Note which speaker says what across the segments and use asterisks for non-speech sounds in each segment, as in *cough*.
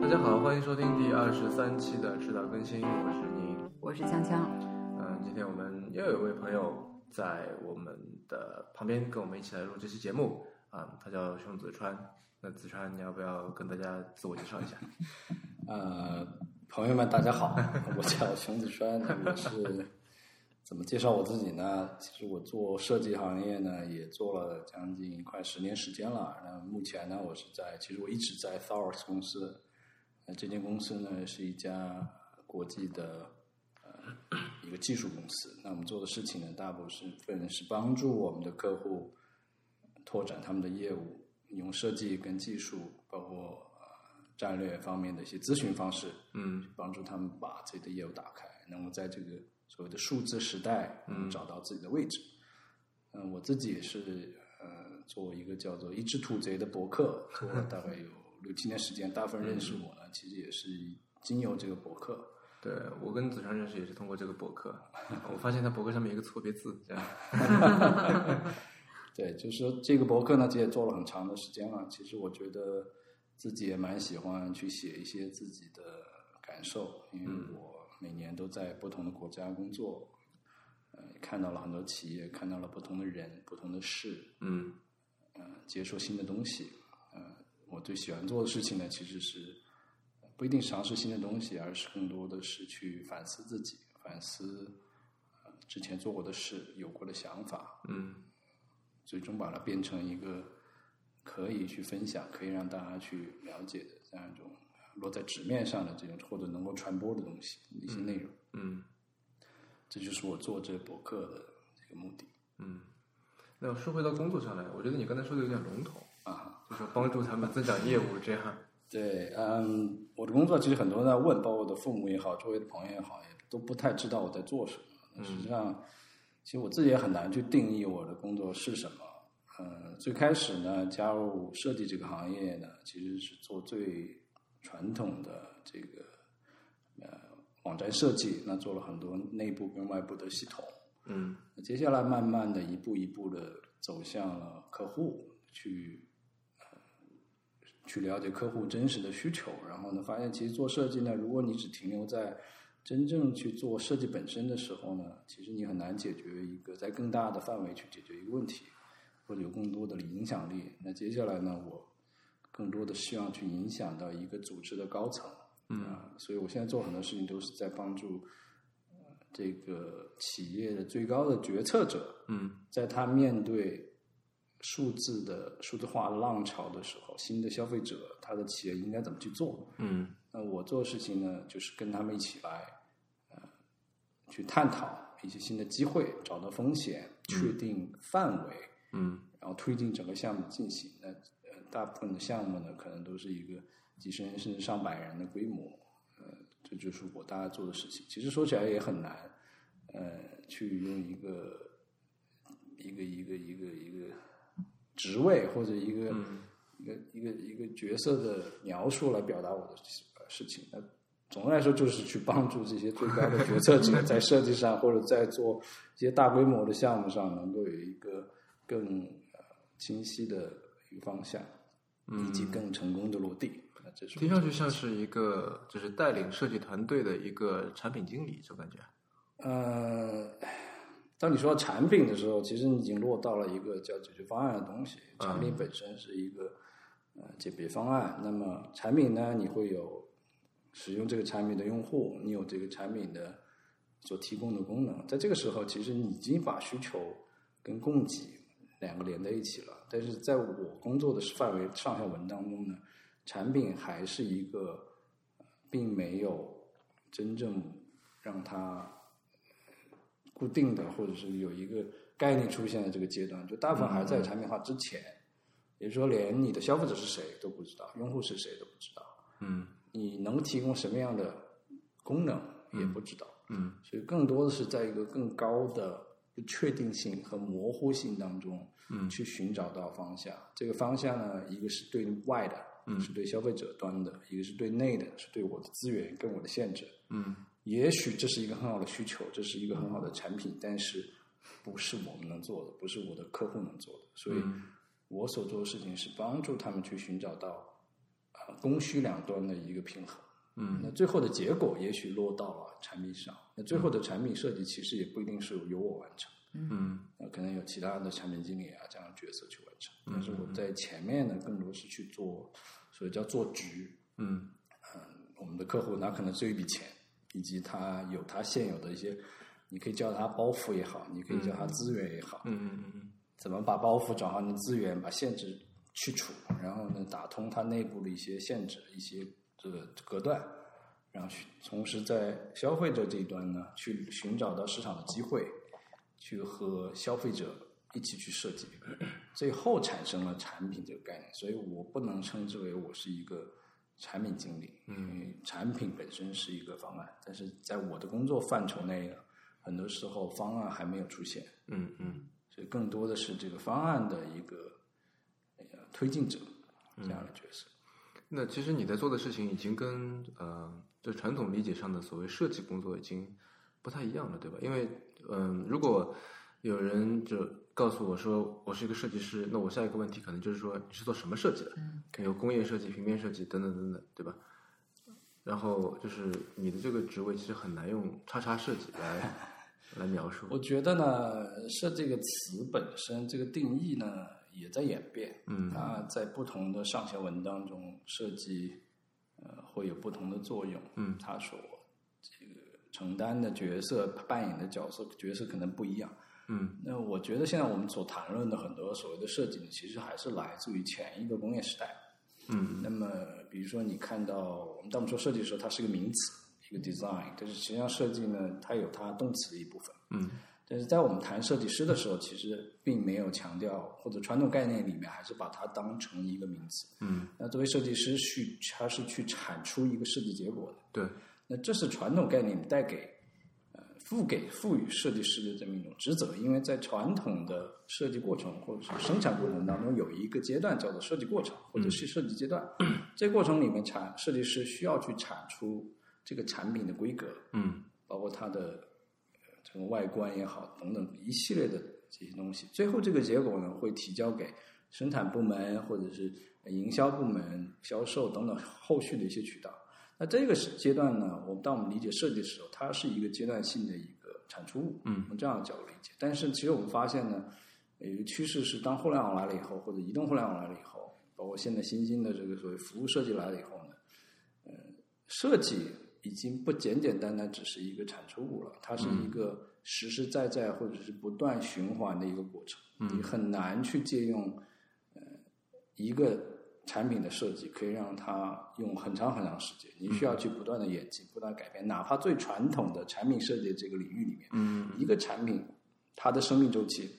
Speaker 1: 大家好，欢迎收听第二十三期的迟早更新，我是宁。
Speaker 2: 我是江江。
Speaker 1: 嗯，今天我们又有一位朋友在我们的旁边跟我们一起来录这期节目啊、他叫熊子川。那子川，你要不要跟大家自我介绍一下？
Speaker 3: 呃，朋友们，大家好， *laughs* 我叫熊子川，我是怎么介绍我自己呢？其实我做设计行业呢，也做了将近快十年时间了。那目前呢，我是在，其实我一直在 Thor 公司，那这间公司呢是一家国际的呃一个技术公司。那我们做的事情呢，大部分是帮助我们的客户拓展他们的业务，用设计跟技术，包括呃战略方面的一些咨询方式，
Speaker 1: 嗯，
Speaker 3: 帮助他们把自己的业务打开，能够在这个所谓的数字时代，嗯，找到自己的位置。嗯，我自己也是呃，做一个叫做“一只土贼”的博客，做了大概有六七年时间。大部分人认识我呢，其实也是经由这个博客。
Speaker 1: 对我跟子川认识也是通过这个博客，我发现他博客上面有一个错别字，这样。
Speaker 3: 对，就是说这个博客呢，其实也做了很长的时间了。其实我觉得自己也蛮喜欢去写一些自己的感受，因为我每年都在不同的国家工作，呃，看到了很多企业，看到了不同的人、不同的事，
Speaker 1: 嗯
Speaker 3: 呃，接受新的东西。呃，我最喜欢做的事情呢，其实是呃不一定尝试新的东西，而是更多的是去反思自己，反思、呃、之前做过的事、有过的想法，
Speaker 1: 嗯
Speaker 3: 最终把它变成一个可以去分享、可以让大家去了解的这样一种落在纸面上的这种或者能够传播的东西一些内容。
Speaker 1: 嗯
Speaker 3: 这就是我做这博客的这个目的
Speaker 1: 嗯。那说回到工作上来，我觉得你刚才说的有点笼统，
Speaker 3: 啊。
Speaker 1: 就是帮助他们增长业务这样。
Speaker 3: 对，嗯，我的工作其实很多人在问，包括我的父母也好，周围的朋友也好，也都不太知道我在做什么。那实际上，其实我自己也很难去定义我的工作是什么。呃，最开始呢，加入设计这个行业呢，其实是做最传统的这个呃网站设计，那做了很多内部跟外部的系统。
Speaker 1: 嗯
Speaker 3: 接下来慢慢的一步一步的走向了客户，去呃去了解客户真实的需求，然后呢，发现其实做设计呢，如果你只停留在真正去做设计本身的时候呢，其实你很难解决一个在更大的范围去解决一个问题，或者有更多的影响力。那接下来呢，我更多的希望去影响到一个组织的高层，
Speaker 1: 嗯
Speaker 3: 啊，所以我现在做很多事情都是在帮助。呃这个企业的最高的决策者，
Speaker 1: 嗯
Speaker 3: 在他面对数字的数字化浪潮的时候，新的消费者，他的企业应该怎么去做？
Speaker 1: 嗯
Speaker 3: 那我做的事情呢，就是跟他们一起来，呃，去探讨一些新的机会，找到风险，确定范围，
Speaker 1: 嗯
Speaker 3: 然后推进整个项目进行。那呃，大部分的项目呢，可能都是一个几十人甚至上百人的规模。呃，这就是我大家做的事情。其实说起来也很难，呃，去用一个一个一个一个一个职位或者一个、一个一个一个角色的描述来表达我的呃事情。那总的来说，就是去帮助这些最高的决策
Speaker 1: *laughs*
Speaker 3: 者在设计上，或者在做一些大规模的项目上，能够有一个更呃清晰的一个方向，以及更成功的落地。那这是
Speaker 1: 嗯
Speaker 3: 我
Speaker 1: 听上去像是一个就是带领设计团队的一个产品经理，就感觉。
Speaker 3: 呃，当你说到产品的时候，其实你已经落到了一个叫解决方案的东西。产品本身是一个、呃解决方案，那么产品呢，你会有使用这个产品的用户，你有这个产品的所提供的功能，在这个时候，其实你已经把需求跟供给两个连在一起了。但是在我工作的范围上下文当中呢，产品还是一个呃并没有真正让它固定的，或者是有一个概念出现的这个阶段，就大部分还在产品化之前，也就是说，连你的消费者是谁都不知道，用户是谁都不知道，
Speaker 1: 嗯
Speaker 3: 你能提供什么样的功能也不知道，
Speaker 1: 嗯
Speaker 3: 所以更多的是在一个更高的不确定性和模糊性当中，
Speaker 1: 嗯
Speaker 3: 去寻找到方向。这个方向呢，一个是对外的，
Speaker 1: 嗯
Speaker 3: 是对消费者端的，一个是对内的，是对我的资源跟我的限制，
Speaker 1: 嗯
Speaker 3: 也许这是一个很好的需求，这是一个很好的产品，但是不是我们能做的，不是我的客户能做的。所以，我所做的事情是帮助他们去寻找到，呃，呃供需两端的一个平衡。
Speaker 1: 嗯
Speaker 3: 那最后的结果也许落到了产品上，那最后的产品设计其实也不一定是由我完成，
Speaker 1: 嗯
Speaker 3: 那可能有其他的产品经理啊这样的角色去完成。但是我在前面呢，更多是去做，所以叫做局。
Speaker 1: 嗯
Speaker 3: 我们的客户拿可能只有一笔钱，以及他有他现有的一些，你可以叫他包袱也好，你可以叫他资源也好，
Speaker 1: 嗯嗯
Speaker 3: 怎么把包袱转换成资源，把限制去除，然后呢，打通它内部的一些限制、一些这个隔断，然后去同时在消费者这一端呢，去寻找到市场的机会，去和消费者一起去设计，最后产生了产品这个概念。所以我不能称之为我是一个产品经理，因为产品本身是一个方案，但是在我的工作范畴内呢，很多时候方案还没有出现。
Speaker 1: 嗯嗯
Speaker 3: 所以更多的是这个方案的一个呃推进者这样的角色。
Speaker 1: 嗯。那其实你在做的事情已经跟呃，就传统理解上的所谓设计工作已经不太一样了，对吧？因为嗯、如果有人就告诉我说我是一个设计师，那我下一个问题可能就是说你是做什么设计的？
Speaker 2: 嗯
Speaker 1: 有工业设计、平面设计等等等等，对吧？然后就是你的这个职位其实很难用“叉叉设计来”来描述。
Speaker 3: 我觉得呢，设这个词本身这个定义呢也在演变。
Speaker 1: 嗯
Speaker 3: 它在不同的上下文当中设计，呃，会有不同的作用。
Speaker 1: 嗯
Speaker 3: 它所这个承担的角色、扮演的角色角色可能不一样。
Speaker 1: 嗯
Speaker 3: 那我觉得现在我们所谈论的很多所谓的设计呢，其实还是来自于前一个工业时代。
Speaker 1: 嗯
Speaker 3: 那么，比如说你看到我们当我们说设计的时候，它是一个名词，一个 design，但是实际上设计呢，它有它动词的一部分。
Speaker 1: 嗯
Speaker 3: 但是在我们谈设计师的时候，其实并没有强调，或者传统概念里面还是把它当成一个名词。
Speaker 1: 嗯，
Speaker 3: 那作为设计师去，他是去产出一个设计结果的。
Speaker 1: 对，
Speaker 3: 那这是传统概念带给呃赋给赋予设计师的这么一种职责，因为在传统的设计过程或者是生产过程当中，有一个阶段叫做设计过程或者是设计阶段，这过程里面产设计师需要去产出这个产品的规格，
Speaker 1: 嗯
Speaker 3: 包括它的呃这个外观也好，等等一系列的这些东西。最后这个结果呢，会提交给生产部门或者是呃营销部门、销售等等后续的一些渠道。那这个是阶段呢，我们当我们理解设计的时候，它是一个阶段性的一个产出物，
Speaker 1: 嗯，
Speaker 3: 用这样的角度理解。但是其实我们发现呢，有一个趋势是，当互联网来了以后，或者移动互联网来了以后，包括现在新兴的这个所谓服务设计来了以后呢，设计已经不简简单单只是一个产出物了，它是一个实实在在或者是不断循环的一个过程。你很难去借用呃一个产品的设计，可以让它用很长很长时间。你需要去不断的演进，不断地改变，哪怕最传统的产品设计这个领域里面，
Speaker 1: 嗯
Speaker 3: 一个产品它的生命周期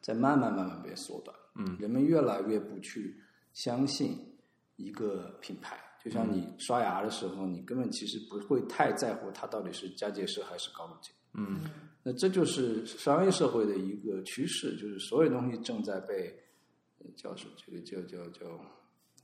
Speaker 3: 在慢慢慢慢被缩短。
Speaker 1: 嗯，
Speaker 3: 人们越来越不去相信一个品牌。就像你刷牙的时候，你根本其实不会太在乎它到底是佳洁士还是高露洁。
Speaker 1: 嗯
Speaker 3: 那这就是商业社会的一个趋势，就是所有东西正在被呃叫什么？这个叫叫叫，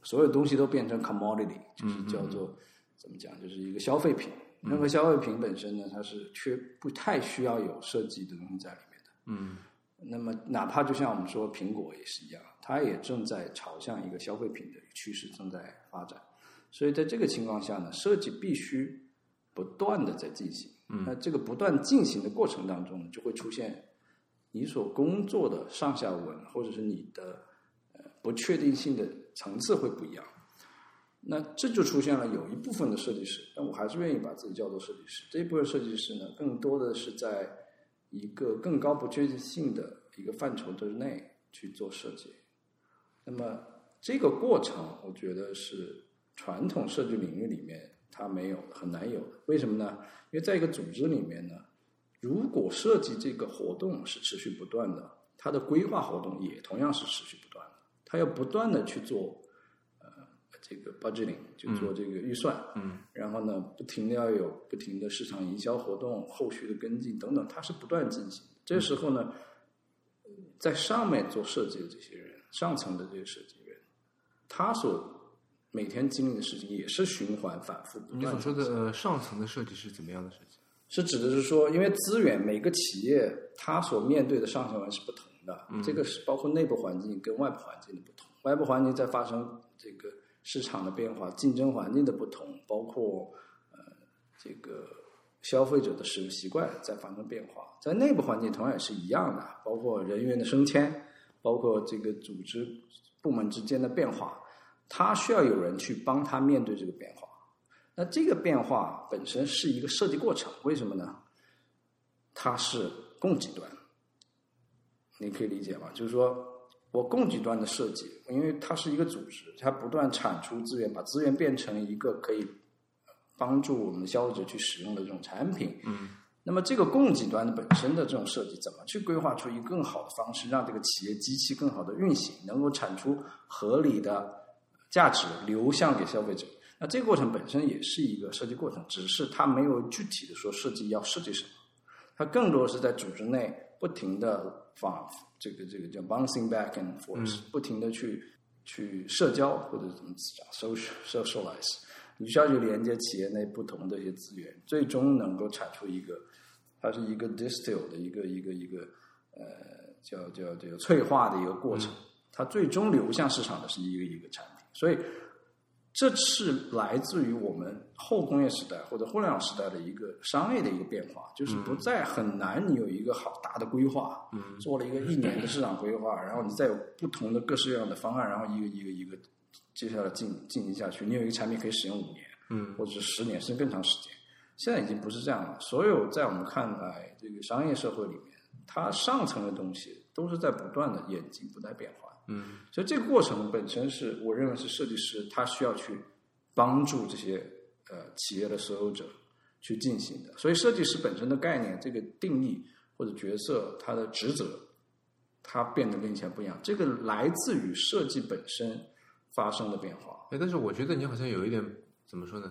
Speaker 3: 所有东西都变成 commodity，就是叫做怎么讲？就是一个消费品。任何消费品本身呢，它是缺不太需要有设计的东西在里面的。
Speaker 1: 嗯
Speaker 3: 那么，哪怕就像我们说苹果也是一样，它也正在朝向一个消费品的趋势正在发展。所以在这个情况下呢，设计必须不断的在进行。那这个不断进行的过程当中呢，就会出现你所工作的上下文，或者是你的呃不确定性的层次会不一样。那这就出现了有一部分的设计师，但我还是愿意把自己叫做设计师。这一部分设计师呢，更多的是在一个更高不确定性的一个范畴之内去做设计。那么这个过程，我觉得是传统设计领域里面它没有的，很难有的。为什么呢？因为在一个组织里面呢，如果设计这个活动是持续不断的，它的规划活动也同样是持续不断的，它要不断的去做。呃，这个 budgeting 就做这个预算，
Speaker 1: 嗯
Speaker 3: 然后呢，不停的要有不停的市场营销活动、后续的跟进等等，它是不断进行
Speaker 1: 嗯
Speaker 3: 的。这时候呢，呃在上面做设计的这些人，上层的这些设计人，他所每天经历的事情也是循环反复不
Speaker 1: 你
Speaker 3: 断
Speaker 1: 所
Speaker 3: 地
Speaker 1: 说的呃上层的设计是怎么样的设计？
Speaker 3: 是指的是说，因为资源每个企业它所面对的上下文是不同的，这个是包括内部环境跟外部环境的不同。外部环境在发生这个市场的变化、竞争环境的不同，包括呃这个消费者的使用习惯在发生变化，在内部环境同样也是一样的，包括人员的升迁，包括这个组织部门之间的变化，他需要有人去帮他面对这个变化。那这个变化本身是一个设计过程，为什么呢？它是供给端，你可以理解吗？就是说我供给端的设计，因为它是一个组织，它不断产出资源，把资源变成一个可以帮助我们消费者去使用的这种产品。
Speaker 1: 嗯，
Speaker 3: 那么这个供给端的本身的这种设计，怎么去规划出一个更好的方式，让这个企业机器更好的运行，能够产出合理的价值流向给消费者？那这个过程本身也是一个设计过程，只是它没有具体的说设计要设计什么，它更多是在组织内不停的仿这个这个叫 bouncing back and forth，、不停的去去社交或者怎么讲 social socialize，你需要去连接企业内不同的一些资源，最终能够产出一个，它是一个 distill 的一个一个一个呃叫叫叫催化的一个过程，它最终流向市场的是一个一个产品，所以。这是来自于我们后工业时代或者互联网时代的一个商业的一个变化，就是不再很难你有一个好大的规划，
Speaker 1: 嗯
Speaker 3: 做了一个一年的市场规划，然后你再有不同的各式各样的方案，然后一个一个一个接下来进进行下去，你有一个产品可以使用五年
Speaker 1: 嗯
Speaker 3: 或者是十年甚至更长时间。现在已经不是这样了，所有在我们看来这个商业社会里面，它上层的东西都是在不断的演进，不断变化。
Speaker 1: 嗯
Speaker 3: 所以这个过程本身是我认为是设计师他需要去帮助这些呃企业的所有者去进行的。所以设计师本身的概念、这个定义或者角色、他的职责，它变得跟以前不一样。这个来自于设计本身发生的变化。
Speaker 1: 哎，但是我觉得你好像有一点怎么说呢？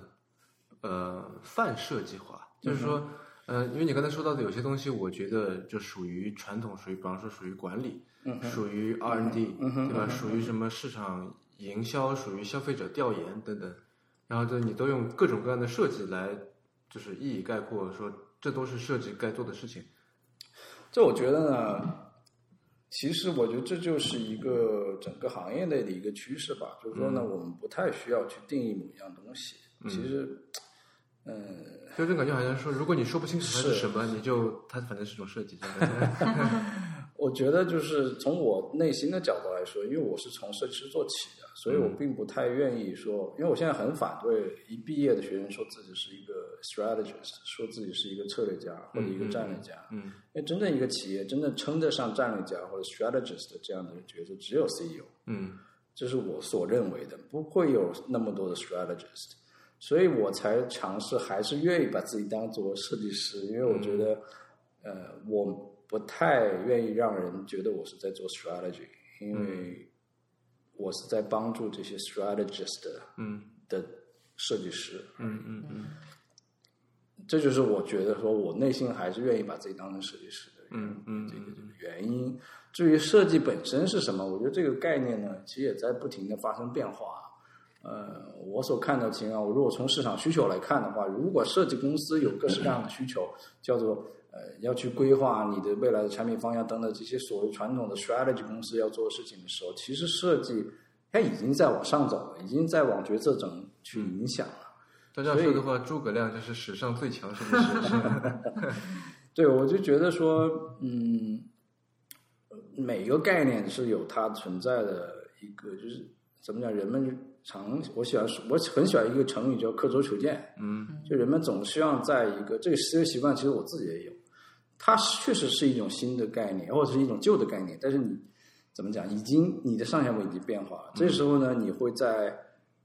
Speaker 1: 呃，泛设计化，就是说，
Speaker 3: 嗯
Speaker 1: 呃，因为你刚才说到的有些东西，我觉得就属于传统，属于比方说属于管理，
Speaker 3: 嗯哼
Speaker 1: 属于 R&D，、
Speaker 3: 嗯哼
Speaker 1: 对吧？
Speaker 3: 嗯哼
Speaker 1: 属于什么市场营销，属于消费者调研等等，然后就你都用各种各样的设计来，就是一以概括说这都是设计该做的事情。
Speaker 3: 这我觉得呢，其实我觉得这就是一个整个行业内的一个趋势吧。就是说呢，
Speaker 1: 嗯
Speaker 3: 我们不太需要去定义某一样东西。其实，嗯。
Speaker 1: 就这种感觉好像说，如果你说不清楚它是
Speaker 3: 是
Speaker 1: 什么，你就它反正是种设计，
Speaker 3: *laughs*
Speaker 1: 这样
Speaker 3: 我觉得就是从我内心的角度来说，因为我是从设计师做起的，所以我
Speaker 1: 嗯
Speaker 3: 并不太愿意说，因为我现在很反对一毕业的学生说自己是一个 strategist，说自己是一个策略家或者一个战略家。
Speaker 1: 嗯
Speaker 3: 因为真正一个企业真正称得上战略家或者 strategist 这样的角色，只有 E CEO。
Speaker 1: 嗯
Speaker 3: 这是我所认为的，不会有那么多的 strategist，所以我才尝试，还是愿意把自己当做设计师，因为我觉得，呃，我不太愿意让人觉得我是在做 strategy，因为我是在帮助这些 strategist 的
Speaker 1: 嗯
Speaker 3: 的设计师，
Speaker 1: 嗯嗯嗯
Speaker 3: 这就是我觉得说我内心还是愿意把自己当成设计师的人。
Speaker 1: 嗯嗯
Speaker 3: 这个这个原因。至于设计本身是什么，我觉得这个概念呢，其实也在不停的发生变化。呃，我所看到的情况，我如果从市场需求来看的话，如果设计公司有各式各样的需求，叫做呃要去规划你的未来的产品方向等等这些所谓传统的 strategy 公司要做的事情的时候，其实设计它已经在往上走了，已经在往决策层去影响了。
Speaker 1: 照这样说的话，诸葛亮就是史上最强设计
Speaker 3: *laughs*
Speaker 1: 师。
Speaker 3: 对，我就觉得说，嗯，每一个概念是有它存在的一个，就是怎么讲，人们常我喜欢说我很喜欢一个成语叫刻舟求剑，
Speaker 1: 嗯
Speaker 3: 就人们总希望在一个这个思维习惯，其实我自己也有，它确实是一种新的概念，或者是一种旧的概念，但是你怎么讲，已经你的上下文已经变化了，这时候呢，你会在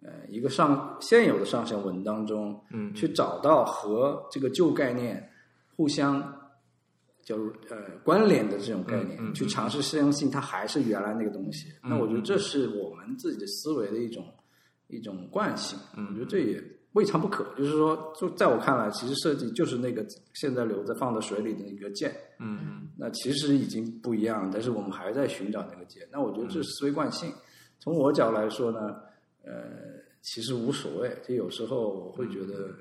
Speaker 3: 呃一个上现有的上下文当中，
Speaker 1: 嗯
Speaker 3: 去找到和这个旧概念互相叫呃关联的这种概念，
Speaker 1: 嗯嗯嗯
Speaker 3: 去尝试相信它还是原来那个东西。那我觉得这是我们自己的思维的一种一种惯性，
Speaker 1: 嗯
Speaker 3: 我觉得这也未尝不可。就是说，就在我看来，其实设计就是那个现在留在放在水里的那个剑，
Speaker 1: 嗯
Speaker 3: 那其实已经不一样，但是我们还在寻找那个解。那我觉得
Speaker 1: 嗯
Speaker 3: 这是思维惯性。从我角度来说呢，呃，其实无所谓。就有时候我会觉
Speaker 1: 嗯
Speaker 3: 得，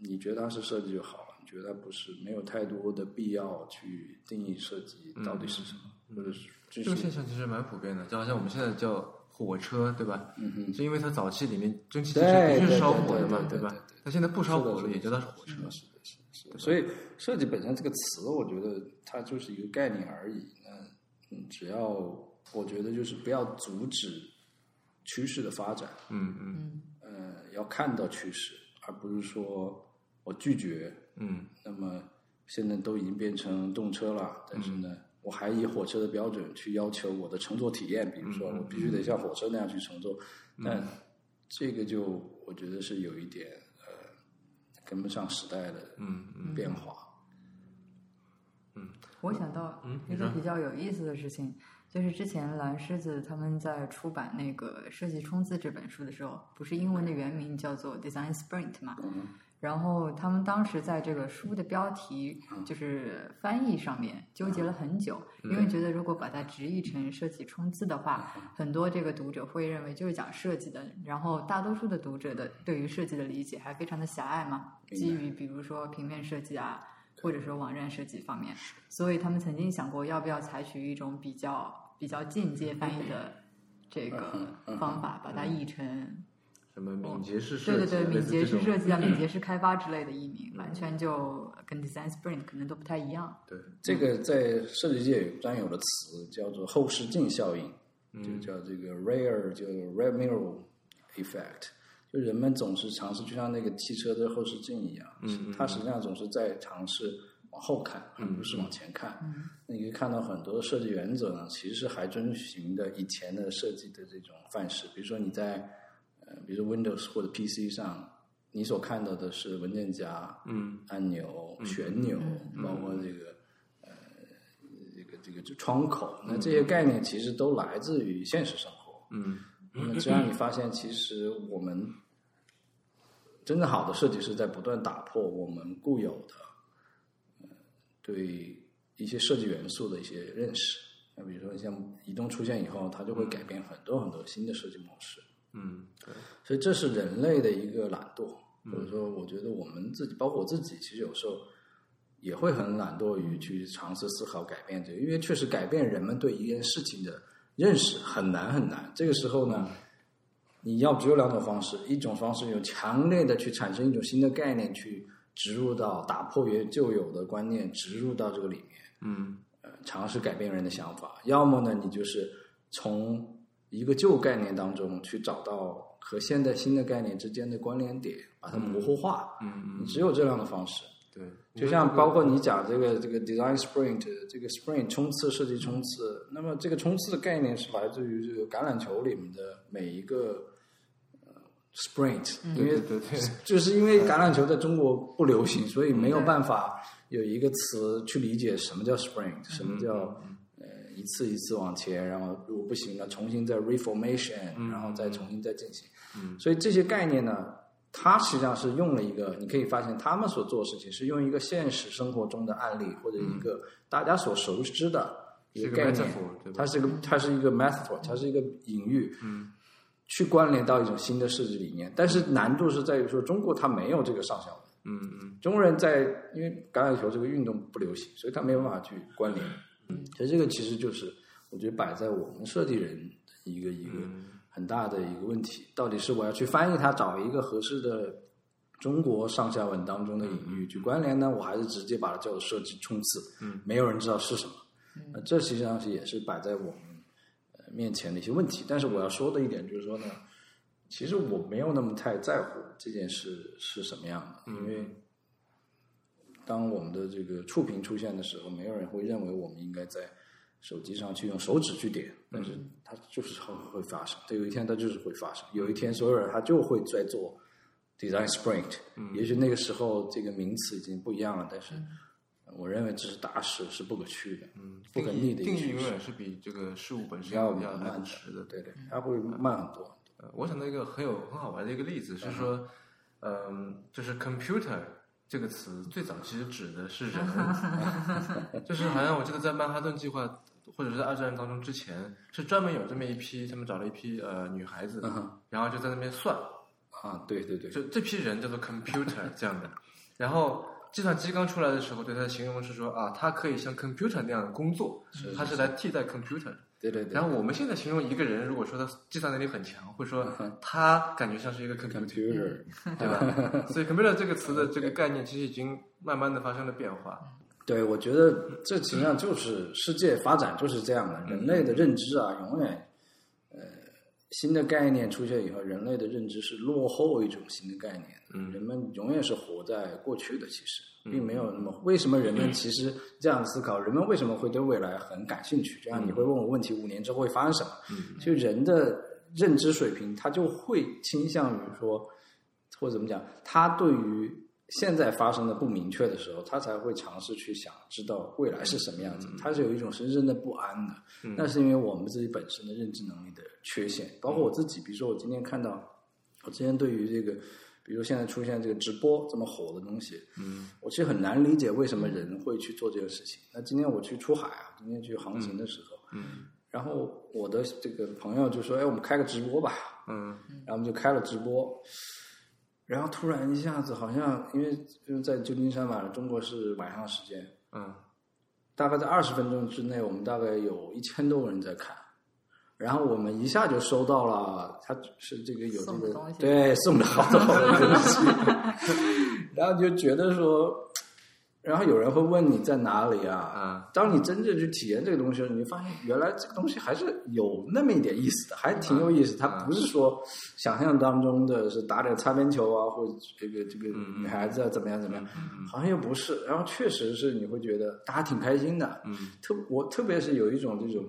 Speaker 3: 你觉得它是设计就好了，你觉得它不是，没有太多的必要去定义设计到底是什么，或者是
Speaker 1: 嗯，
Speaker 3: 就
Speaker 1: 这个
Speaker 3: 是
Speaker 1: 现象其实蛮普遍的，就好像我们现在叫火车，对吧？
Speaker 3: 嗯哼，
Speaker 1: 是因为它早期里面蒸汽机
Speaker 3: 对
Speaker 1: 是的确
Speaker 3: 对
Speaker 1: 是烧
Speaker 3: 对
Speaker 1: 火的
Speaker 3: 对
Speaker 1: 嘛，
Speaker 3: 对
Speaker 1: 吧
Speaker 3: 对对？
Speaker 1: 它现在不烧火
Speaker 3: 是
Speaker 1: 了，
Speaker 3: 的
Speaker 1: 也叫它火车
Speaker 3: 是。的，是的，是的，是的。所以设计本身这个词，我觉得它就是一个概念而已。那嗯，只要我觉得就是不要阻止趋势的发展，
Speaker 1: 嗯嗯
Speaker 3: 呃，要看到趋势，而不是说我拒绝。
Speaker 1: 嗯
Speaker 3: 那么现在都已经变成动车了，但是
Speaker 1: 嗯
Speaker 3: 呢，我还以火车的标准去要求我的乘坐体验，比如说
Speaker 1: 嗯
Speaker 3: 我必须得像火车那样去乘坐，但这个就我觉得是有一点呃跟不上时代的
Speaker 1: 嗯嗯
Speaker 3: 变化。
Speaker 2: 我想到
Speaker 1: 嗯
Speaker 2: 一
Speaker 1: 你
Speaker 2: 个
Speaker 1: 说
Speaker 2: 比较有意思的事情，就是之前蓝狮子他们在出版那个《设计冲刺》这本书的时候，不是英文的原名叫做《Design Sprint》嘛？
Speaker 3: 嗯
Speaker 2: 然后他们当时在这个书的标题
Speaker 3: 嗯
Speaker 2: 就是翻译上面纠结了很久，因为觉得如果把它直译成“设计冲刺”的话，
Speaker 3: 嗯
Speaker 2: 很多这个读者会认为就是讲设计的，然后大多数的读者的对于设计的理解还非常的狭隘嘛，
Speaker 3: 明
Speaker 2: 基
Speaker 3: 白
Speaker 2: 于比如说平面设计啊，或者说网站设计方面，所以他们曾经想过要不要采取一种比较比较进阶翻译的这
Speaker 3: 嗯
Speaker 2: 个
Speaker 3: 嗯
Speaker 2: 方法，把它译成
Speaker 1: 什么敏捷式设
Speaker 2: 对
Speaker 1: 计
Speaker 2: 对
Speaker 1: 啊，
Speaker 2: 对
Speaker 1: 类
Speaker 2: 敏
Speaker 1: 似
Speaker 2: 捷
Speaker 1: 这
Speaker 2: 式
Speaker 1: 种
Speaker 2: 设计啊、敏捷式开发之类的译名，完全就跟 Design Sprint 可能都不太一样。
Speaker 1: 对，
Speaker 3: 这个在设计界有专有的词叫做后视镜效应，
Speaker 1: 嗯
Speaker 3: 就叫这个 rear 就 rear mirror effect，就人们总是尝试就像那个汽车的后视镜一样，
Speaker 1: 嗯嗯嗯
Speaker 3: 它实际上总是在尝试往后看，而不是往前看。那你可以看到很多设计原则呢，其实还遵循的以前的设计的这种范式，比如说你在呃，比如说 Windows 或者 PC 上，你所看到的是文件夹，
Speaker 1: 嗯，
Speaker 3: 按钮、旋钮，包括这个呃这个这个这窗口，那这些概念其实都来自于现实生活。
Speaker 1: 嗯
Speaker 3: 那么这样你发现，其实我们真正好的设计师在不断打破我们固有的、呃对一些设计元素的一些认识。那比如说像移动出现以后，它就会改变很多很多新的设计模式。
Speaker 1: 嗯，对，
Speaker 3: 所以这是人类的一个懒惰，或者说，我觉得我们自己，包括我自己，其实有时候也会很懒惰于去尝试思考改变这个，因为确实改变人们对一件事情的认识很难很难。这个时候呢，你要只有两种方式，一种方式有强烈的去产生一种新的概念，去植入到打破原旧有的观念，植入到这个里面。
Speaker 1: 嗯
Speaker 3: 呃尝试改变人的想法，要么呢，你就是从一个旧概念当中去找到和现在新的概念之间的关联点，把它模糊化。
Speaker 1: 嗯嗯，
Speaker 3: 你只有这样的方式，
Speaker 1: 对，
Speaker 3: 就像包括你讲这个这个 design sprint，这个 sprint 冲刺设计冲刺，那么这个冲刺的概念是来自于这个橄榄球里面的每一个呃 sprint，因为
Speaker 1: 对嗯对对，
Speaker 3: *laughs* 就是因为橄榄球在中国不流行，所以没有办法有一个词去理解什么叫 spring，
Speaker 1: 嗯
Speaker 3: 什么叫呃一次一次往前，然后如果不行了，重新再
Speaker 1: 嗯
Speaker 3: reformation，然后再重新再进行。所以这些概念呢，它实际上是用了一个，你可以发现他们所做的事情是用一个现实生活中的案例或者一个大家所熟知的
Speaker 1: 嗯
Speaker 3: 一
Speaker 1: 是个
Speaker 3: 个概念
Speaker 1: metaphor，对，吧
Speaker 3: 它是一个它是一个 metaphor，它是一个隐喻，嗯，去关联到一种新的设计理念。但是难度是在于说，中国它没有这个上下文，
Speaker 1: 嗯嗯
Speaker 3: 中国人在因为橄榄球这个运动不流行，所以他没有办法去关联。嗯，所以这个其实就是我觉得摆在我们设计人的一个一个很大的一个问题，到底是我要去翻译它，找一个合适的中国上下文当中的隐喻去关联呢，我还是直接把它叫做设计冲刺？
Speaker 1: 嗯，
Speaker 3: 没有人知道是什么。那这实际上是也是摆在我们呃面前的一些问题。但是我要说的一点就是说呢，其实我没有那么太在乎这件事是什么样的，
Speaker 1: 嗯
Speaker 3: 因为当我们的这个触屏出现的时候，没有人会认为我们应该在手机上去用手指去点，
Speaker 1: 嗯
Speaker 3: 但是它就是会会发生，这有一天它就是会发生，有一天所有人他就会在做 design sprint，、也
Speaker 1: 嗯
Speaker 3: 许那个时候这个名词已经不一样了，但是我认为这是大势，是不可趋的，
Speaker 1: 嗯，
Speaker 3: 不可逆的一
Speaker 1: 定
Speaker 3: 个
Speaker 1: 义定义
Speaker 3: 趋
Speaker 1: 永
Speaker 3: 势，
Speaker 1: 远是比这个事物本身
Speaker 3: 要
Speaker 1: 要来
Speaker 3: 慢
Speaker 1: 得
Speaker 3: 的
Speaker 1: 迟的，
Speaker 3: 对对，它会慢很多。
Speaker 1: 呃，我想到一个很有很好玩的一个例子是说，嗯、就是 computer 这个词最早其实指的是人， *laughs* 就是好像我记得在曼哈顿计划或者是在二战当中之前，是专门有这么一批，他们找了一批呃女孩子，然后就在那边算，
Speaker 3: 啊，对对对，
Speaker 1: 就这批人叫做 computer 这样的，然后。计算机刚出来的时候，对它的形容是说啊，它可以像 computer 那样的工作，它是来替代 computer 的。
Speaker 3: 对对对。
Speaker 1: 然后我们现在形容一个人，如果说他计算能力很强，会说他感觉像是一个 computer，
Speaker 3: 嗯 computer，
Speaker 1: 对吧？ *laughs* 所以 computer 这个词的这个概念其实已经慢慢的发生了变化。
Speaker 3: 对，我觉得这实际上就是世界发展就是这样的，
Speaker 1: 嗯
Speaker 3: 人类的认知啊，永远，呃，新的概念出现以后，人类的认知是落后一种新的概念，
Speaker 1: 嗯
Speaker 3: 人们永远是活在过去的，其实并没有那么。为什么人
Speaker 1: 嗯
Speaker 3: 们其实这样思考？人们为什么会对未来很感兴趣？这样你会问我问题，五年之后会发生什么？
Speaker 1: 嗯
Speaker 3: 就人的认知水平，他就会倾向于说，或者怎么讲，他对于现在发生的不明确的时候，他才会尝试去想知道未来是什么样子，他是有一种深深的不安的。
Speaker 1: 嗯
Speaker 3: 那是因为我们自己本身的认知能力的缺陷，包括我自己，比如说我今天看到，我之前对于这个。比如现在出现这个直播这么火的东西，
Speaker 1: 嗯，
Speaker 3: 我其实很难理解为什么人会去做这个事情。那今天我去出海啊，今天去航行的时候，
Speaker 1: 嗯
Speaker 3: 然后我的这个朋友就说：“哎，我们开个直播吧。
Speaker 1: 嗯”
Speaker 3: 然后我们就开了直播，然后突然一下子好像因为就是在旧金山嘛，中国是晚上的时间，
Speaker 1: 嗯
Speaker 3: 大概在二十分钟之内，我们大概有一千多个人在看。然后我们一下就收到了，他是这个有这
Speaker 2: 送的
Speaker 3: 个
Speaker 2: 东西
Speaker 3: 对送的好多东西， *laughs* 然后就觉得说，然后有人会问你在哪里啊？
Speaker 1: 啊
Speaker 3: 当你真正去体验这个东西的时候，你发现原来这个东西还是有那么一点意思的，还挺有意
Speaker 1: 嗯
Speaker 3: 思。它不是说想象当中的是打点擦边球啊，或者这个这个
Speaker 1: 嗯
Speaker 3: 女孩子啊怎么样怎么样，好像又不是。然后确实是你会觉得大家挺开心的，
Speaker 1: 嗯
Speaker 3: 特我特别是有一种这种，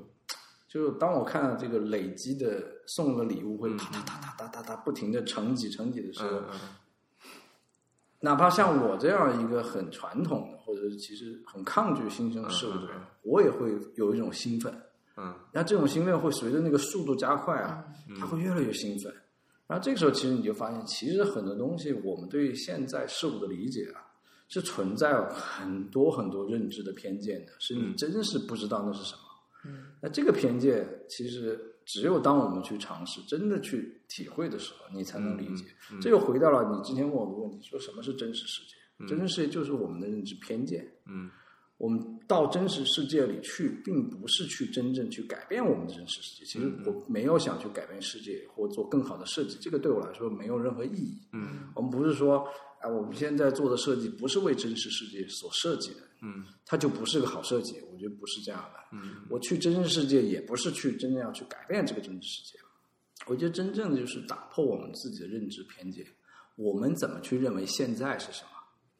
Speaker 3: 就是当我看到这个累积的送的礼物会哒哒哒哒哒哒哒不停的乘几乘几的时候，
Speaker 1: 嗯
Speaker 3: 哪怕像我这样一个很传统的，或者是其实很抗拒新生事物的人，我也会有一种兴奋。
Speaker 1: 嗯
Speaker 3: 那这种兴奋会随着那个速度加快啊，他会越来越兴奋。然后这个时候，其实你就发现，其实很多东西我们对现在事物的理解啊，是存在很多很多认知的偏见的，是你真是不知道那是什么。
Speaker 2: 嗯，
Speaker 3: 那这个偏见其实只有当我们去尝试、真的去体会的时候，你才能理解。这又回到了你之前问我的问题，说什么是真实世界？真实世界就是我们的认知偏见。
Speaker 1: 嗯
Speaker 3: 我们到真实世界里去，并不是去真正去改变我们的真实世界。其实
Speaker 1: 嗯
Speaker 3: 我没有想去改变世界或做更好的设计，这个对我来说没有任何意义。
Speaker 1: 嗯，
Speaker 3: 我们不是说，啊，我们现在做的设计不是为真实世界所设计的，
Speaker 1: 嗯，
Speaker 3: 它就不是个好设计。我觉得不是这样的。嗯，我去真实世界也不是去真正要去改变这个真实世界。我觉得真正的就是打破我们自己的认知偏见，我们怎么去认为现在是什么？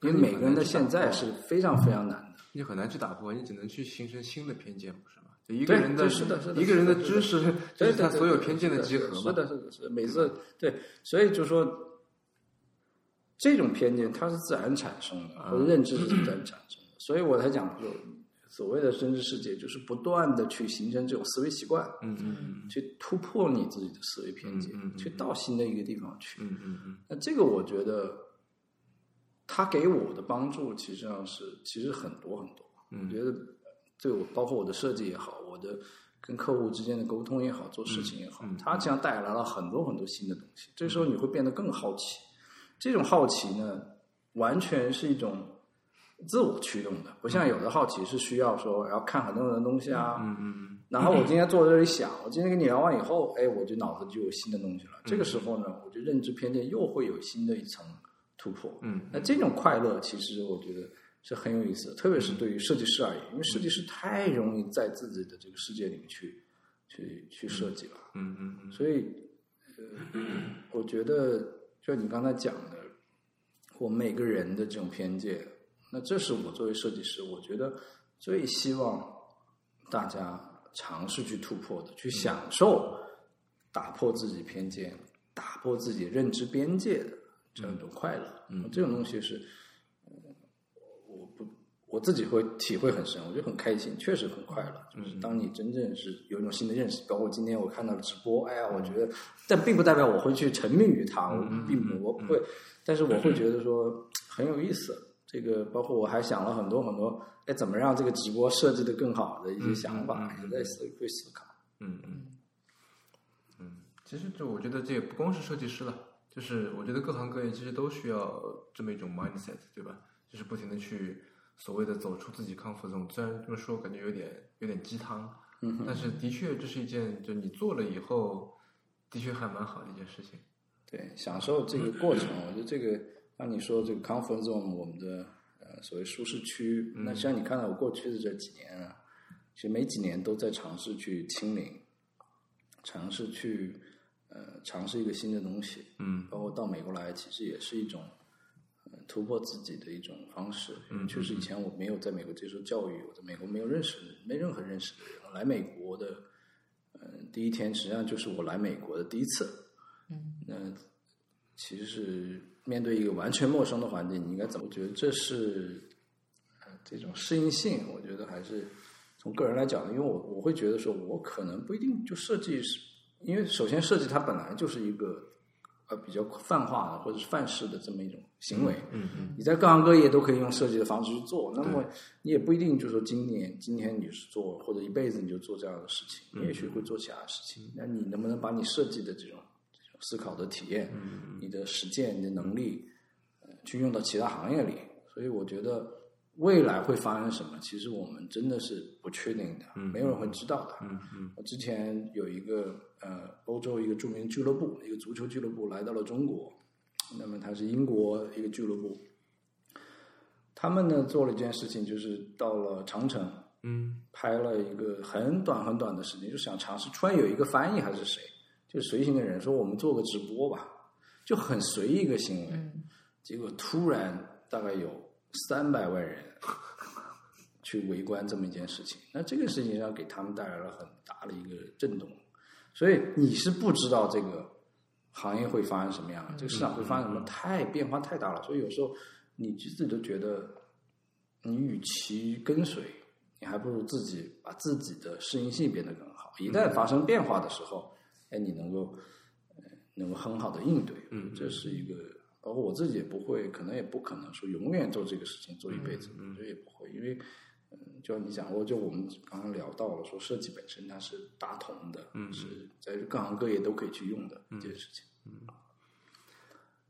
Speaker 3: 因为每个人的现在是非常非常难的。
Speaker 1: 你很难去打破，你只能去形成新的偏见，不是吗？就一个
Speaker 3: 对
Speaker 1: 人的
Speaker 3: 对是的是的
Speaker 1: 一个人
Speaker 3: 是的
Speaker 1: 知识，就
Speaker 3: 对
Speaker 1: 是
Speaker 3: 对
Speaker 1: 他
Speaker 3: 对
Speaker 1: 所有
Speaker 3: 对
Speaker 1: 偏见
Speaker 3: 是
Speaker 1: 的集合嘛。
Speaker 3: 是的，是的，是的，每次对，所以就说这种偏见它是自然产生的，或者
Speaker 1: 啊
Speaker 3: 认知是自
Speaker 1: *clears throat*
Speaker 3: 然产生的，所以我才讲就所谓的真知世界，就是不断的去形成这种思维习惯，
Speaker 1: 嗯嗯
Speaker 3: 去突破你自己的思维偏见，
Speaker 1: 嗯嗯嗯
Speaker 3: 去到新的一个地方去。
Speaker 1: 嗯嗯嗯
Speaker 3: 那这个我觉得，他给我的帮助，其实上是其实很多很多。
Speaker 1: 嗯
Speaker 3: 我觉得对我，包括我的设计也好，我的跟客户之间的沟通也好，做事情也好，
Speaker 1: 嗯嗯
Speaker 3: 它实际上带来了很多很多新的东西。这时候你会变得更好奇，这种好奇呢，完全是一种自我驱动的，不像有的好奇是需要说，然后看很多很多东西啊，
Speaker 1: 嗯嗯
Speaker 3: 然后我今天坐在这里想，我今天跟你聊完以后，哎，我就脑子就有新的东西了。
Speaker 1: 嗯
Speaker 3: 这个时候呢，我就认知偏见又会有新的一层突破。
Speaker 1: 嗯
Speaker 3: 那这种快乐其实我觉得是很有意思的，特别是对于设计师而言，因为设计师太容易在自己的这个世界里面去去去设计了。
Speaker 1: 嗯嗯嗯，
Speaker 3: 所以，呃，我觉得就你刚才讲的，我们每个人的这种偏见，那这是我作为设计师，我觉得最希望大家尝试去突破的，去享受打破自己偏见、打破自己认知边界的这样一种快乐。嗯，这种东西是，呃我不我自己会体会很深，我觉得很开心，确实很快乐。就是当你真正是有一种新的认识，包括今天我看到了直播，哎呀，我觉得，但并不代表我会去沉迷于它，我并不我不会，但是我会觉得说很有意思。这个包括我还想了很多很多，哎，怎么让这个直播设计的更好的一些想法，也在思会思考。
Speaker 1: 嗯嗯嗯，其实这我觉得这也不光是设计师了，就是我觉得各行各业其实都需要这么一种 mindset，对吧？就是不停的去所谓的走出自己 comfort zone。虽然这么说，感觉有点有点鸡汤，嗯，但是的确这是一件，就你做了以后，的确还蛮好的一件事情。
Speaker 3: 对，享受这个过程。我觉得这个，按你说这个 comfort zone，我们的呃所谓舒适区，那像你看到我过去的这几年啊，其实每几年都在尝试去清零，尝试去呃尝试一个新的东西，
Speaker 1: 嗯
Speaker 3: 包括到美国来，其实也是一种、呃突破自己的一种方式。
Speaker 1: 嗯
Speaker 3: 确实以前我没有在美国接受教育，我在美国没有认识没任何认识的人。我来美国的，呃，第一天实际上就是我来美国的第一次。
Speaker 2: 嗯，
Speaker 3: 那其实是面对一个完全陌生的环境，你应该怎么？我觉得这是、呃、这种适应性，我觉得还是从个人来讲，因为我我会觉得说，我可能不一定就设计是，因为首先设计它本来就是一个呃比较泛化的或者是范式的这么一种行为，
Speaker 1: 嗯嗯
Speaker 3: 你在各行各业都可以用设计的方式去做，那么你也不一定就说今年今天你是做，或者一辈子你就做这样的事情，
Speaker 1: 嗯
Speaker 3: 你也许会做其他事情。那你能不能把你设计的这种这种思考的体验，
Speaker 1: 嗯
Speaker 3: 你的实践、你的能力，呃去用到其他行业里？所以我觉得未来会发生什么，其实我们真的是不确定的，没有人会知道的。
Speaker 1: 嗯嗯
Speaker 3: 我之前有一个呃，欧洲一个著名俱乐部，一个足球俱乐部来到了中国，那么它是英国一个俱乐部，他们呢做了一件事情，就是到了长城
Speaker 1: 嗯
Speaker 3: 拍了一个很短很短的时间，就想尝试。突然有一个翻译还是谁，就随行的人说我们做个直播吧，就很随意一个行为，
Speaker 2: 嗯
Speaker 3: 结果突然大概有三百万人去围观这么一件事情，那这个事情上给他们带来了很大的一个震动，所以你是不知道这个行业会发生什么样，这个市场会
Speaker 1: 嗯
Speaker 3: 发生什么，太变化太大了，所以有时候你自己都觉得，你与其跟随，你还不如自己把自己的适应性变得更好，一旦发
Speaker 1: 嗯
Speaker 3: 生变化的时候，哎，你能够。呃能够很好的应对，
Speaker 1: 嗯
Speaker 3: 这是一个，包括我自己也不会，可能也不可能说永远做这个事情做一辈子，
Speaker 1: 嗯
Speaker 3: 我觉得也不会，因为，嗯，就像你讲，我就我们刚刚聊到了说设计本身它是大同的，
Speaker 1: 嗯
Speaker 3: 是在各行各业都可以去用的一件事情。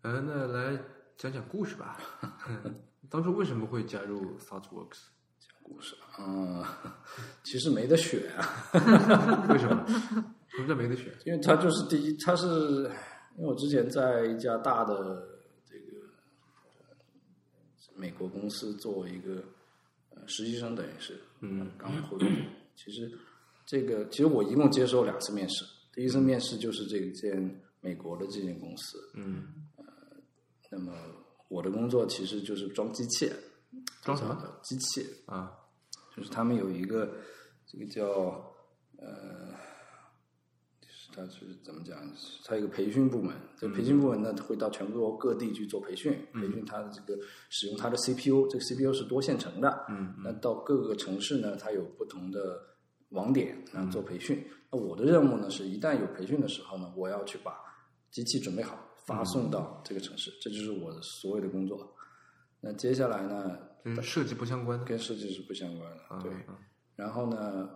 Speaker 1: 呃，那来讲讲故事吧。 *laughs* 当初为什么会加入 ThoughtWorks？
Speaker 3: 故事，嗯， *laughs* 其实没得选啊，
Speaker 1: 为什么？什么叫没得选？
Speaker 3: 因为它就是第一，它是因为我之前在一家大的这个美国公司做一个呃实习生，等于是呃
Speaker 1: 嗯
Speaker 3: 刚回国。其实这个其实我一共接受两次面试，第一次面试就是这间美国的这间公司，呃
Speaker 1: 嗯，
Speaker 3: 那么我的工作其实就是装机器人，
Speaker 1: 装什么
Speaker 3: 的机器人？
Speaker 1: 啊？
Speaker 3: 就是他们有一个这个叫呃，就是它是怎么讲？它有一个培训部门，这个培训部门呢会到全国各地去做培训，培训它的这个使用它的 CPU，这个 CPU 是多线程的，
Speaker 1: 嗯，
Speaker 3: 那到各个城市呢，它有不同的网点啊
Speaker 1: 嗯
Speaker 3: 做培训。那我的任务呢是，一旦有培训的时候呢，我要去把机器准备好，发送到这个城市，这就是我的所有的工作。那接下来呢，
Speaker 1: 跟设计不相关的。
Speaker 3: 跟设计是不相关的，
Speaker 1: 啊
Speaker 3: 对。
Speaker 1: 啊
Speaker 3: 然后呢，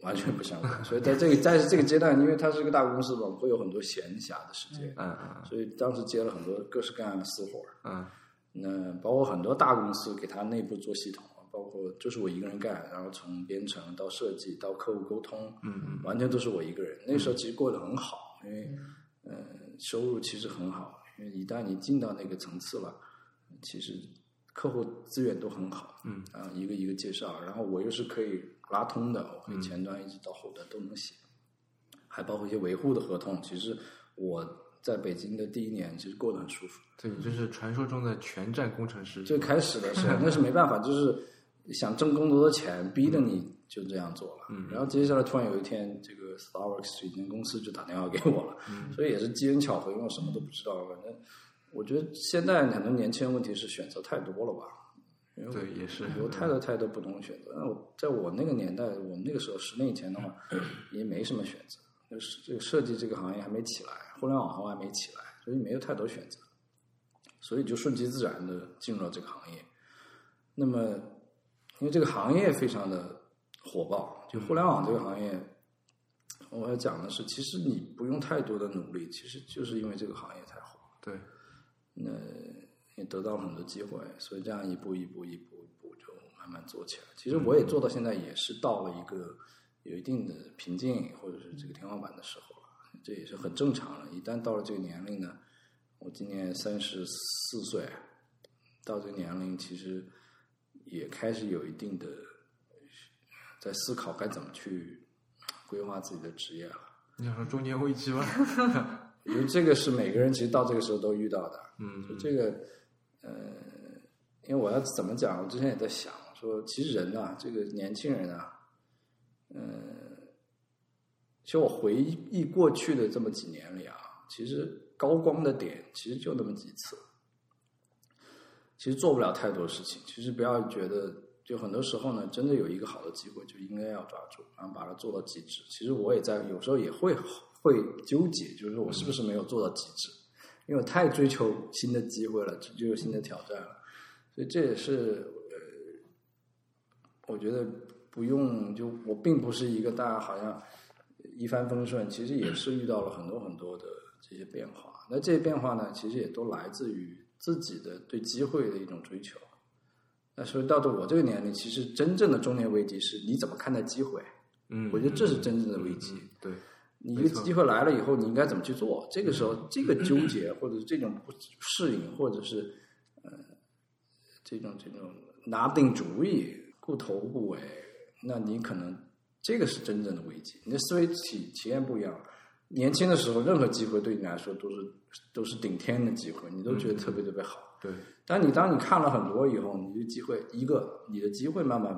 Speaker 3: 完全不相关。 *laughs* 所以在这个在这个阶段，因为它是一个大公司嘛，会有很多闲暇的时间，
Speaker 1: 嗯嗯
Speaker 3: 所以当时接了很多各式各样的私活儿。
Speaker 1: 嗯
Speaker 3: 那包括很多大公司给它内部做系统，包括就是我一个人干，然后从编程到设计到客户沟通，
Speaker 1: 嗯
Speaker 3: 完全都是我一个人。那时候其实过得很好，因为呃收入其实很好，因为一旦你进到那个层次了，其实客户资源都很好，
Speaker 1: 嗯
Speaker 3: 啊一个一个介绍，然后我又是可以拉通的，我可
Speaker 1: 嗯
Speaker 3: 以前端一直到后端都能写，还包括一些维护的合同。其实我在北京的第一年其实过得很舒服。
Speaker 1: 对你这是传说中的全站工程师。
Speaker 3: 最开始的时候，那是没办法，就是想挣更多的钱，逼着你就这样做了。
Speaker 1: 嗯
Speaker 3: 然后接下来突然有一天，这个 Starbucks 这间公司就打电话给我了，
Speaker 1: 嗯
Speaker 3: 所以也是机缘巧合，因为我什么都不知道。反正我觉得现在很多年轻人问题是选择太多了吧，因为我
Speaker 1: 对，也是。
Speaker 3: 有太多太多不同的选择。那我在我那个年代，我们那个时候十年以前的话， *clears throat* 也没什么选择。就是这个设计这个行业还没起来，互联网行业还没起来，所以没有太多选择，所以就顺其自然的进入了这个行业。那么，因为这个行业非常的火爆，就互联网这个行业，我要讲的是，其实你不用太多的努力，其实就是因为这个行业才火。
Speaker 1: 对，
Speaker 3: 那也得到了很多机会，所以这样一步一步一步一步就慢慢做起来。其实我也做到现在，也是到了一个有一定的瓶颈或者是这个天花板的时候了，这也是很正常的。一旦到了这个年龄呢，我今年三十四岁，到这个年龄其实也开始有一定的在思考该怎么去规划自己的职业了。
Speaker 1: 你想说中年危
Speaker 3: *laughs*
Speaker 1: 机吗？
Speaker 3: 我觉得这个是每个人其实到这个时候都遇到的。
Speaker 1: 嗯
Speaker 3: 就这个，呃，因为我要怎么讲，我之前也在想，说其实人呐、这个年轻人啊，呃，其实我回忆过去的这么几年里啊，其实高光的点其实就那么几次，其实做不了太多事情。其实不要觉得，就很多时候呢，真的有一个好的机会就应该要抓住，然后把它做到极致。其实我也在有时候也会会纠结，就是我是不是没有做到极致。因为我太追求新的机会了，追追求新的挑战了，所以这也是呃，我觉得不用就我并不是一个大家好像一帆风顺，其实也是遇到了很多很多的这些变化。那这些变化呢，其实也都来自于自己的对机会的一种追求。那所以到了我这个年龄，其实真正的中年危机是你怎么看待机会？
Speaker 1: 嗯，
Speaker 3: 我觉得这是真正的危机。
Speaker 1: 嗯对，
Speaker 3: 你一个机会来了以后，你应该怎么去做？这个时候，这个纠结或者是这种不适应，或者是呃这种这种拿不定主意、顾头顾尾，那你可能这个是真正的危机。你的思维体体验不一样。年轻的时候，任何机会对你来说都是都是顶天的机会，你都觉得特别特别好。
Speaker 1: 对，
Speaker 3: 但你当你看了很多以后，你的机会一个，你的机会慢慢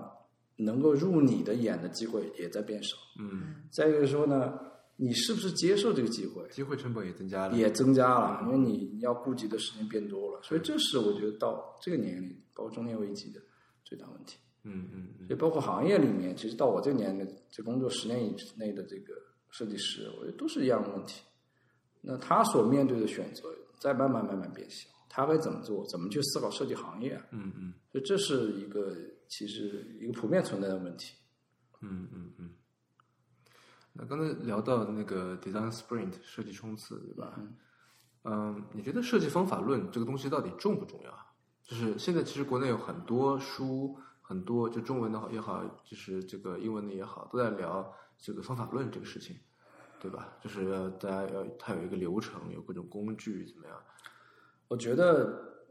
Speaker 3: 能够入你的眼的机会也在变少。
Speaker 1: 嗯，
Speaker 3: 再一个说呢，你是不是接受这个机会
Speaker 1: 机会成本也增加了，
Speaker 3: 也增加了，因为你要顾及的事情变多了，所以这是我觉得到这个年龄，包括中年危机的最大问题。
Speaker 1: 嗯嗯嗯，
Speaker 3: 所以包括行业里面，其实到我这个年龄，这工作十年以内的这个设计师，我觉得都是一样的问题。那他所面对的选择在慢慢慢慢变小，他该怎么做？怎么去思考设计行业？
Speaker 1: 嗯嗯
Speaker 3: 所以这是一个其实一个普遍存在的问题。
Speaker 1: 嗯嗯嗯。那刚才聊到那个 design sprint 设计冲刺，对吧？
Speaker 3: 嗯
Speaker 1: 嗯，你觉得设计方法论这个东西到底重不重要啊？就是现在其实国内有很多书，很多就中文的也好，就是这个英文的也好，都在聊这个方法论这个事情，对吧？就是要大家要它有一个流程，有各种工具怎么样？
Speaker 3: 我觉得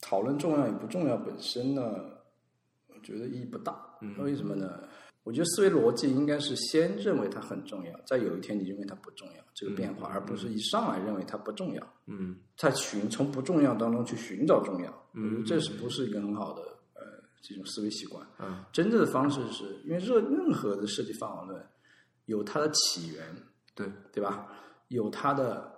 Speaker 3: 讨论重要与不重要本身呢，我觉得意义不大。
Speaker 1: 嗯
Speaker 3: 为什么呢？我觉得思维逻辑应该是先认为它很重要，再有一天你认为它不重要，这个变化，而不是一上来认为它不重要，
Speaker 1: 嗯
Speaker 3: 在寻从不重要当中去寻找重要。
Speaker 1: 嗯
Speaker 3: 我觉得这是不是一个很好的呃这种思维习惯？
Speaker 1: 嗯
Speaker 3: 真正的方式是因为任任何的设计方法论有它的起源，
Speaker 1: 对，
Speaker 3: 对吧？有它的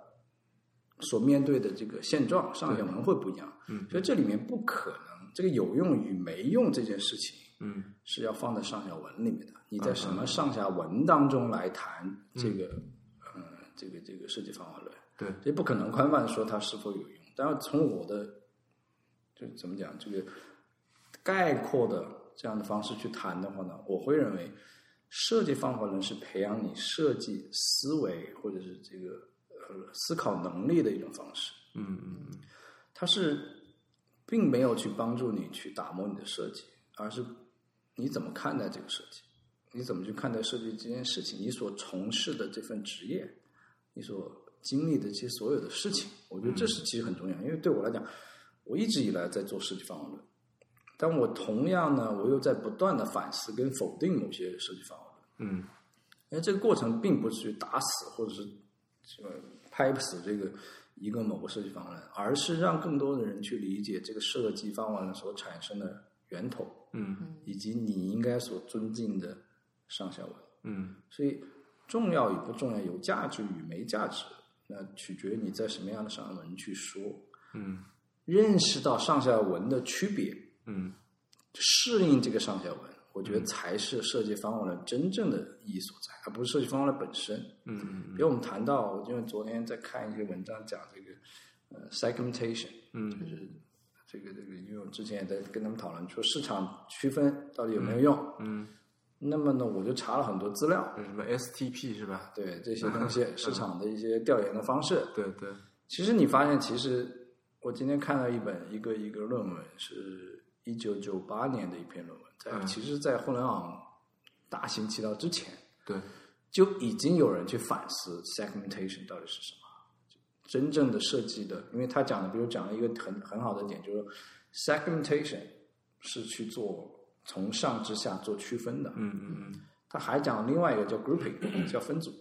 Speaker 3: 所面对的这个现状，上下文会不一样。
Speaker 1: 嗯，
Speaker 3: 所以这里面不可能，这个有用与没用这件事情
Speaker 1: 嗯
Speaker 3: 是要放在上下文里面的。你在什么上下文当中来谈这个，嗯，这个这个设计方法论，
Speaker 1: 对，
Speaker 3: 这不可能宽泛地说它是否有用。但是从我的就怎么讲，这个概括的这样的方式去谈的话呢，我会认为设计方法论是培养你设计思维或者是这个呃思考能力的一种方式，
Speaker 1: 嗯嗯
Speaker 3: 它是并没有去帮助你去打磨你的设计，而是你怎么看待这个设计，你怎么去看待设计这件事情，你所从事的这份职业，你所经历的这些所有的事情，我觉得这是其实很重要，因为对我来讲，我一直以来在做设计方法论。但我同样呢，我又在不断的反思跟否定某些设计方法论，
Speaker 1: 嗯
Speaker 3: 因为这个过程并不是去打死或者是呃拍死这个一个某个设计方案，而是让更多的人去理解这个设计方案所产生的源头，
Speaker 1: 嗯
Speaker 3: 以及你应该所尊敬的上下文。
Speaker 1: 嗯
Speaker 3: 所以重要与不重要，有价值与没价值，那取决于你在什么样的上下文去说。
Speaker 1: 嗯
Speaker 3: 认识到上下文的区别，
Speaker 1: 嗯
Speaker 3: 适应这个上下文，我觉得才是设计方案的真正的意义所在，而不是设计方案的本身。
Speaker 1: 嗯
Speaker 3: 比如我们谈到，因为昨天在看一个文章讲这个呃 segmentation，
Speaker 1: 嗯
Speaker 3: 这个这个，因为我之前也在跟他们讨论说市场区分到底有没有用。
Speaker 1: 嗯，
Speaker 3: 那么呢，我就查了很多资料，
Speaker 1: 有什么 STP 是吧？
Speaker 3: 对这些
Speaker 1: *laughs*
Speaker 3: 东西市场的一些调研的方式。
Speaker 1: 对对，
Speaker 3: 其实你发现，其实我今天看到一本一个一个论文，是一九九八年的一篇论文，在
Speaker 1: 嗯
Speaker 3: 其实，在互联网大行其道之前，
Speaker 1: 对，
Speaker 3: 就已经有人去反思 segmentation 到底是什么，真正的设计的，因为他讲的，比如讲了一个很很好的点，就是说 segmentation 是去做从上至下做区分的，
Speaker 1: 嗯嗯嗯，
Speaker 3: 他还讲了另外一个叫 grouping，叫分组。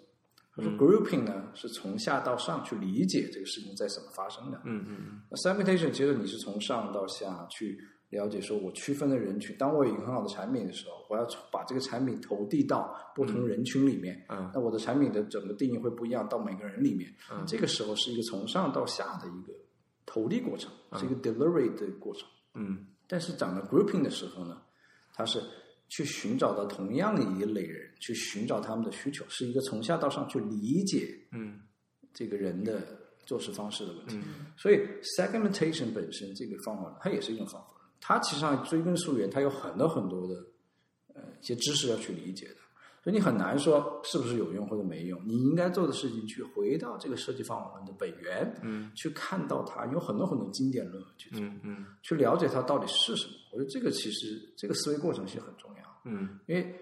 Speaker 3: 他说 grouping 呢是从下到上去理解这个事情在怎么发生的，
Speaker 1: 嗯嗯嗯，
Speaker 3: 那 segmentation 其实你是从上到下去了解，说我区分的人群。当我有一个很好的产品的时候，我要把这个产品投递到不同人群里面，
Speaker 1: 嗯
Speaker 3: 那我的产品的整个定义会不一样，到每个人里面。
Speaker 1: 嗯
Speaker 3: 这个时候是一个从上到下的一个投递过程，是一个 delivery 的过程。
Speaker 1: 嗯
Speaker 3: 但是讲到 grouping 的时候呢，它是去寻找到同样的一类人，去寻找他们的需求，是一个从下到上去理解
Speaker 1: 嗯
Speaker 3: 这个人的做事方式的问题。
Speaker 1: 嗯
Speaker 3: 所以 segmentation 本身这个方法呢，它也是一种方法，它其实上追根溯源，它有很多很多的呃一些知识要去理解的，所以你很难说是不是有用或者没用。你应该做的事情，去回到这个设计方法论的本源，
Speaker 1: 嗯，
Speaker 3: 去看到它有很多很多经典论文去做，
Speaker 1: 嗯嗯
Speaker 3: 去了解它到底是什么。我觉得这个其实这个思维过程是很重要的。
Speaker 1: 嗯
Speaker 3: 因为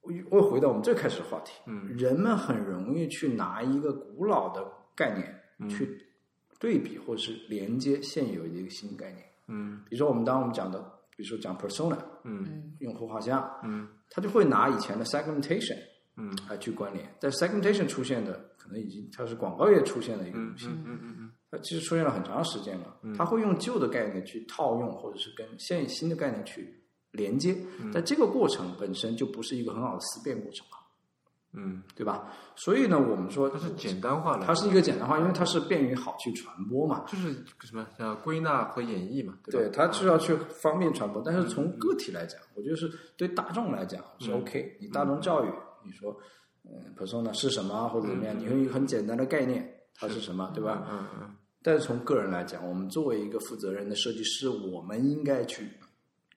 Speaker 3: 我又我又回到我们最开始的话题，
Speaker 1: 嗯
Speaker 3: 人们很容易去拿一个古老的概
Speaker 1: 嗯
Speaker 3: 念去对比或是连接现有的一个新概念，
Speaker 1: 嗯
Speaker 3: 比如说我们当我们讲的，比如说讲 persona
Speaker 1: 嗯
Speaker 2: 嗯
Speaker 3: 用户画像，
Speaker 1: 嗯
Speaker 3: 他就会拿以前的 segmentation
Speaker 1: 嗯
Speaker 3: 来去关联，但 segmentation 出现的可能已经它是广告业出现的一个东西，
Speaker 1: 嗯嗯
Speaker 3: 它其实出现了很长时间了。它会用旧的概念去套用，或者是跟现新的概念去连接，
Speaker 1: 嗯
Speaker 3: 但这个过程本身就不是一个很好的思辨过程啊了，
Speaker 1: 嗯，
Speaker 3: 对吧？所以呢，我们说
Speaker 1: 它是简单化了，
Speaker 3: 它是一个简单化，因为它是便于好去传播嘛。
Speaker 1: 就是什么叫归纳和演绎嘛，
Speaker 3: 对，啊嗯
Speaker 1: 吧？
Speaker 3: 它是要去方便传播，但是从个体来讲，我觉得是对大众来讲是 OK。你大众教育，你说，嗯，persona 是什么或者怎么样，你用一个很简单的概念，它嗯是什么，对吧？
Speaker 1: 嗯嗯
Speaker 3: 但是从个人来讲，我们作为一个负责任的设计师，我们应该去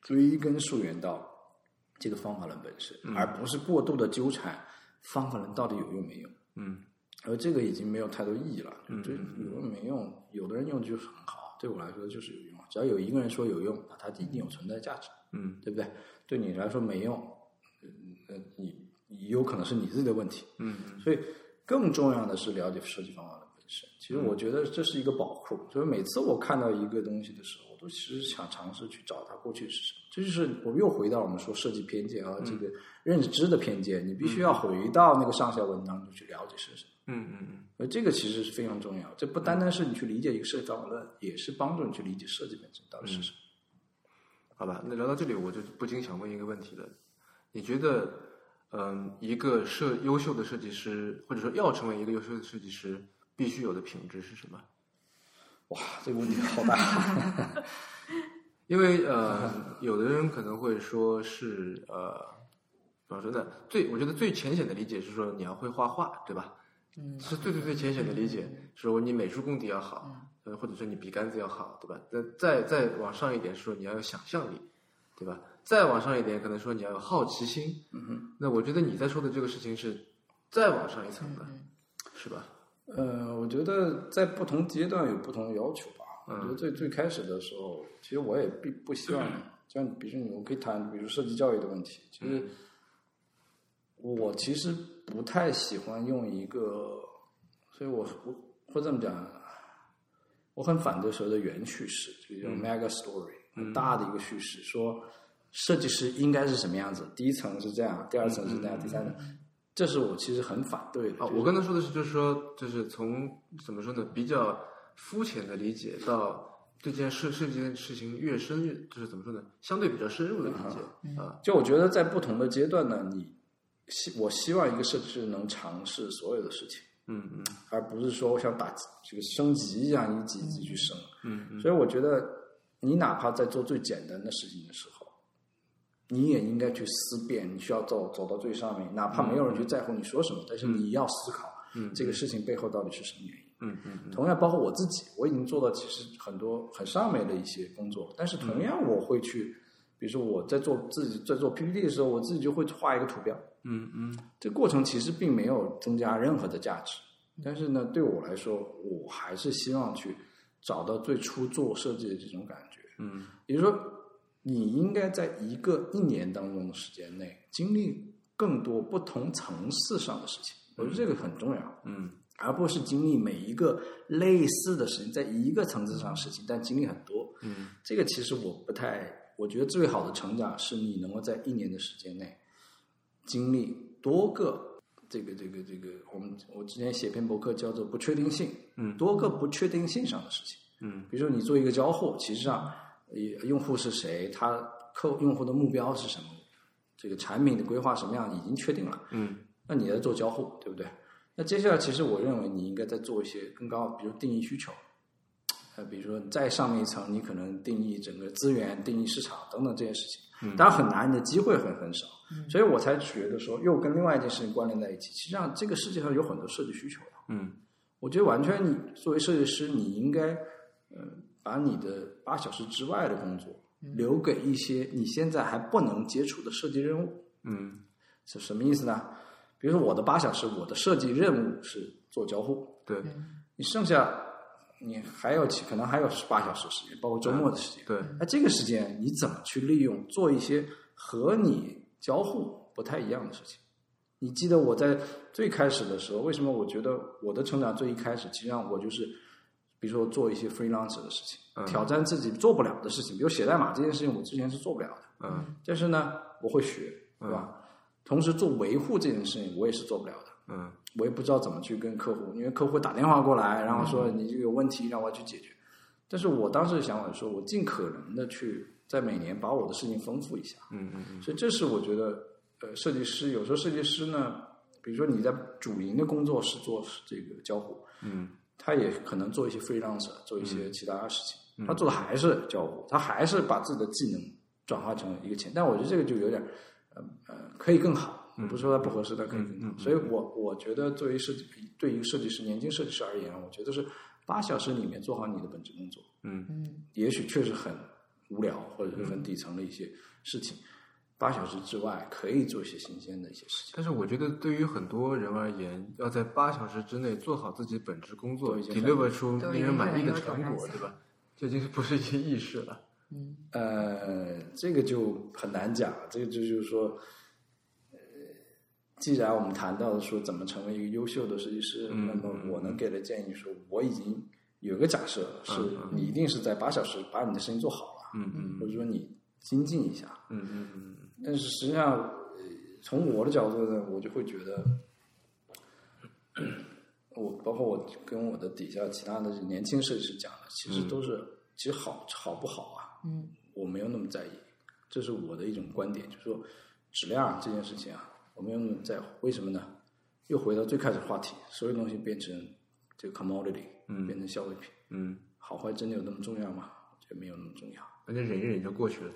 Speaker 3: 追根溯源到这个方法论本身，而不是过度的纠缠方法论到底有用没用。
Speaker 1: 嗯
Speaker 3: 而呃这个已经没有太多意义了，
Speaker 1: 嗯
Speaker 3: 对，有用没用，有的人用就是很好，对我来说就是有用。只要有一个人说有用，那它一定有存在价值，
Speaker 1: 嗯
Speaker 3: 对不对？对你来说没用，呃，你你有可能是你自己的问题，
Speaker 1: 嗯
Speaker 3: 所以更重要的是了解设计方法的本身。其
Speaker 1: 嗯
Speaker 3: 实我觉得这是一个宝库，所以每次我看到一个东西的时候，我都其实想尝试去找它过去是什么。这就是我们又回到我们说设计偏见啊，
Speaker 1: 嗯
Speaker 3: 这个认知的偏见，你必须要回到那个上下文当中去了解是什么。
Speaker 1: 嗯嗯
Speaker 3: 而这个其实是非常重要，这不单单是你去理解一个设计方法论，也是帮助你去理解设计本身到底是什么。
Speaker 1: 好吧，那聊到这里，我就不禁想问一个问题了：你觉得，嗯，一个设优秀的设计师，或者说要成为一个优秀的设计师，必须有的品质是什么？
Speaker 3: 哇，这个问题好大。啊
Speaker 1: 因为呃，有的人可能会说是呃，怎么说呢？最我觉得最浅显的理解是说你要会画画，对吧？
Speaker 2: 嗯
Speaker 1: 是最最最浅显的理解，说你美术功底要好
Speaker 2: 嗯，
Speaker 1: 呃，或者说你笔杆子要好，对吧？再再再往上一点说你要有想象力，对吧？再往上一点可能说你要有好奇心。
Speaker 3: 嗯哼
Speaker 1: 那我觉得你在说的这个事情是再往上一层的，
Speaker 2: 嗯
Speaker 1: 是吧？
Speaker 3: *laughs* 呃，我觉得在不同阶段有不同的要求吧。我觉得最最开始的时候，其实我也并不希望，像比如说你我们可以谈，比如设计教育的问题，就是我其实不太喜欢用一个，所以我我会这么讲，我很反对所谓的原叙事，就叫 mega story，、很大的一个叙事，说设计师应该是什么样子，第一层是这样，第二层是这样，第三层，这是我其实很反对的。
Speaker 1: 啊，
Speaker 3: 就是
Speaker 1: 我刚才说的是，就是说，就是从怎么说呢，比较肤浅的理解到对这件事事这件事情越深越，就是怎么说呢，相对比较深入的理解啊，
Speaker 3: 就我觉得在不同的阶段呢，你希我希望一个设计师能尝试所有的事情，
Speaker 1: 嗯嗯
Speaker 3: 而不是说我想打这个升级一样一级一级去升。
Speaker 1: 嗯嗯
Speaker 3: 所以我觉得，你哪怕在做最简单的事情的时候，你也应该去思辨，你需要走走到最上面，哪怕没有人去在乎你说什么，但是你要思考
Speaker 1: 嗯
Speaker 3: 这个事情背后到底是什么原因。
Speaker 1: 嗯嗯嗯
Speaker 3: 同样，包括我自己，我已经做到其实很多很上面的一些工作，但是
Speaker 1: 嗯
Speaker 3: 同样我会去，比如说我在做自己在做 PPT 的时候，我自己就会画一个图标，
Speaker 1: 嗯嗯
Speaker 3: 这过程其实并没有增加任何的价值。但是呢，对我来说，我还是希望去找到最初做设计的这种感觉。
Speaker 1: 嗯
Speaker 3: 也就是说，你应该在一个一年当中的时间内经历更多不同层次上的事情。我觉得这个很重要，
Speaker 1: 嗯，
Speaker 3: 而不是经历每一个类似的事情，在一个层次上的事情，但经历很多。
Speaker 1: 嗯，
Speaker 3: 这个其实我不太，我觉得最好的成长是你能够在一年的时间内经历多个这个这个这个，我们我之前写篇博客叫做不确定性，
Speaker 1: 嗯
Speaker 3: 多个不确定性上的事情。
Speaker 1: 嗯
Speaker 3: 比如说你做一个交互，其实上，呃用户是谁，他客户用户的目标是什么，这个产品的规划什么样已经确定了，
Speaker 1: 嗯
Speaker 3: 那你在做交互，对不对？那接下来其实我认为你应该再做一些更高，比如定义需求，呃，比如说再上面一层，你可能定义整个资源、定义市场等等这些事情，
Speaker 1: 嗯
Speaker 3: 当然很难，你的机会很很少，
Speaker 2: 嗯
Speaker 3: 所以我才觉得说又跟另外一件事情关联在一起。其实上这个世界上有很多设计需求的。
Speaker 1: 嗯
Speaker 3: 我觉得完全你作为设计师，你应该，呃，把你的八小时之外的工作留给一些你现在还不能接触的设计任务。
Speaker 1: 嗯，
Speaker 3: 是什么意思呢？比如说我的八小时，我的设计任务是做交互，
Speaker 1: 对
Speaker 3: 你剩下你还有其可能还有十八小时时间，包括周末的时间。
Speaker 1: 对，
Speaker 3: 那这个时间你怎么去利用做一些和你交互不太一样的事情？你记得我在最开始的时候，为什么我觉得我的成长最一开始，其实上我就是，比如说做一些 freelancer 的事情，
Speaker 1: 嗯
Speaker 3: 挑战自己做不了的事情，比如写代码这件事情，我之前是做不了的。
Speaker 1: 嗯
Speaker 3: 但是呢，我会学，对吧？同时做维护这件事情，我也是做不了的。
Speaker 1: 嗯
Speaker 3: 我也不知道怎么去跟客户，因为客户打电话过来，然后说你这个有问题让我去解决。但是我当时的想法是说，我尽可能的去在每年把我的事情丰富一下。
Speaker 1: 嗯嗯
Speaker 3: 所以这是我觉得，呃，设计师有时候设计师呢，比如说你在主营的工作是做这个交互，
Speaker 1: 嗯
Speaker 3: 他也可能做一些 freelancer，做一些其他的事情。他做的还是交互，他还是把自己的技能转化成一个钱。但我觉得这个就有点，呃呃，可以更好。我不是说它不合适，但可以更好。所以我我觉得，作为设计，对一个设计师、年轻设计师而言，我觉得是八小时里面做好你的本职工作，
Speaker 1: 嗯
Speaker 2: 嗯
Speaker 3: 也许确实很无聊，或者是很底层的一些事情。八小时之外，可以做一些新鲜的一些事情。
Speaker 1: 但是我觉得，对于很多人而言，要在八小时之内做好自己本职工作
Speaker 3: 都已经很
Speaker 1: ，deliver 出
Speaker 2: 都已
Speaker 1: 令人
Speaker 2: 经
Speaker 1: 满
Speaker 2: 很
Speaker 1: 意的
Speaker 2: 有挑
Speaker 1: 成
Speaker 2: 战
Speaker 1: 果，
Speaker 2: 性
Speaker 1: 对吧？这已经不是一件易事了。
Speaker 2: 嗯
Speaker 3: 呃，这个就很难讲，这个就就是说，呃，既然我们谈到说怎么成为一个优秀的设计师，
Speaker 1: 嗯
Speaker 3: 那么我能给的建议说，我已经有一个假设，是
Speaker 1: 嗯嗯
Speaker 3: 你一定是在八小时把你的事情做好了，
Speaker 1: 嗯嗯
Speaker 3: 或者说你精进一下。
Speaker 1: 嗯嗯嗯
Speaker 3: 但是实际上，呃从我的角度呢，我就会觉得，我包括我跟我的底下其他的年轻设计师讲的，其
Speaker 1: 嗯
Speaker 3: 实都是、其实好好不好啊，
Speaker 2: 嗯
Speaker 3: 我没有那么在意，这是我的一种观点，就是说质量这件事情啊，我没有那么在乎。为什么呢？又回到最开始的话题，所有东西变成这个 commodity，
Speaker 1: 嗯
Speaker 3: 变成消费品，
Speaker 1: 嗯，
Speaker 3: 好坏真的有那么重要吗？我觉得没有那么重要。
Speaker 1: 反正忍一忍就过去了。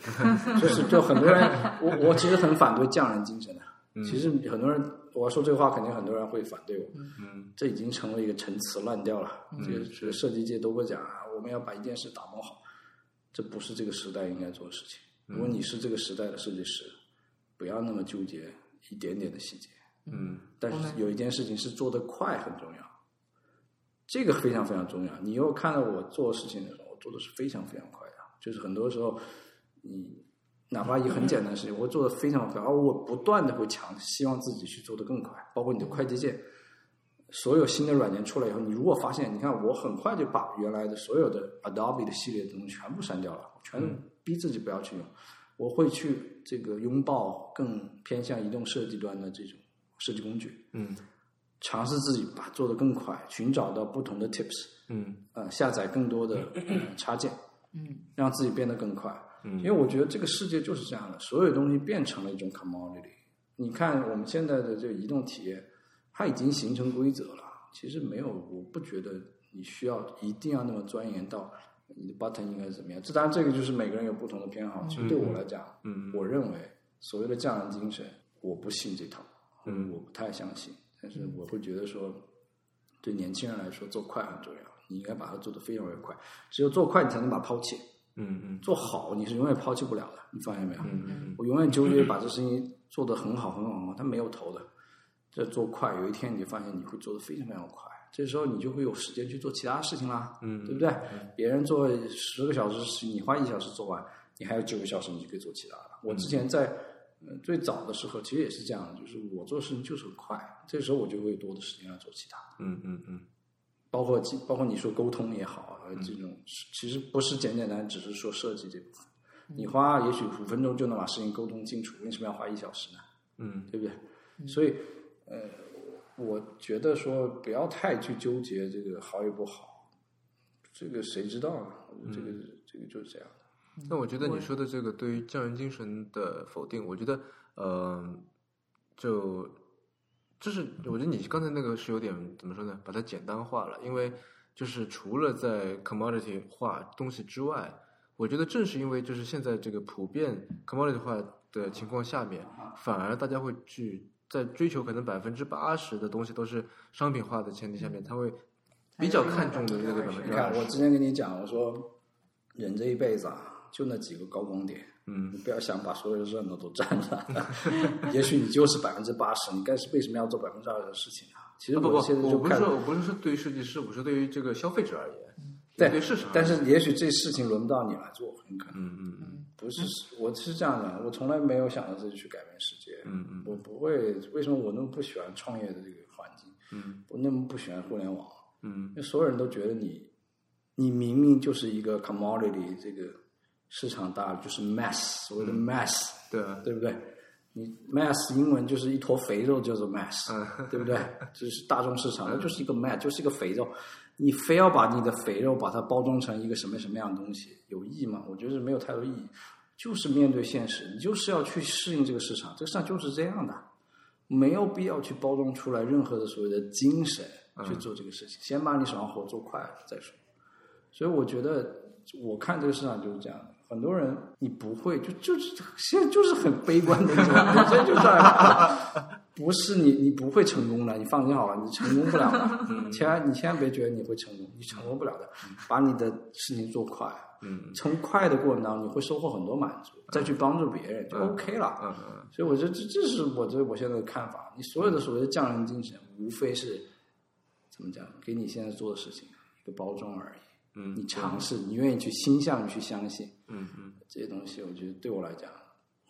Speaker 3: 就是就很多人，我我其实很反对匠人精神的。其实很多人，我要说这话，肯定很多人会反对我。
Speaker 1: 嗯
Speaker 3: 这已经成为一个陈词滥调了。这个
Speaker 1: 嗯
Speaker 3: 这个设计界都会讲啊，我们要把一件事打磨好，这不是这个时代应该做的事情。如果你是这个时代的设计师，不要那么纠结一点点的细节。
Speaker 1: 嗯
Speaker 3: 但
Speaker 2: 我
Speaker 3: 是
Speaker 2: 们
Speaker 3: 有一件事情是做得快很重要，这个非常非常重要。你又看到我做事情的时候，我做的是非常非常快的，就是很多时候你哪怕一个很简单的事情，我做的非常快，而我不断的会强希望自己去做得更快，包括你的快捷键。所有新的软件出来以后，你如果发现，你看我很快就把原来的所有的 Adobe 的系列的东西全部删掉了，全逼自己不要去用。我会去这个拥抱更偏向移动设计端的这种设计工具，
Speaker 1: 嗯
Speaker 3: 尝试自己把做得更快，寻找到不同的 tips，
Speaker 1: 嗯
Speaker 3: 呃，下载更多的、呃、插件，
Speaker 2: 嗯
Speaker 3: 让自己变得更快。因为
Speaker 1: 嗯
Speaker 3: 我觉得这个世界就是这样的，所有东西变成了一种 commodity。你看我们现在的这个移动体验，它已经形成规则了。其实没有，我不觉得你需要一定要那么钻研到你的 button 应该是怎么样。这当然，这个就是每个人有不同的偏好。其实对我来讲，
Speaker 1: 嗯
Speaker 3: 我认为所谓的匠人精神，我不信这套，
Speaker 1: 嗯
Speaker 3: 我不太相信。但是我会觉得说，对年轻人来说，做快很重要，你应该把它做得非常非常快。只有做快，你才能把它抛弃。
Speaker 1: 嗯
Speaker 3: 做好你是永远抛弃不了的，你发现没有？
Speaker 1: 嗯
Speaker 3: 我永远纠结把这事情做得很好很好很好，它没有头的。这做快，有一天你就发现你会做得非常非常快，这时候你就会有时间去做其他事情啦，
Speaker 1: 嗯
Speaker 3: 对不对？别人做
Speaker 1: 嗯
Speaker 3: 十个小时，你花一小时做完，你还有九个小时你就可以做其他的。我之前在呃，最早的时候其实也是这样的，就是我做事情就是快，这时候我就会有多的时间来做其他的，
Speaker 1: 嗯嗯嗯，
Speaker 3: 包括其包括你说沟通也好，呃这种其实不是简简单只是说设计这部分，你花也许五分钟就能把事情沟通清楚，为什么要花一小时呢？
Speaker 1: 嗯
Speaker 3: 对不对？所以，呃，我觉得说不要太去纠结这个好与不好，这个谁知道呢？这个这个就是这样的。
Speaker 1: 那嗯我觉得你说的这个对于匠人精神的否定，我觉得，呃，就就是我觉得你刚才那个是有点怎么说呢，把它简单化了，因为就是除了在 commodity 化东西之外，我觉得正是因为就是现在这个普遍 commodity 化的情况下面，反而大家会去在追求可能百分之八十的东西都是商品化的前提下面，他会比较看重的那个百分
Speaker 3: 你
Speaker 1: 之
Speaker 3: 看，
Speaker 1: 二
Speaker 3: 我
Speaker 1: 十，
Speaker 3: 之前跟你讲，我说人这一辈子啊，就那几个高光点，
Speaker 1: 嗯
Speaker 3: 你不要想把所有的热闹都占了。 *laughs* 也许你就是百分之八十，你该是为什么要做百分之二十的事情啊？其实
Speaker 1: 啊不
Speaker 3: 我现在
Speaker 1: 不，我
Speaker 3: 就
Speaker 1: 不是
Speaker 3: 看，
Speaker 1: 说我不是说对于设计师，我是对于这个消费者而言，
Speaker 3: 对
Speaker 1: 对市场而言，
Speaker 3: 但是也许这事情轮不到你来做，很可能。
Speaker 1: 嗯嗯嗯
Speaker 3: 不是，我是这样的，我从来没有想到自己去改变世界。
Speaker 1: 嗯嗯
Speaker 3: 我不会，为什么我那么不喜欢创业的这个环境？
Speaker 1: 嗯，
Speaker 3: 我那么不喜欢互联网？
Speaker 1: 嗯
Speaker 3: 因为所有人都觉得你，你明明就是一个 commodity，这个市场大就是 mass，所谓
Speaker 1: 嗯
Speaker 3: 的 mass，、
Speaker 1: 对啊，
Speaker 3: 对不对？你 mass 英文就是一坨肥肉，叫做 mass，、对不对？就是大众市场，它就是一个 mass，就是一个肥肉。你非要把你的肥肉把它包装成一个什么什么样的东西，有意义吗？我觉得是没有太多意义。就是面对现实，你就是要去适应这个市场，这个市场就是这样的，没有必要去包装出来任何的所谓的精神去做这个事情。先把你手上活做快了再说。所以我觉得，我看这个市场就是这样的。很多人你不会，就就是现在就是很悲观的一种，本身就这样。不是你，你不会成功的，你放心好了，你成功不了
Speaker 1: 嗯
Speaker 3: 的。千万你千万别觉得你会成功，你成功不了的。把你的事情做快，
Speaker 1: 嗯
Speaker 3: 从快的过程当中，你会收获很多满足，再去帮助别人就 OK 了。
Speaker 1: 嗯嗯
Speaker 3: 所以我觉得这这是我对我现在的看法。你所有的所谓的匠人精神，无非是怎么讲，给你现在做的事情一个包装而已。
Speaker 1: 嗯
Speaker 3: 你尝试，你愿意去心向，你去相信
Speaker 1: 嗯嗯
Speaker 3: 这些东西，我觉得对我来讲，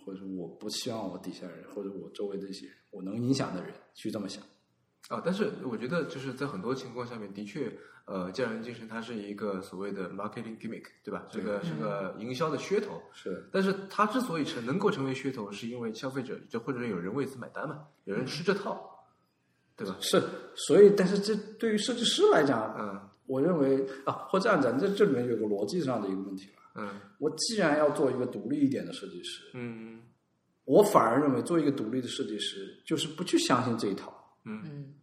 Speaker 3: 或者我不希望我底下人，或者我周围的一些人，我能影响的人去这么想。
Speaker 1: 啊，但是我觉得就是在很多情况下面，的确，呃，匠人精神它是一个所谓的 marketing gimmick，对吧？这个是个
Speaker 3: 嗯
Speaker 1: 营销的噱头。
Speaker 3: 是，
Speaker 1: 但是它之所以成能够成为噱头，是因为消费者就或者有人为此买单嘛，有人吃这套，对吧？
Speaker 3: 是，所以，但是这对于设计师来讲，
Speaker 1: 嗯
Speaker 3: 我认为啊，或这样讲，这这里面有个逻辑上的一个问题了。
Speaker 1: 嗯
Speaker 3: 我既然要做一个独立一点的设计师，
Speaker 1: 嗯
Speaker 3: 我反而认为做一个独立的设计师，就是不去相信这一套。
Speaker 2: 嗯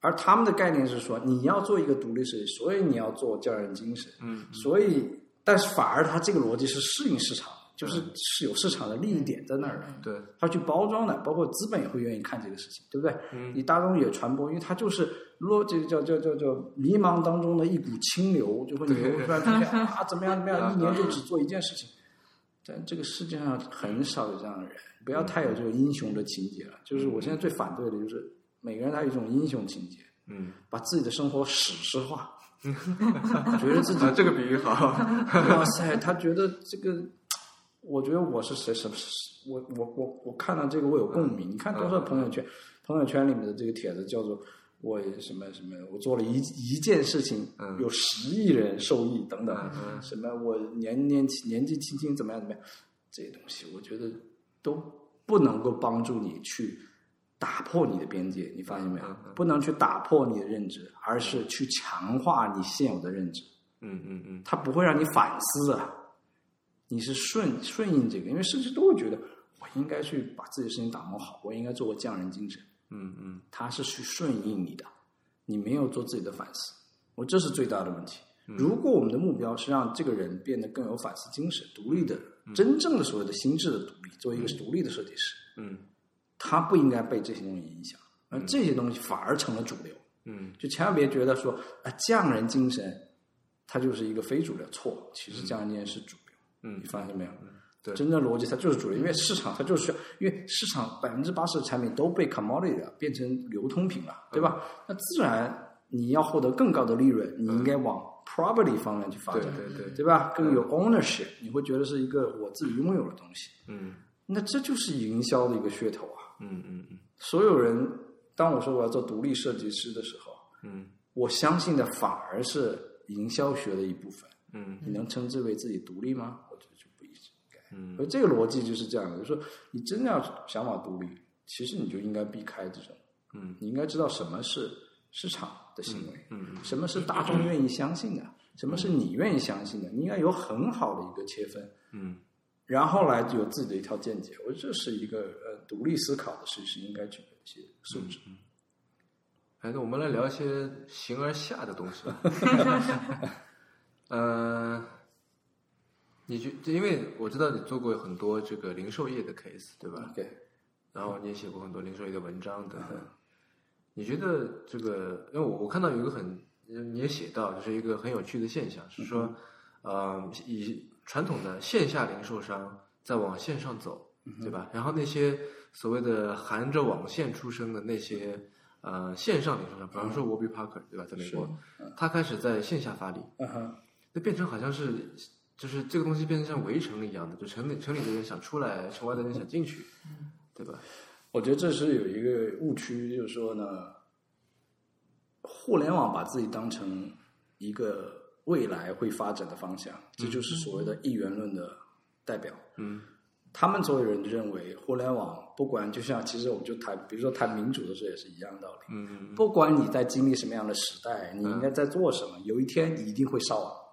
Speaker 3: 而他们的概念是说，你要做一个独立设计，所以你要做匠人精神。
Speaker 1: 嗯，
Speaker 3: 所以，但是反而它这个逻辑是适应市场，就是
Speaker 1: 嗯
Speaker 3: 是有市场的利益点在那儿的，
Speaker 1: 对，
Speaker 3: 它去包装的，包括资本也会愿意看这个事情，对不对？
Speaker 1: 嗯
Speaker 3: 你大众也传播，因为它就是落这个叫叫叫叫迷茫当中的一股清流，就会流突然出现啊，怎么样怎么样，一年就只做一件事情。但这个世界上很少有这样的人，不要太有这种英雄的情节了。就是我现在最反对的就是每个人他有一种英雄情节，
Speaker 1: 嗯
Speaker 3: 把自己的生活史诗化，觉得自己
Speaker 1: 啊，这个比喻好， *laughs*
Speaker 3: *laughs* 哇塞，他觉得这个，我觉得我是谁什么，我我我我看到这个我有共
Speaker 1: 嗯
Speaker 3: 鸣。你看多少朋友圈，朋友圈里面的这个帖子叫做我什么什么，我做了一一件事情，
Speaker 1: 嗯
Speaker 3: 有十亿人受益等等
Speaker 1: 嗯，嗯
Speaker 3: 什么我年年轻年纪轻轻怎么样怎么样，这些东西我觉得都不能够帮助你去。打破你的边界，你发现没有
Speaker 1: 嗯嗯？
Speaker 3: 不能去打破你的认知，而是去强化你现有的认知。
Speaker 1: 嗯嗯嗯
Speaker 3: 它不会让你反思啊，你是顺顺应这个，因为甚至都会觉得我应该去把自己的事情打磨好，我应该做个匠人精神，
Speaker 1: 嗯嗯
Speaker 3: 它是去顺应你的，你没有做自己的反思，我这是最大的问题。如果我们的目标是让这个人变得更有反思精神、独立的、真正的所谓的心智的独立，作为一个独立的设计师，
Speaker 1: 嗯
Speaker 3: 他不应该被这些东西影响，而这些东西反而成了主流。
Speaker 1: 嗯
Speaker 3: 就千万别觉得说啊匠人精神，它就是一个非主流，错，其实匠人精神是主流，
Speaker 1: 嗯
Speaker 3: 你发现没有？
Speaker 1: 对
Speaker 3: 真正逻辑它就是主流，因为市场它就是需要，因为市场百分之八十的产品都被 commodity 了，变成流通品了，对
Speaker 1: 嗯
Speaker 3: 吧？那自然你要获得更高的利润，你应该往 property 方面去发展，
Speaker 1: 嗯对对对嗯
Speaker 3: 吧？更有 ownership，你会觉得是一个我自己拥有的东西。
Speaker 1: 嗯
Speaker 3: 那这就是营销的一个噱头啊！
Speaker 1: 嗯嗯嗯
Speaker 3: 所有人，当我说我要做独立设计师的时候，
Speaker 1: 嗯
Speaker 3: 我相信的反而是营销学的一部分。
Speaker 1: 嗯
Speaker 3: 你能称之为自己独立吗？我觉得就不应该。
Speaker 1: 嗯
Speaker 3: 所以这个逻辑就是这样的，就是说你真的要想法独立，其实你就应该避开这种，
Speaker 1: 嗯
Speaker 3: 你应该知道什么是市场的行为，
Speaker 1: 嗯
Speaker 3: 什么是大众愿意相信的，什么是你愿意相信的，你应该有很好的一个切分，
Speaker 1: 嗯
Speaker 3: 然后来有自己的一套见解。我觉得这是一个呃独立思考的事情应该具备的一些素质。
Speaker 1: 哎，那我们来聊一些形而下的东西吧。呃，你觉，因为我知道你做过很多这个零售业的 case，对吧？
Speaker 3: OK，
Speaker 1: 然后你也写过很多零售业的文章等等。你觉得这个？因为我我看到有一个很，你也写到，就是一个很有趣的现象，是说，呃，以传统的线下零售商在往线上走，对吧？然后那些所谓的含着网线出生的那些呃线上零售商，比方说 w o b b y Parker，对吧？在美国，他开始在线下发力，
Speaker 3: 嗯哼，
Speaker 1: 那变成好像是，就是这个东西变成像围城一样的，就城里城里的人想出来，城外的人想进去，对吧？
Speaker 3: 我觉得这是有一个误区，就是说呢，互联网把自己当成一个未来会发展的方向，这就是所谓的一元论的代表。
Speaker 1: 嗯
Speaker 3: 他们所有人认为互联网不管，就像其实我们就谈，比如说谈民主的时候也是一样道理。
Speaker 1: 嗯
Speaker 3: 不管你在经历什么样的时代，你应该在做什么，有一天你一定会上网。
Speaker 1: 嗯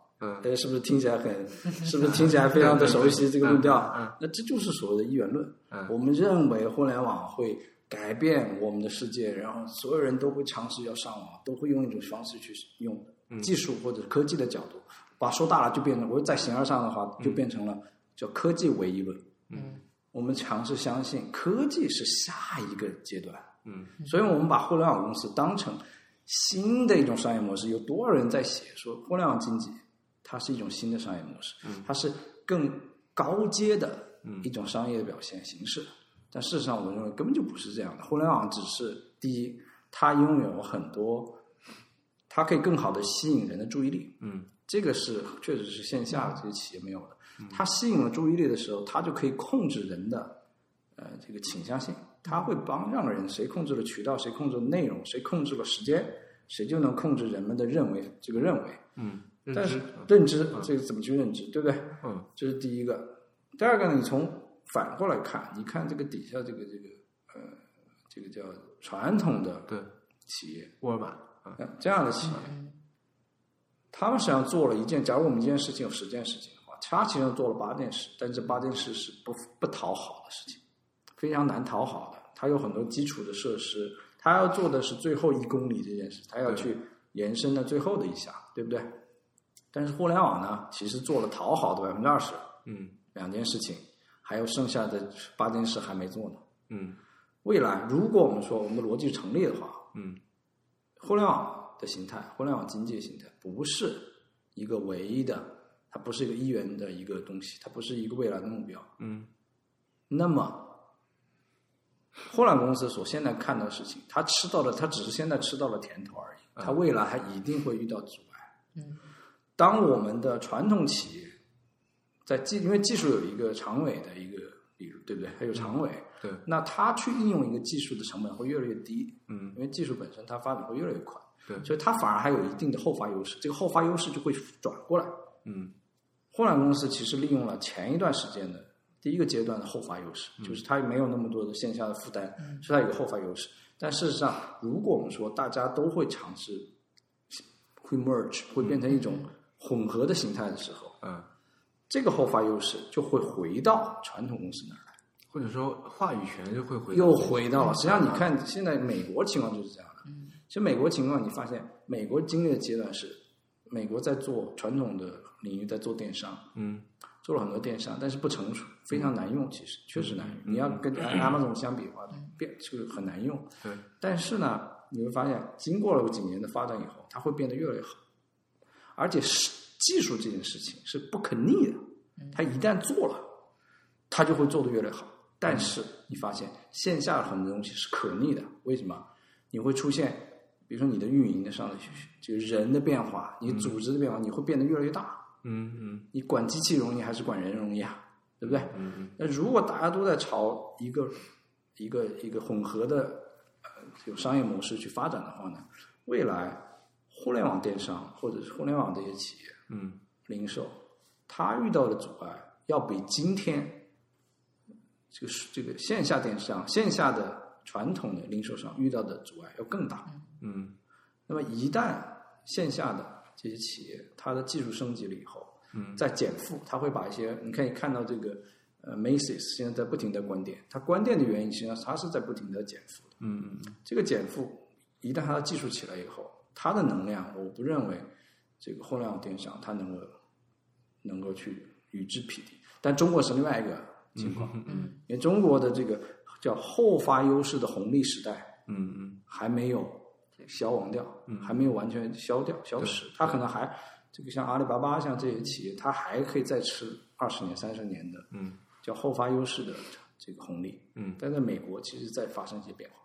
Speaker 3: 大家哎是不是听起来很，是不是听起来非常的熟悉这个
Speaker 1: 嗯
Speaker 3: 论
Speaker 1: 嗯
Speaker 3: 调？那这就是所谓的一元论
Speaker 1: 嗯。
Speaker 3: 我们认为互联网会改变我们的世界，然后所有人都会尝试要上网，都会用一种方式去用
Speaker 1: 嗯
Speaker 3: 技术或者科技的角度，把说大了就变成，我在形而上的话
Speaker 1: 嗯
Speaker 3: 就变成了叫科技唯一论。
Speaker 2: 嗯
Speaker 3: 我们尝试相信科技是下一个阶段，
Speaker 1: 嗯
Speaker 3: 所以我们把互联网公司当成新的一种商业模式。有多少人在写说互联网经济它是一种新的商业模式，它是更高阶的一种商业表现形式？但事实上，我认为根本就不是这样的。互联网只是第一，它拥有很多，它可以更好的吸引人的注意力，
Speaker 1: 嗯
Speaker 3: 这个是确实是线下这些企业没有的。它吸引了注意力的时候，它就可以控制人的呃这个倾向性，它会帮让人谁控制了渠道，谁控制了内容，谁控制了时间，谁就能控制人们的认为这个认为。
Speaker 1: 嗯，认
Speaker 3: 但
Speaker 1: 知
Speaker 3: 是
Speaker 1: 嗯
Speaker 3: 认知这个怎么去认知，对不对？
Speaker 1: 嗯
Speaker 3: 这是第一个。第二个呢，你从反过来看，你看这个底下这个这个呃这个叫传统的
Speaker 1: 对，
Speaker 3: 企业，
Speaker 1: 沃尔玛啊，
Speaker 3: 呃这样的企业，他们实际上做了一件，假如我们一件事情有十件事情的话，他其实做了八件事，但这八件事是不不讨好的事情，非常难讨好的。他有很多基础的设施，他要做的是最后一公里这件事，他要去延伸到最后的一下，对不对？但是互联网呢，其实做了讨好的百分之二十，
Speaker 1: 嗯
Speaker 3: 两件事情，还有剩下的八件事还没做呢。
Speaker 1: 嗯
Speaker 3: 未来，如果我们说我们的逻辑成立的话，
Speaker 1: 嗯
Speaker 3: 互联网的形态，互联网经济的形态不是一个唯一的，它不是一个一元的一个东西，它不是一个未来的目标。
Speaker 1: 嗯
Speaker 3: 那么，互联网公司所现在看到的事情，它吃到的，它只是现在吃到了甜头而已，它未来还一定会遇到阻碍。
Speaker 2: 嗯，
Speaker 3: 当我们的传统企业在技，因为技术有一个长尾的一个比如，对不对？还有长尾，
Speaker 1: 对，
Speaker 3: 那它去应用一个技术的成本会越来越低，
Speaker 1: 嗯
Speaker 3: 因为技术本身它发展会越来越快，
Speaker 1: 对
Speaker 3: 所以它反而还有一定的后发优势，这个后发优势就会转过来。
Speaker 1: 嗯
Speaker 3: 互联网公司其实利用了前一段时间的第一个阶段的后发优势，就是它没有那么多的线下的负担，所以它有个后发优势。但事实上，如果我们说大家都会尝试，会 merge，会变成一种混合的形态的时候，
Speaker 1: 嗯，
Speaker 3: 这个后发优势就会回到传统公司那儿来。
Speaker 1: 或者说话语权就会回到嗯
Speaker 3: 又回到了。实际上，你看现在美国情况就是这样的。其实美国情况，你发现美国经历的阶段是，美国在做传统的领域，在做电商，
Speaker 1: 嗯
Speaker 3: 做了很多电商，但是不成熟，非常难用。其实确实难用，
Speaker 1: 嗯
Speaker 3: 你要跟 Amazon 相比的话，变就是很难用。
Speaker 1: 对
Speaker 3: 但是呢，你会发现，经过了几年的发展以后，它会变得越来越好，而且是技术这件事情是不可逆的，它一旦做了，它就会做得越来越好。但是你发现线下的很多东西是可逆的，为什么？你会出现，比如说你的运营的上的这个人的变化，你组织的变化，你会变得越来越大。
Speaker 1: 嗯嗯
Speaker 3: 你管机器容易还是管人容易啊？对不对？
Speaker 1: 嗯嗯
Speaker 3: 那如果大家都在朝一个一个一个混合的呃有商业模式去发展的话呢，未来互联网电商或者是互联网这些企业
Speaker 1: 嗯
Speaker 3: 零售，它遇到的阻碍要比今天这个这个线下电商、线下的传统的零售商遇到的阻碍要更大。
Speaker 1: 嗯
Speaker 3: 那么一旦线下的这些企业它的技术升级了以后，
Speaker 1: 嗯，
Speaker 3: 在减负，它会把一些你可以看到这个呃 Macy's 现在在不停的关店，它关店的原因实际上它是在不停的减负的。
Speaker 1: 嗯
Speaker 3: 这个减负一旦它的技术起来以后，它的能量我不认为这个互联网电商它能够能够去与之匹敌，但中国是另外一个情况，
Speaker 2: 嗯
Speaker 3: 因为中国的这个叫后发优势的红利时代，
Speaker 1: 嗯嗯
Speaker 3: 还没有消亡掉，
Speaker 1: 嗯
Speaker 3: 还没有完全消掉、消失。它可能还这个像阿里巴巴像这些企业，它还可以再吃二十年、三十年的
Speaker 1: 嗯
Speaker 3: 叫后发优势的这个红利。
Speaker 1: 嗯
Speaker 3: 但在美国，其实在发生一些变化，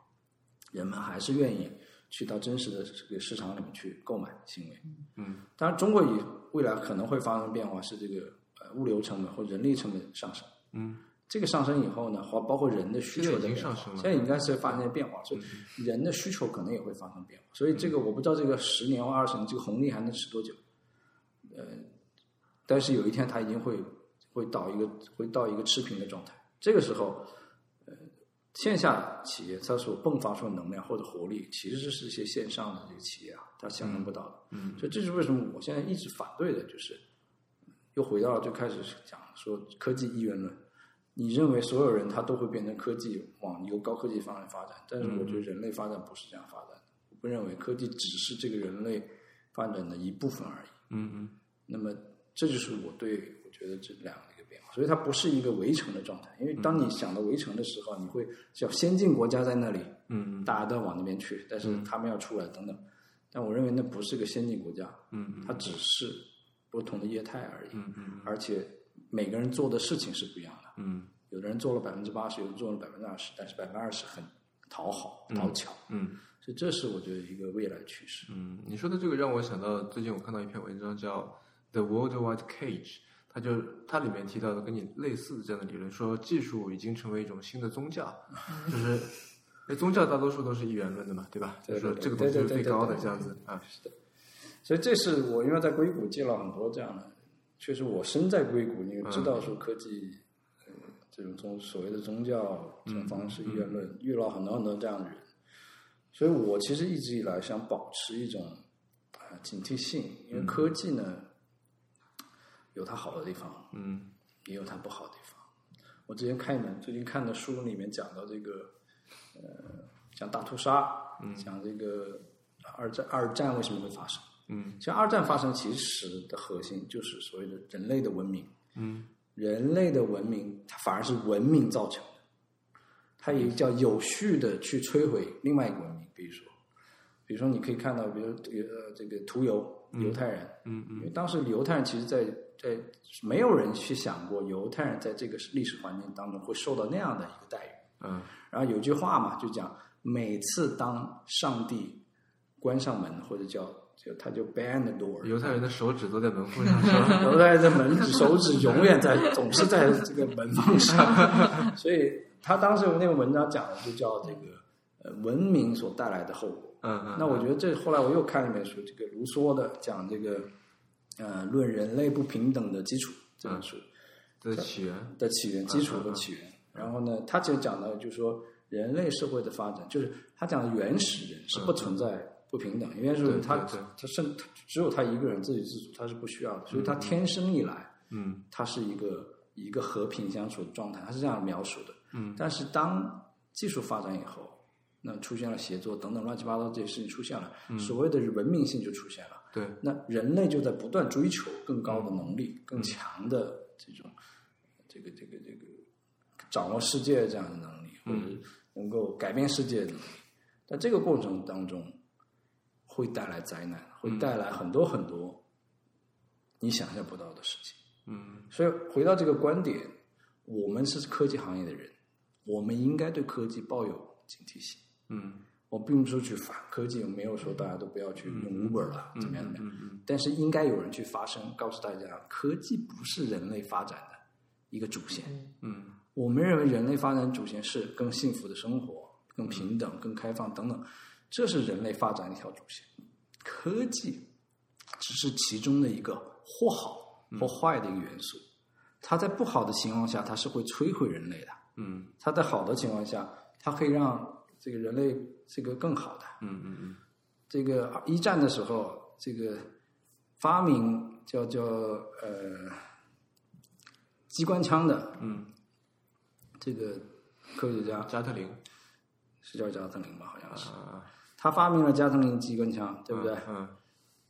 Speaker 3: 人们还是愿意去到真实的这个市场里面去购买行为。
Speaker 1: 嗯
Speaker 3: 当然，中国也未来可能会发生变化，是这个呃物流成本或人力成本上升。
Speaker 1: 嗯
Speaker 3: 这个上升以后呢，或包括人的需求
Speaker 1: 现在已经
Speaker 3: 的变化
Speaker 1: 上升了嗯
Speaker 3: 现在应该是发生变化，所以人的需求可能也会发生变化。所以这个我不知道这个十年或二十年这个红利还能持多久，呃，但是有一天它一定会会到一个会到一个持平的状态。这个时候，呃，线下企业它所迸发出的能量或者活力，其实是一些线上的这个企业啊，它想象不到的。
Speaker 1: 嗯
Speaker 3: 所以这是为什么我现在一直反对的，就是又回到了最开始讲说科技一元论。你认为所有人他都会变成科技往由高科技方向发展，但是我觉得
Speaker 1: 嗯
Speaker 3: 人类发展不是这样发展的。我不认为科技只是这个人类发展的一部分而已。
Speaker 1: 嗯
Speaker 3: 那么这就是我对我觉得这两个的一个变化，所以它不是一个围城的状态。因为当
Speaker 1: 嗯
Speaker 3: 你想到围城的时候，你会叫先进国家在那里，
Speaker 1: 嗯
Speaker 3: 大家都往那边去，但是他们要出来等等。但我认为那不是个先进国家，
Speaker 1: 嗯
Speaker 3: 它只是不同的业态而已，
Speaker 1: 嗯
Speaker 3: 而且每个人做的事情是不一样的。
Speaker 1: 嗯
Speaker 3: 有的人做了百分之八十，有人做了百分之二十，但是百分之二十很讨好、讨巧，
Speaker 1: 嗯。
Speaker 3: 所以这是我觉得一个未来趋势。
Speaker 1: 嗯，你说的这个让我想到最近我看到一篇文章叫《The Worldwide Cage》，它就它里面提到的跟你类似的这样的理论，说技术已经成为一种新的宗教，就是因为宗教大多数都是一元论的嘛，对吧？就
Speaker 3: 对
Speaker 1: 是说
Speaker 3: 对
Speaker 1: 这个东
Speaker 3: 对
Speaker 1: 西就是
Speaker 3: 对
Speaker 1: 最
Speaker 3: 对
Speaker 1: 高的
Speaker 3: 对对
Speaker 1: 这样子啊，
Speaker 3: 所以这是我因为在硅谷见了很多这样的，确实我身在硅谷，你知道说科技，呃，这种宗所谓的宗教这种方式、言论，遇到很多很多这样的人，所以我其实一直以来想保持一种啊、警惕性，因为科技呢、有它好的地方，
Speaker 1: 嗯
Speaker 3: 也有它不好的地方。我之前看一本最近看的书里面讲到这个，呃，讲大屠杀，讲这个二战二战为什么会发生？
Speaker 1: 嗯，
Speaker 3: 其实二战发生其实的核心就是所谓的人类的文明，
Speaker 1: 嗯
Speaker 3: 人类的文明它反而是文明造成的，它也叫有序的去摧毁另外一个文明，比如说，比如说你可以看到，比如这个呃这个屠犹犹太人，
Speaker 1: 嗯
Speaker 3: 因为当时犹太人其实在，在没有人去想过犹太人在这个历史环境当中会受到那样的一个待遇。
Speaker 1: 嗯
Speaker 3: 然后有句话嘛，就讲每次当上帝关上门，或者叫就他就 ban the door，
Speaker 1: 犹太人的手指都在门户上是吧？
Speaker 3: 犹太人的门指手指永远在，总是在这个门缝上。所以他当时有那个文章讲的就叫这个呃文明所带来的后果。
Speaker 1: 嗯嗯，
Speaker 3: 那我觉得这后来我又看了一本书，这个卢梭的讲这个呃论人类不平等的基础这本书
Speaker 1: 的起源，
Speaker 3: 的起源、基础
Speaker 1: 嗯
Speaker 3: 和
Speaker 1: 嗯
Speaker 3: 起源。然后呢，他其实讲到就是说人类社会的发展，就是他讲的原始人是不存在不平等，原始
Speaker 1: 对
Speaker 3: 人他
Speaker 1: 对对
Speaker 3: 他甚只有他一个人自给自足，他是不需要的，所以他天生一来
Speaker 1: 嗯
Speaker 3: 他是一个一个和平相处的状态，他是这样描述的。
Speaker 1: 嗯
Speaker 3: 但是当技术发展以后，那出现了协作等等乱七八糟这些事情出现了，
Speaker 1: 嗯
Speaker 3: 所谓的文明性就出现了。
Speaker 1: 对，
Speaker 3: 那人类就在不断追求更高的能力、更强的这种这个这个这个掌握世界这样的能力，或者能够改变世界的能力。在这个过程当中，会带来灾难，会带来很多很多你想象不到的事情。
Speaker 1: 嗯
Speaker 3: 所以回到这个观点，我们是科技行业的人，我们应该对科技抱有警惕性。
Speaker 1: 嗯
Speaker 3: 我并不是去反科技，我没有说大家都不要去用 Uber 了，怎么样怎么样。
Speaker 1: 嗯
Speaker 3: 但是应该有人去发声，告诉大家，科技不是人类发展的，一个主线。
Speaker 1: 嗯
Speaker 3: 我们认为人类发展主线是更幸福的生活、更平等、更开放等等，这是人类发展的一条主线。科技只是其中的一个或好或坏的一个元素，它在不好的情况下，它是会摧毁人类的；
Speaker 1: 嗯
Speaker 3: 它在好的情况下，它可以让这个人类这个更好的。
Speaker 1: 嗯嗯嗯
Speaker 3: 这个一战的时候，这个发明叫叫呃机关枪的
Speaker 1: 嗯，
Speaker 3: 这个科学家
Speaker 1: 加特林
Speaker 3: 是叫加藤林吧？好像是
Speaker 1: 啊，
Speaker 3: 他发明了加藤林机关枪，对不对？
Speaker 1: 嗯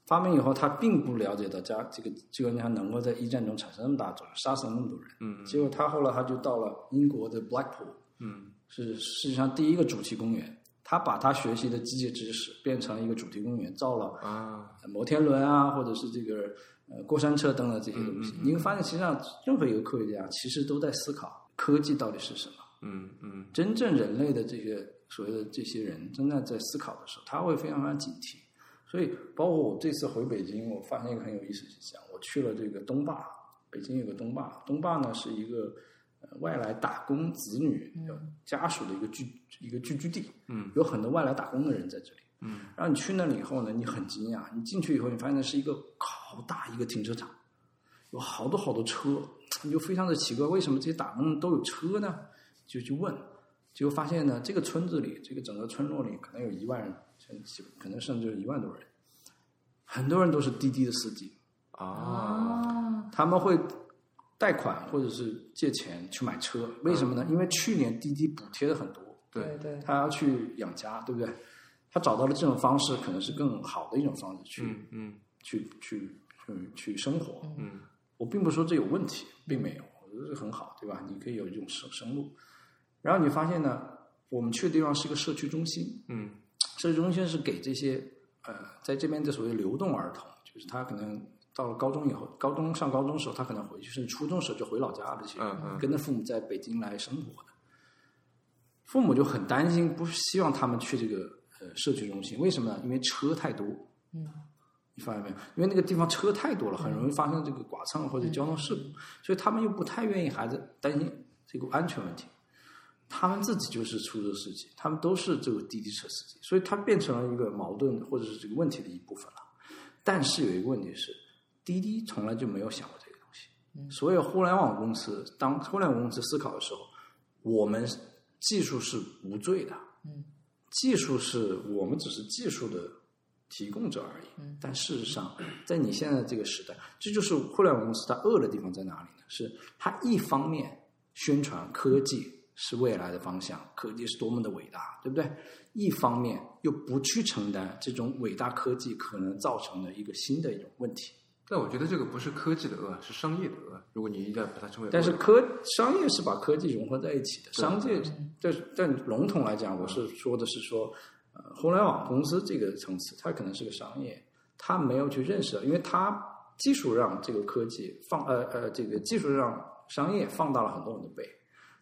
Speaker 3: 发明以后，他并不了解到加这个机关枪能够在一战中产生那么大作用，杀死那么多人。
Speaker 1: 嗯
Speaker 3: 结果他后来他就到了英国的 Blackpool，
Speaker 1: 嗯
Speaker 3: 是世界上第一个主题公园。他把他学习的机械知识变成了一个主题公园，造了
Speaker 1: 啊，
Speaker 3: 摩天轮啊，或者是这个呃过山车等等这些东西，你会发现，实际上任何一个科学家其实都在思考科技到底是什么。
Speaker 1: 嗯嗯
Speaker 3: 真正人类的这些所谓的这些人，真的在思考的时候，他会非常非常警惕。所以，包括我这次回北京，我发现一个很有意思的现象，我去了这个东坝，北京有个东坝，东坝呢是一个呃外来打工子女家属的一个聚一个聚居地，
Speaker 1: 嗯，
Speaker 3: 有很多外来打工的人在这里。
Speaker 1: 嗯
Speaker 3: 然后你去那里以后呢，你很惊讶，你进去以后，你发现那是一个好大一个停车场，有好多好多车，你就非常的奇怪，为什么这些打工人都有车呢？就去问，结果发现呢，这个村子里，这个整个村落里可能有一万人，甚至可能甚至有一万多人，很多人都是滴滴的司机，
Speaker 1: 啊，
Speaker 2: 啊，
Speaker 3: 他们会贷款或者是借钱去买车，为什么呢？因为去年滴滴补贴的很多，
Speaker 2: 对
Speaker 1: 对，
Speaker 2: 对，
Speaker 3: 他要去养家，对不对？他找到了这种方式，可能是更好的一种方式去、
Speaker 1: 嗯嗯
Speaker 3: 去去去去生活。
Speaker 1: 嗯
Speaker 3: 我并不说这有问题，并没有，我觉得这很好，对吧？你可以有一种生生路。然后你发现呢，我们去的地方是一个社区中心，
Speaker 1: 嗯
Speaker 3: 社区中心是给这些呃在这边的所谓流动儿童，就是他可能到了高中以后，高中上高中的时候，他可能回去，甚至初中时候就回老家了，这些人
Speaker 1: 嗯嗯
Speaker 3: 跟着父母在北京来生活的。父母就很担心，不是希望他们去这个呃社区中心，为什么呢？因为车太多，
Speaker 2: 嗯，
Speaker 3: 你发现没有？因为那个地方车太多了，很容易发生这个剐蹭或者交通事故，所以他们又不太愿意孩子担心这个安全问题。他们自己就是出租车司机，他们都是这个滴滴车司机，所以它变成了一个矛盾或者是这个问题的一部分了。但是有一个问题是，滴滴从来就没有想过这个东西。所有互联网公司，当互联网公司思考的时候，我们技术是无罪的，
Speaker 2: 嗯，
Speaker 3: 技术是我们只是技术的提供者而已。
Speaker 2: 嗯
Speaker 3: 但事实上，在你现在这个时代，这就是互联网公司它恶的地方在哪里呢？是它一方面宣传科技是未来的方向，科技是多么的伟大，对不对？一方面又不去承担这种伟大科技可能造成的一个新的一种问题。
Speaker 1: 但我觉得这个不是科技的恶，是商业的恶。如果你一旦把它称为，
Speaker 3: 但是科商业是把科技融合在一起的，商界但是但笼统来讲，我是说的是说，呃，互联网公司这个层次，它可能是个商业，它没有去认识到，因为它技术让这个科技放呃呃这个技术让商业放大了很多很多倍，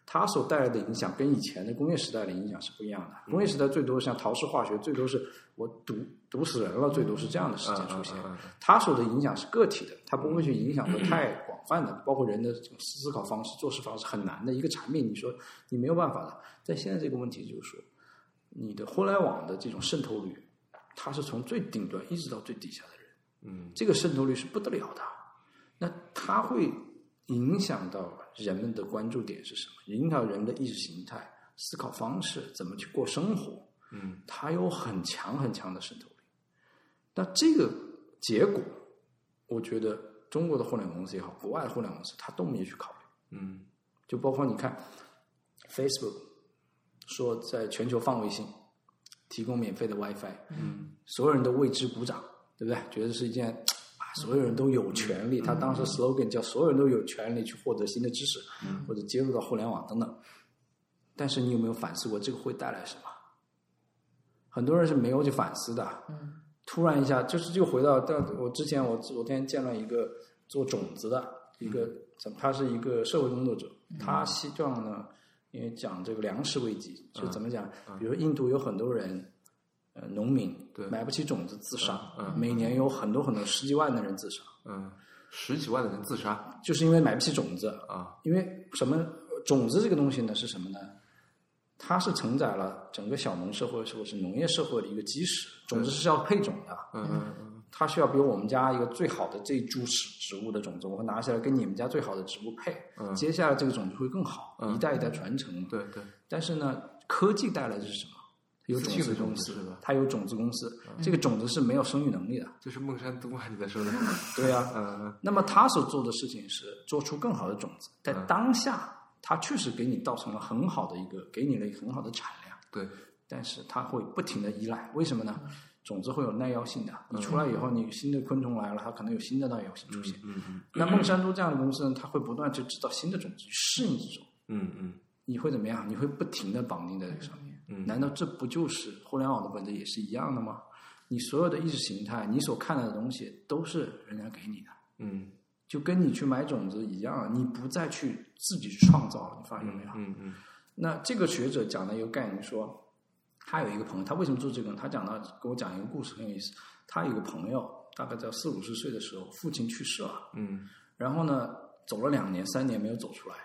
Speaker 3: 它所带来的影响跟以前的工业时代的影响是不一样
Speaker 1: 嗯
Speaker 3: 的。工业时代最多像陶氏化学，最多是我毒毒死人了，最多是这样的事
Speaker 1: 嗯
Speaker 3: 情
Speaker 1: 嗯
Speaker 3: 出现。
Speaker 1: 嗯嗯
Speaker 3: 它受的影响是个体的，它不会去影响的太广泛的，包括人的这种思考方式、做事方式很难的一个产品，你说你没有办法的。但现在这个问题就是说，你的互联网的这种渗透率，它是从最顶端一直到最底下的人，
Speaker 1: 嗯
Speaker 3: 这个渗透率是不得了的。那它会影响到人们的关注点是什么？影响人的意识形态、思考方式，怎么去过生活。
Speaker 1: 嗯
Speaker 3: 它有很强很强的渗透力。那这个结果，我觉得中国的互联网公司也好，国外的互联网公司，它都没有去考虑。
Speaker 1: 嗯
Speaker 3: 就包括你看，Facebook 说在全球放卫星，提供免费的 WiFi，
Speaker 1: 嗯，
Speaker 3: 所有人都为之鼓掌，对不对？觉得是一件啊，所有人都有权利。他当时 slogan 叫“所有人都有权利去获得新的知识，或者接入到互联网等等”。但是你有没有反思过这个会带来什么？很多人是没有去反思的。
Speaker 2: 嗯
Speaker 3: 突然一下，就是又回到到我之前，我昨天见了一个做种子的一
Speaker 1: 嗯
Speaker 3: 个，怎么他是一个社会工作者，他希望呢，因为讲这个粮食危机，
Speaker 1: 嗯
Speaker 3: 就怎么讲，比如印度有很多人，呃，农民
Speaker 1: 对
Speaker 3: 买不起种子自杀，
Speaker 1: 嗯
Speaker 3: 每年有很多很多十几万的人自杀，
Speaker 1: 嗯十几万的人自杀
Speaker 3: 就是因为买不起种子。
Speaker 1: 啊，
Speaker 3: 因为什么？种子这个东西呢是什么呢？它是承载了整个小农社会或者是农业社会的一个基石。种子是要配种的，
Speaker 1: 嗯嗯
Speaker 3: 它需要比如我们家一个最好的这一株植植物的种子，我会拿下来跟你们家最好的植物配，
Speaker 1: 嗯
Speaker 3: 接下来这个种子会更好，
Speaker 1: 嗯
Speaker 3: 一代一代传承
Speaker 1: 嗯，。
Speaker 3: 嘛
Speaker 1: 对对，
Speaker 3: 但是呢，科技带来的是什么？有种
Speaker 1: 自
Speaker 3: 子公
Speaker 1: 信的
Speaker 3: 司
Speaker 1: 种子嗯是吧，
Speaker 3: 它有种子公司，这个种子是没有生育能力的。
Speaker 1: 就是孟山都啊，你在说的，
Speaker 3: 对啊，
Speaker 1: 嗯
Speaker 3: 那么他所做的事情是做出更好的种子，在当下，它确实给你造成了很好的一个，给你了一个很好的产量，
Speaker 1: 对，
Speaker 3: 但是它会不停的依赖，为什么呢？
Speaker 1: 嗯
Speaker 3: 种子会有耐药性的，你出来以后，你新的昆虫来了，它可能有新的耐药性出现。
Speaker 1: 嗯嗯
Speaker 3: 那孟山都这样的公司呢，它会不断去制造新的种子去适应这种，
Speaker 1: 嗯嗯
Speaker 3: 你会怎么样？你会不停的绑定在这个上面。
Speaker 1: 嗯，
Speaker 3: 难道这不就是互联网的本质也是一样的吗？你所有的意识形态，你所看到的东西都是人家给你的，
Speaker 1: 嗯
Speaker 3: 就跟你去买种子一样，啊你不再去自己去创造了，你发现没有？
Speaker 1: 嗯嗯
Speaker 3: 那这个学者讲的一个概念说，他有一个朋友，他为什么做这个呢？他讲到给我讲一个故事很有意思，他有一个朋友，大概在四五十岁的时候，父亲去世了，
Speaker 1: 嗯
Speaker 3: 然后呢，走了两年、三年没有走出来。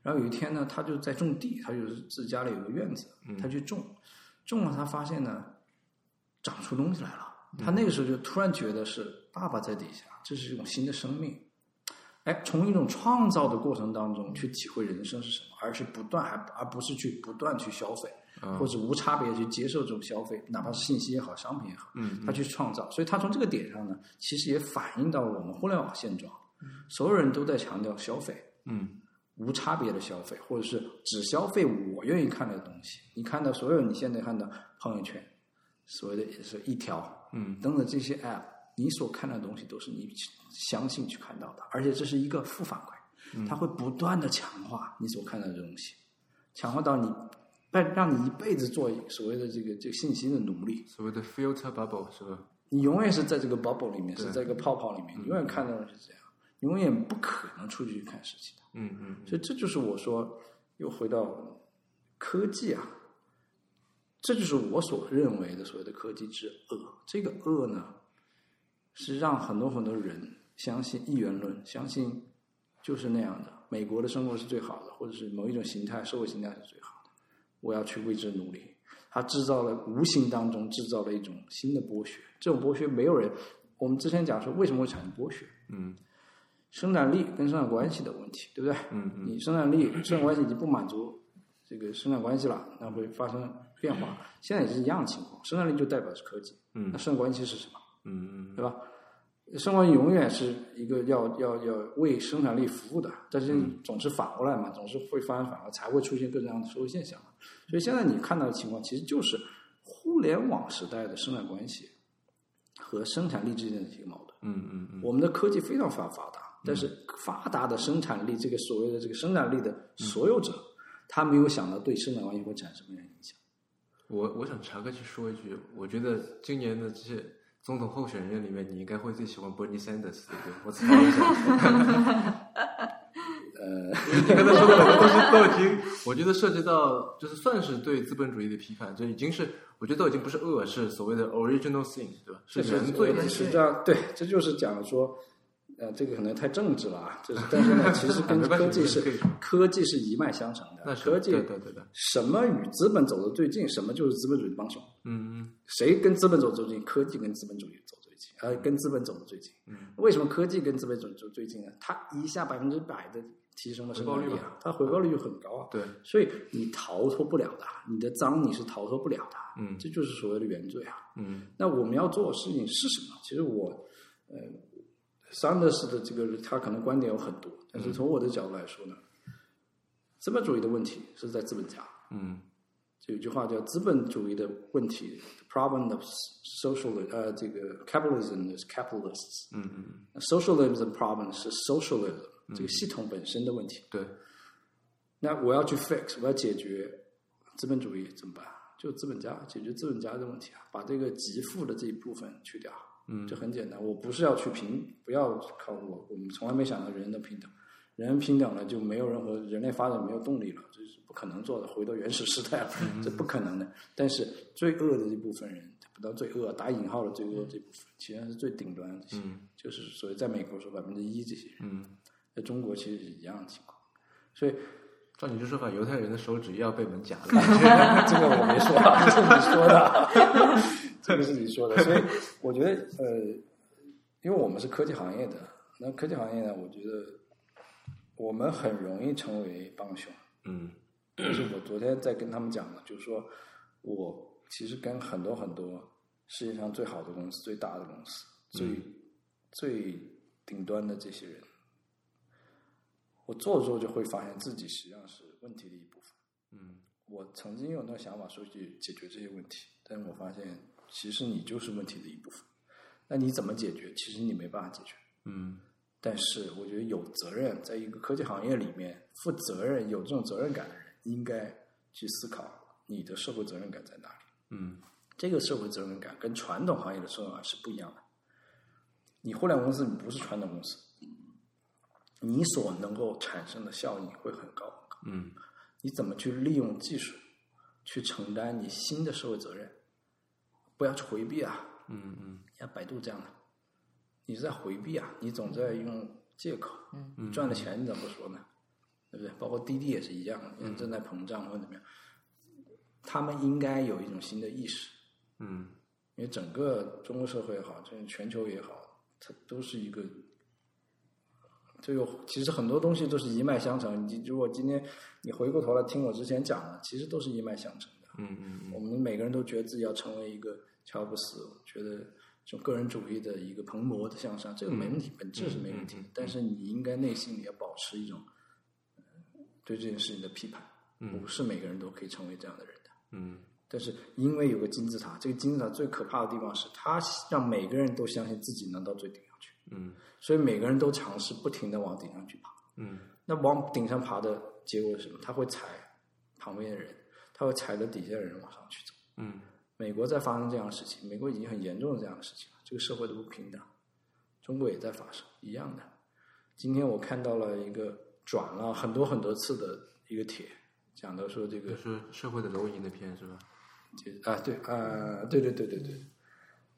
Speaker 3: 然后有一天呢，他就在种地，他就是自己家里有个院子，他去种，种了他发现呢，长出东西来了。他那个时候就突然觉得是爸爸在底下，这是一种新的生命。哎，从一种创造的过程当中去体会人生是什么，而是不断还而不是去不断去消费，
Speaker 1: 嗯
Speaker 3: 或者无差别地去接受这种消费，哪怕是信息也好，商品也好，
Speaker 1: 嗯
Speaker 3: 他去创造。所以他从这个点上呢，其实也反映到了我们互联网现状，所有人都在强调消费，
Speaker 1: 嗯
Speaker 3: 无差别的消费，或者是只消费我愿意看到的东西。你看到所有你现在看到朋友圈，所谓的也是一条
Speaker 1: 嗯
Speaker 3: 等等这些 app，你所看到的东西都是你去相信去看到的，而且这是一个负反馈，它会不断的强化你所看到的东西，强化到你。但让你一辈子做所谓的这个这个信息的奴隶，
Speaker 1: 所谓的 filter bubble 是吧？
Speaker 3: 你永远是在这个 bubble 里面，
Speaker 1: 对
Speaker 3: 是在一个泡泡里面，你永远看到的是这样，你永远不可能出去看事情的。
Speaker 1: 嗯嗯
Speaker 3: 所以这就是我说，又回到科技啊，这就是我所认为的所谓的科技之恶。这个恶呢，是让很多很多人相信一元论，相信就是那样的，美国的生活是最好的，或者是某一种形态、社会形态是最好的，我要去为之努力。它制造了无形当中制造了一种新的剥削，这种剥削没有人。我们之前讲说，为什么会产生剥削？
Speaker 1: 嗯
Speaker 3: 生产力跟生产关系的问题，对不对？
Speaker 1: 嗯嗯
Speaker 3: 你生产力、生产关系已经不满足这个生产关系了，那会发生变化。现在也是一样的情况，生产力就代表是科技，
Speaker 1: 嗯
Speaker 3: 那生产关系是什么？
Speaker 1: 嗯嗯
Speaker 3: 对吧？生活永远是一个要要要为生产力服务的，但是
Speaker 1: 嗯
Speaker 3: 总是反过来嘛，总是会发生反过来，才会出现各种各样的社会现象嘛。所以现在你看到的情况，其实就是互联网时代的生产关系和生产力之间的一个矛盾。
Speaker 1: 嗯嗯嗯，
Speaker 3: 我们的科技非常发发达，但是发达的生产力，这个所谓的这个生产力的所有者，
Speaker 1: 嗯
Speaker 3: 他没有想到对生产关系会产生什么样的影响。
Speaker 1: 我我想插个去说一句，我觉得今年的这些总统候选人里面，你应该会最喜欢 Bernie Sanders，对不对？我猜一下，
Speaker 3: 呃，
Speaker 1: *laughs* 你刚才说的两个东西都已经，我觉得涉及到就是算是对资本主义的批判，就已经是我觉得都已经不是恶，是所谓的 original sin，对吧？是人罪
Speaker 3: 这
Speaker 1: 的罪
Speaker 3: 是实际上对，这就是讲说，呃，这个可能太政治了啊，就是但是呢，其实跟
Speaker 1: 没关系
Speaker 3: 科
Speaker 1: *laughs*
Speaker 3: 技
Speaker 1: 可以
Speaker 3: 是
Speaker 1: 说
Speaker 3: 科技是一脉相承的，
Speaker 1: 那是
Speaker 3: 科技
Speaker 1: 对对对的，
Speaker 3: 什么与资本走得最近，什么就是资本主义帮凶。
Speaker 1: 嗯
Speaker 3: 谁跟资本走最近？科技跟资本主义走最近，呃，跟资本走的最近。
Speaker 1: 嗯
Speaker 3: 为什么科技跟资本主义走最近呢？啊它一下百分之百的提升了生产
Speaker 1: 回报
Speaker 3: 力
Speaker 1: 率嘛
Speaker 3: 啊，它回报率就很高啊
Speaker 1: 嗯，。对，
Speaker 3: 所以你逃脱不了的，你的脏你是逃脱不了的，
Speaker 1: 嗯
Speaker 3: 这就是所谓的原罪啊。
Speaker 1: 嗯
Speaker 3: 那我们要做的事情是什么？其实我，呃，Sanders 的这个他可能观点有很多，但是从我的角度来说呢，资本主义的问题是在资本家，
Speaker 1: 嗯
Speaker 3: 有一句话叫“资本主义的问题 ”，the problem of social 呃，这个 capitalism is capitalists。
Speaker 1: 嗯嗯，
Speaker 3: socialism problem 是 socialism 这个系统本身的问题。
Speaker 1: 对，
Speaker 3: 那我要去 fix，我要解决资本主义怎么办？就资本家解决资本家的问题啊，把这个极富的这一部分去掉。
Speaker 1: 嗯
Speaker 3: 这很简单。我不是要去平，不要靠我，我们从来没想到人人的平等。人平等了，就没有任何人类发展没有动力了，这
Speaker 1: 嗯
Speaker 3: 是不可能做的，回到原始时代了，这不可能的。但是罪恶的这部分人，他不到最恶打引号的最恶这部分，其实还是最顶端的这些，
Speaker 1: 嗯
Speaker 3: 就是所谓在美国说百分之一这些人，
Speaker 1: 嗯，
Speaker 3: 在中国其实是一样的情况。所以
Speaker 1: 照你这说法，犹太人的手指要被门夹了。
Speaker 3: *laughs* 这个我没说啊，这个你说的啊，这个是你说的。所以我觉得呃，因为我们是科技行业的，那科技行业呢，我觉得我们很容易成为帮凶。
Speaker 1: 嗯
Speaker 3: 就是我昨天在跟他们讲的，就是说我其实跟很多很多世界上最好的公司、最大的公司、最、最顶端的这些人，我做着做着会发现自己实际上是问题的一部分。
Speaker 1: 嗯
Speaker 3: 我曾经有那个想法说去解决这些问题，但是我发现其实你就是问题的一部分。那你怎么解决？其实你没办法解决。
Speaker 1: 嗯
Speaker 3: 但是我觉得有责任，在一个科技行业里面，负责任、有这种责任感的人，应该去思考你的社会责任感在哪里。
Speaker 1: 嗯
Speaker 3: 这个社会责任感跟传统行业的社会责任感是不一样的。你互联网公司，你不是传统公司，你所能够产生的效应会很高很高。
Speaker 1: 嗯
Speaker 3: 你怎么去利用技术去承担你新的社会责任？不要去回避啊，
Speaker 1: 嗯嗯
Speaker 3: 像百度这样的，你是在回避啊，你总在用借口。嗯，赚了钱你怎么不说呢？对不对？包括滴滴也是一样，因为正在膨胀或者怎么样，他们应该有一种新的意识，
Speaker 1: 嗯
Speaker 3: 因为整个中国社会也好，就是全球也好，它都是一个。这个其实很多东西都是一脉相承。你如果今天你回过头来听我之前讲的，其实都是一脉相承的。
Speaker 1: 嗯
Speaker 3: 我们每个人都觉得自己要成为一个乔布斯，觉得这种个人主义的一个蓬勃的向上，这个没问题，本质是没问题的。但是你应该内心里要保持一种呃对这件事情的批判，不是每个人都可以成为这样的人的。
Speaker 1: 嗯
Speaker 3: 但是因为有个金字塔，这个金字塔最可怕的地方是它让每个人都相信自己能到最顶上去，
Speaker 1: 嗯
Speaker 3: 所以每个人都尝试不停的往顶上去爬。
Speaker 1: 嗯
Speaker 3: 那往顶上爬的结果是什么？他会踩旁边的人，他会踩着底下的人往上去走。
Speaker 1: 嗯
Speaker 3: 美国在发生这样的事情，美国已经很严重的这样的事情了，这个社会的不平等，中国也在发生一样的。今天我看到了一个转了很多很多次的一个帖，讲到说这个
Speaker 1: 这是社会的蝼蚁的片是吧？
Speaker 3: 这啊对啊对对对对对，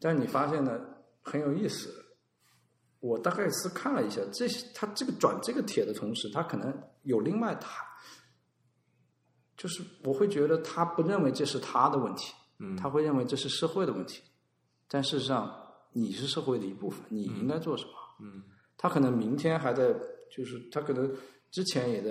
Speaker 3: 但是你发现呢很有意思，我大概是看了一下，这些他这个转这个帖的同时，他可能有另外他，就是我会觉得他不认为这是他的问题，
Speaker 1: 嗯
Speaker 3: 他会认为这是社会的问题，但事实上你是社会的一部分，你应该做什么？
Speaker 1: 嗯
Speaker 3: 他可能明天还在，就是他可能之前也在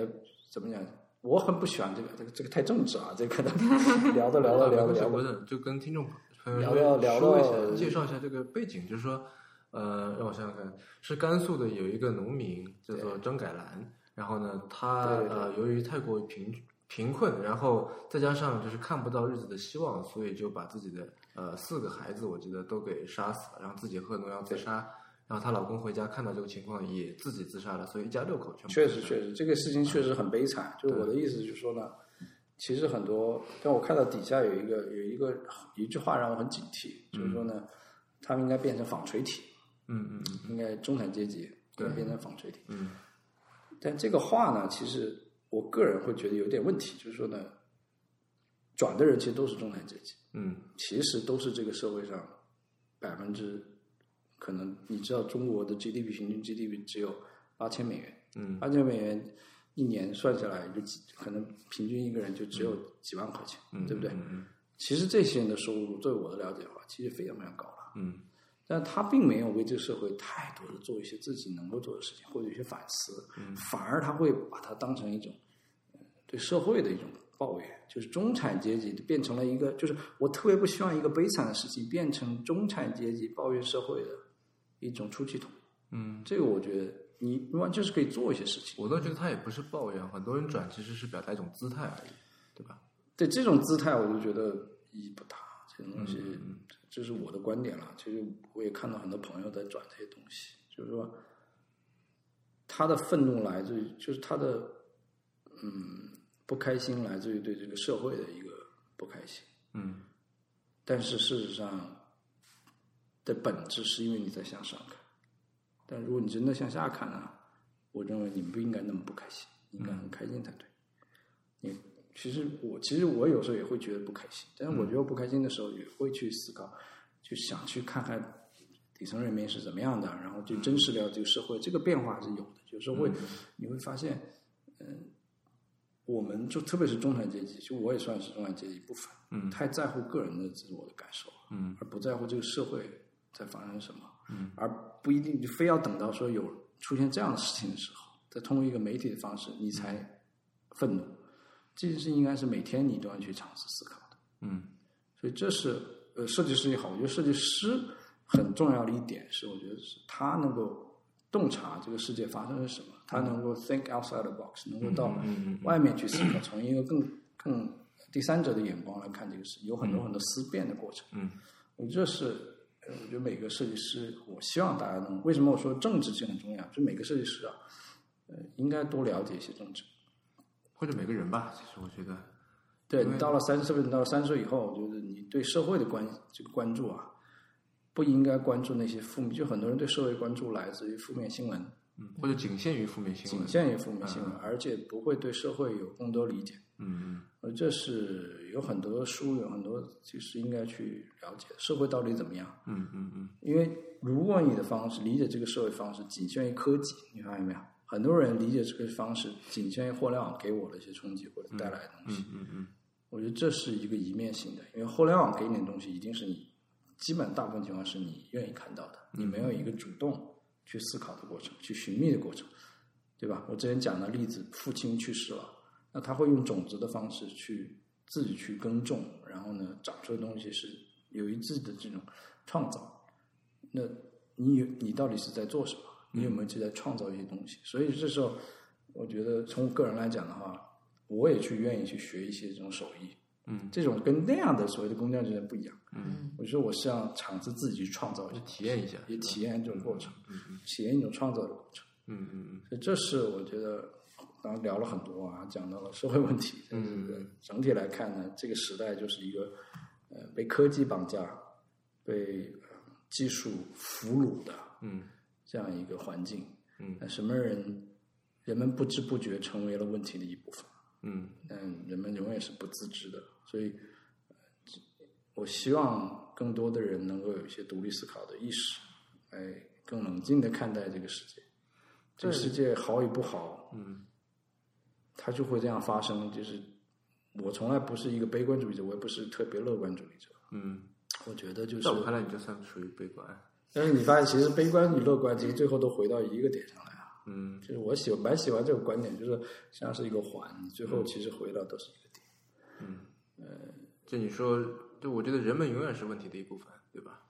Speaker 3: 怎么讲？我很不喜欢这个，这个这个太政治啊，这个 *laughs* 聊
Speaker 1: *laughs*
Speaker 3: 着聊着聊着聊
Speaker 1: 不
Speaker 3: 着，
Speaker 1: 是，就跟听众朋友
Speaker 3: 聊聊聊
Speaker 1: 说一
Speaker 3: 到
Speaker 1: 下，介绍一下这个背景，就是说，呃，让我想想看，是甘肃的有一个农民叫做张改兰，然后呢，他
Speaker 3: 对对对
Speaker 1: 呃由于太过于贫贫困，然后再加上就是看不到日子的希望，所以就把自己的呃四个孩子我记得都给杀死了，然后自己喝农药自杀。然后她老公回家看到这个情况，也自己自杀了，所以一家六口全部
Speaker 3: 确实
Speaker 1: 自杀
Speaker 3: 确实，这个事情确实很悲惨。就是我的意思，就是说呢，其实很多，但我看到底下有一个有一个有一句话让我很警惕，就是说呢，他们应该变成纺锤体，
Speaker 1: 嗯嗯嗯
Speaker 3: 应该中产阶级应该变成纺锤体。
Speaker 1: 嗯
Speaker 3: 但这个话呢，其实我个人会觉得有点问题，就是说呢，转的人其实都是中产阶级，
Speaker 1: 嗯
Speaker 3: 其实都是这个社会上百分之可能你知道中国的 GDP 平均 GDP 只有八千美元，
Speaker 1: 嗯
Speaker 3: 八千美元一年算下来就几可能平均一个人就只有几万块钱，
Speaker 1: 嗯，
Speaker 3: 对不对？
Speaker 1: 嗯
Speaker 3: 其实这些人的收入，对我的了解的话，其实非常非常高了。
Speaker 1: 嗯
Speaker 3: 但他并没有为这个社会太多的做一些自己能够做的事情，或者一些反思，
Speaker 1: 嗯
Speaker 3: 反而他会把它当成一种呃对社会的一种抱怨，就是中产阶级变成了一个，就是我特别不希望一个悲惨的事情变成中产阶级抱怨社会的一种出气筒。
Speaker 1: 嗯，
Speaker 3: 这个我觉得你完全是可以做一些事情。
Speaker 1: 我倒觉得他也不是抱怨，很多人转其实是表达一种姿态而已，对吧？
Speaker 3: 对这种姿态，我就觉得意义不大。这种东西，这是我的观点了。其实我也看到很多朋友在转这些东西，就是说，他的愤怒来自于，就是他的嗯不开心来自于对这个社会的一个不开心。
Speaker 1: 嗯
Speaker 3: 但是事实上的本质是因为你在向上看，但如果你真的向下看呢、我认为你不应该那么不开心，你应该很开心才对。你其实我其实我有时候也会觉得不开心，但是我觉得不开心的时候也会去思考，就想去看看底层人民是怎么样的，然后就真实了解这个社会，这个变化是有的。有时候会你会发现，嗯，我们就特别是中产阶级，就我也算是中产阶级一部分，
Speaker 1: 嗯
Speaker 3: 太在乎个人的自我的感受，
Speaker 1: 嗯
Speaker 3: 而不在乎这个社会在发生什么，
Speaker 1: 嗯
Speaker 3: 而不一定就非要等到说有出现这样的事情的时候，再通过一个媒体的方式，你才愤怒。这件事应该是每天你都要去尝试思考的。
Speaker 1: 嗯
Speaker 3: 所以这是呃设计师也好，我觉得设计师很重要的一点是，我觉得是他能够洞察这个世界发生了什么，他能够 think outside the box，能够到
Speaker 1: 嗯
Speaker 3: 外面去思考，从一个更更第三者的眼光来看这个事，有很多很多思辨的过程。
Speaker 1: 嗯
Speaker 3: 我觉得这是，呃我觉得每个设计师，我希望大家能，为什么我说政治性很重要？就每个设计师啊，呃，应该多了解一些政治。
Speaker 1: 或者每个人吧，其实我觉得，
Speaker 3: 对你到了三十，特别你到了三十岁以后，我觉得你对社会的关这个关注啊，不应该关注那些负面。就很多人对社会关注来自于负面新闻，
Speaker 1: 嗯，或者仅限于负面新闻，
Speaker 3: 仅限于负面新闻，而且不会对社会有更多理解。
Speaker 1: 嗯
Speaker 3: 呃，这是有很多书，有很多其实应该去了解社会到底怎么样。
Speaker 1: 嗯嗯嗯
Speaker 3: 因为如果你的方式理解这个社会方式仅限于科技，你发现没有？很多人理解这个方式仅限于互联网给我的一些冲击或者带来的东西。
Speaker 1: 嗯嗯嗯
Speaker 3: 我觉得这是一个一面性的，因为互联网给你的东西一定是你基本大部分情况是你愿意看到的，你没有一个主动去思考的过程，去寻觅的过程，对吧？我之前讲的例子，父亲去世了，那他会用种子的方式去自己去耕种，然后呢，长出的东西是有于自己的这种创造。那你有你到底是在做什么？你有没有就在创造一些东西？所以这时候，我觉得从我个人来讲的话，我也去愿意去学一些这种手艺，
Speaker 1: 嗯，
Speaker 3: 这种跟那样的所谓的工匠精神不一样。
Speaker 1: 嗯，
Speaker 3: 我觉得我是让厂子自己去创造一些
Speaker 1: 就，体验一下
Speaker 3: 也体验这种过程，
Speaker 1: 嗯嗯
Speaker 3: 体验一种创造的过程。
Speaker 1: 嗯嗯
Speaker 3: 所以这是我觉得，哦当然聊了很多啊，讲到了社会问题，但
Speaker 1: 嗯
Speaker 3: 是整体来看呢，这个时代就是一个呃被科技绑架、被呃技术俘虏的
Speaker 1: 嗯
Speaker 3: 这样一个环境。
Speaker 1: 嗯
Speaker 3: 那什么人，人们不知不觉成为了问题的一部分。
Speaker 1: 嗯
Speaker 3: 但人们永远是不自知的，所以，呃这我希望更多的人能够有一些独立思考的意识，来更冷静的看待这个世界。这个世界好与不好，
Speaker 1: 嗯
Speaker 3: 它就会这样发生。就是我从来不是一个悲观主义者，我也不是特别乐观主义者。
Speaker 1: 嗯，
Speaker 3: 我觉得就是
Speaker 1: 在，我看来，你就算属于悲观，
Speaker 3: 但是你发现其实悲观与乐观，其实最后都回到一个点上来啊。
Speaker 1: 嗯
Speaker 3: 就是我喜欢蛮喜欢这个观点，就是像是一个环，你最后其实回到都是一个点。
Speaker 1: 嗯呃，就你说，就我觉得人们永远是问题的一部分，对吧？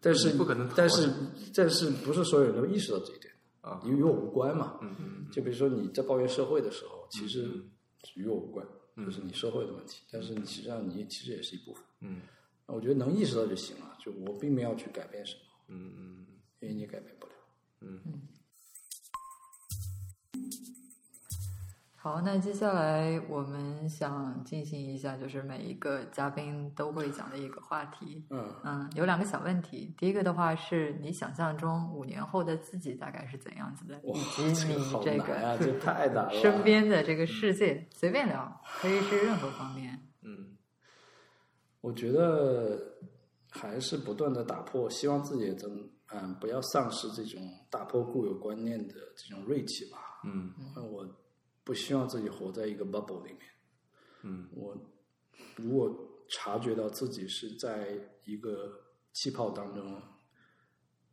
Speaker 3: 但是
Speaker 1: 你不可能逃
Speaker 3: 但是但是不是所有人都意识到这一点
Speaker 1: 啊
Speaker 3: 与与我无关嘛。
Speaker 1: 嗯嗯
Speaker 3: 就比如说你在抱怨社会的时候，其实与我无关，就是你社会的问题。但是你实际上你其实也是一部分。
Speaker 1: 嗯
Speaker 3: 我觉得能意识到就行了，就我并没有去改变什么，
Speaker 1: 嗯嗯
Speaker 3: 因为你改变不了。
Speaker 2: 好，那接下来我们想进行一下，就是每一个嘉宾都会讲的一个话题。
Speaker 3: 嗯，
Speaker 2: 嗯，有两个小问题。第一个的话是你想象中五年后的自己大概是怎样子的，以
Speaker 3: 哇，
Speaker 2: 及
Speaker 3: 这个
Speaker 2: 你
Speaker 3: 好
Speaker 2: 嗯这
Speaker 3: 难
Speaker 2: 个
Speaker 3: 啊，这太难了。
Speaker 2: *laughs* 身边的这个世
Speaker 3: 嗯
Speaker 2: 界，随便聊，可以是任何方面。
Speaker 1: 嗯
Speaker 3: 我觉得还是不断的打破，希望自己也能嗯不要丧失这种打破固有观念的这种锐气吧。
Speaker 1: 嗯
Speaker 3: 那我不希望自己活在一个 bubble 里面。
Speaker 1: 嗯
Speaker 3: 我如果察觉到自己是在一个气泡当中，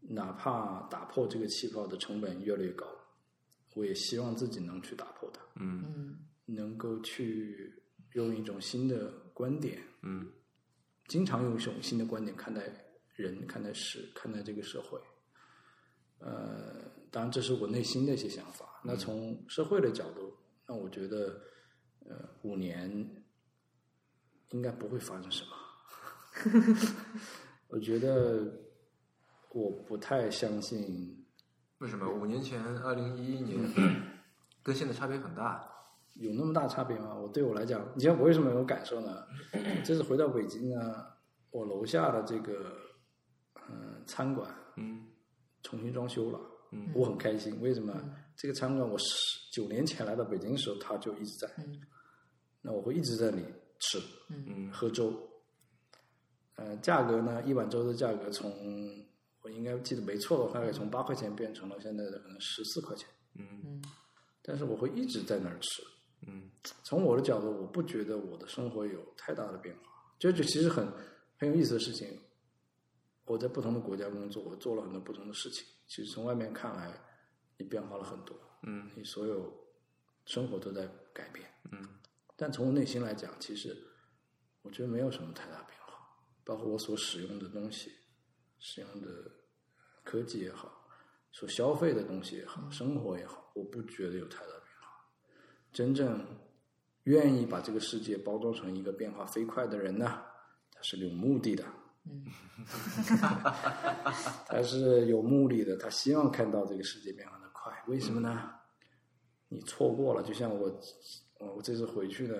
Speaker 3: 哪怕打破这个气泡的成本越来越高，我也希望自己能去打破它，
Speaker 1: 嗯
Speaker 2: 嗯
Speaker 3: 能够去用一种新的观点，
Speaker 1: 嗯
Speaker 3: 经常用一种新的观点看待人、看待事、看待这个社会。呃，当然这是我内心的一些想法。那从社会的角度，那我觉得，呃，五年应该不会发生什么。 *laughs* 我觉得我不太相信
Speaker 1: 为什么五年前二零一一年 *coughs* 跟现在差别很大？
Speaker 3: 有那么大差别吗？我对我来讲，你像我为什么有感受呢？我这次回到北京呢，我楼下的这个嗯、呃餐馆，
Speaker 1: 嗯
Speaker 3: 重新装修了，
Speaker 1: 嗯
Speaker 3: 我很开心。为什么？这个餐馆我十九年前来到北京的时候，它就一直在，
Speaker 2: 嗯
Speaker 3: 那我会一直在那里吃，嗯，喝粥。呃，价格呢，一碗粥的价格从我应该记得没错的话，大概从八块钱变成了现在的可能十四块钱。
Speaker 2: 嗯
Speaker 3: 但是我会一直在那儿吃。
Speaker 1: 嗯
Speaker 3: 从我的角度，我不觉得我的生活有太大的变化。这就其实很很有意思的事情。我在不同的国家工作，我做了很多不同的事情。其实从外面看来，你变化了很多，
Speaker 1: 嗯
Speaker 3: 你所有生活都在改变。
Speaker 1: 嗯
Speaker 3: 但从我内心来讲，其实我觉得没有什么太大变化，包括我所使用的东西、使用的科技也好，所消费的东西也好，生活也好，我不觉得有太大变化。真正愿意把这个世界包装成一个变化飞快的人呢，他是有目的的，
Speaker 2: 嗯，
Speaker 3: *laughs* 他是有目的的，他希望看到这个世界变化的快。为什么呢？你错过了，就像我，呃我我这次回去呢，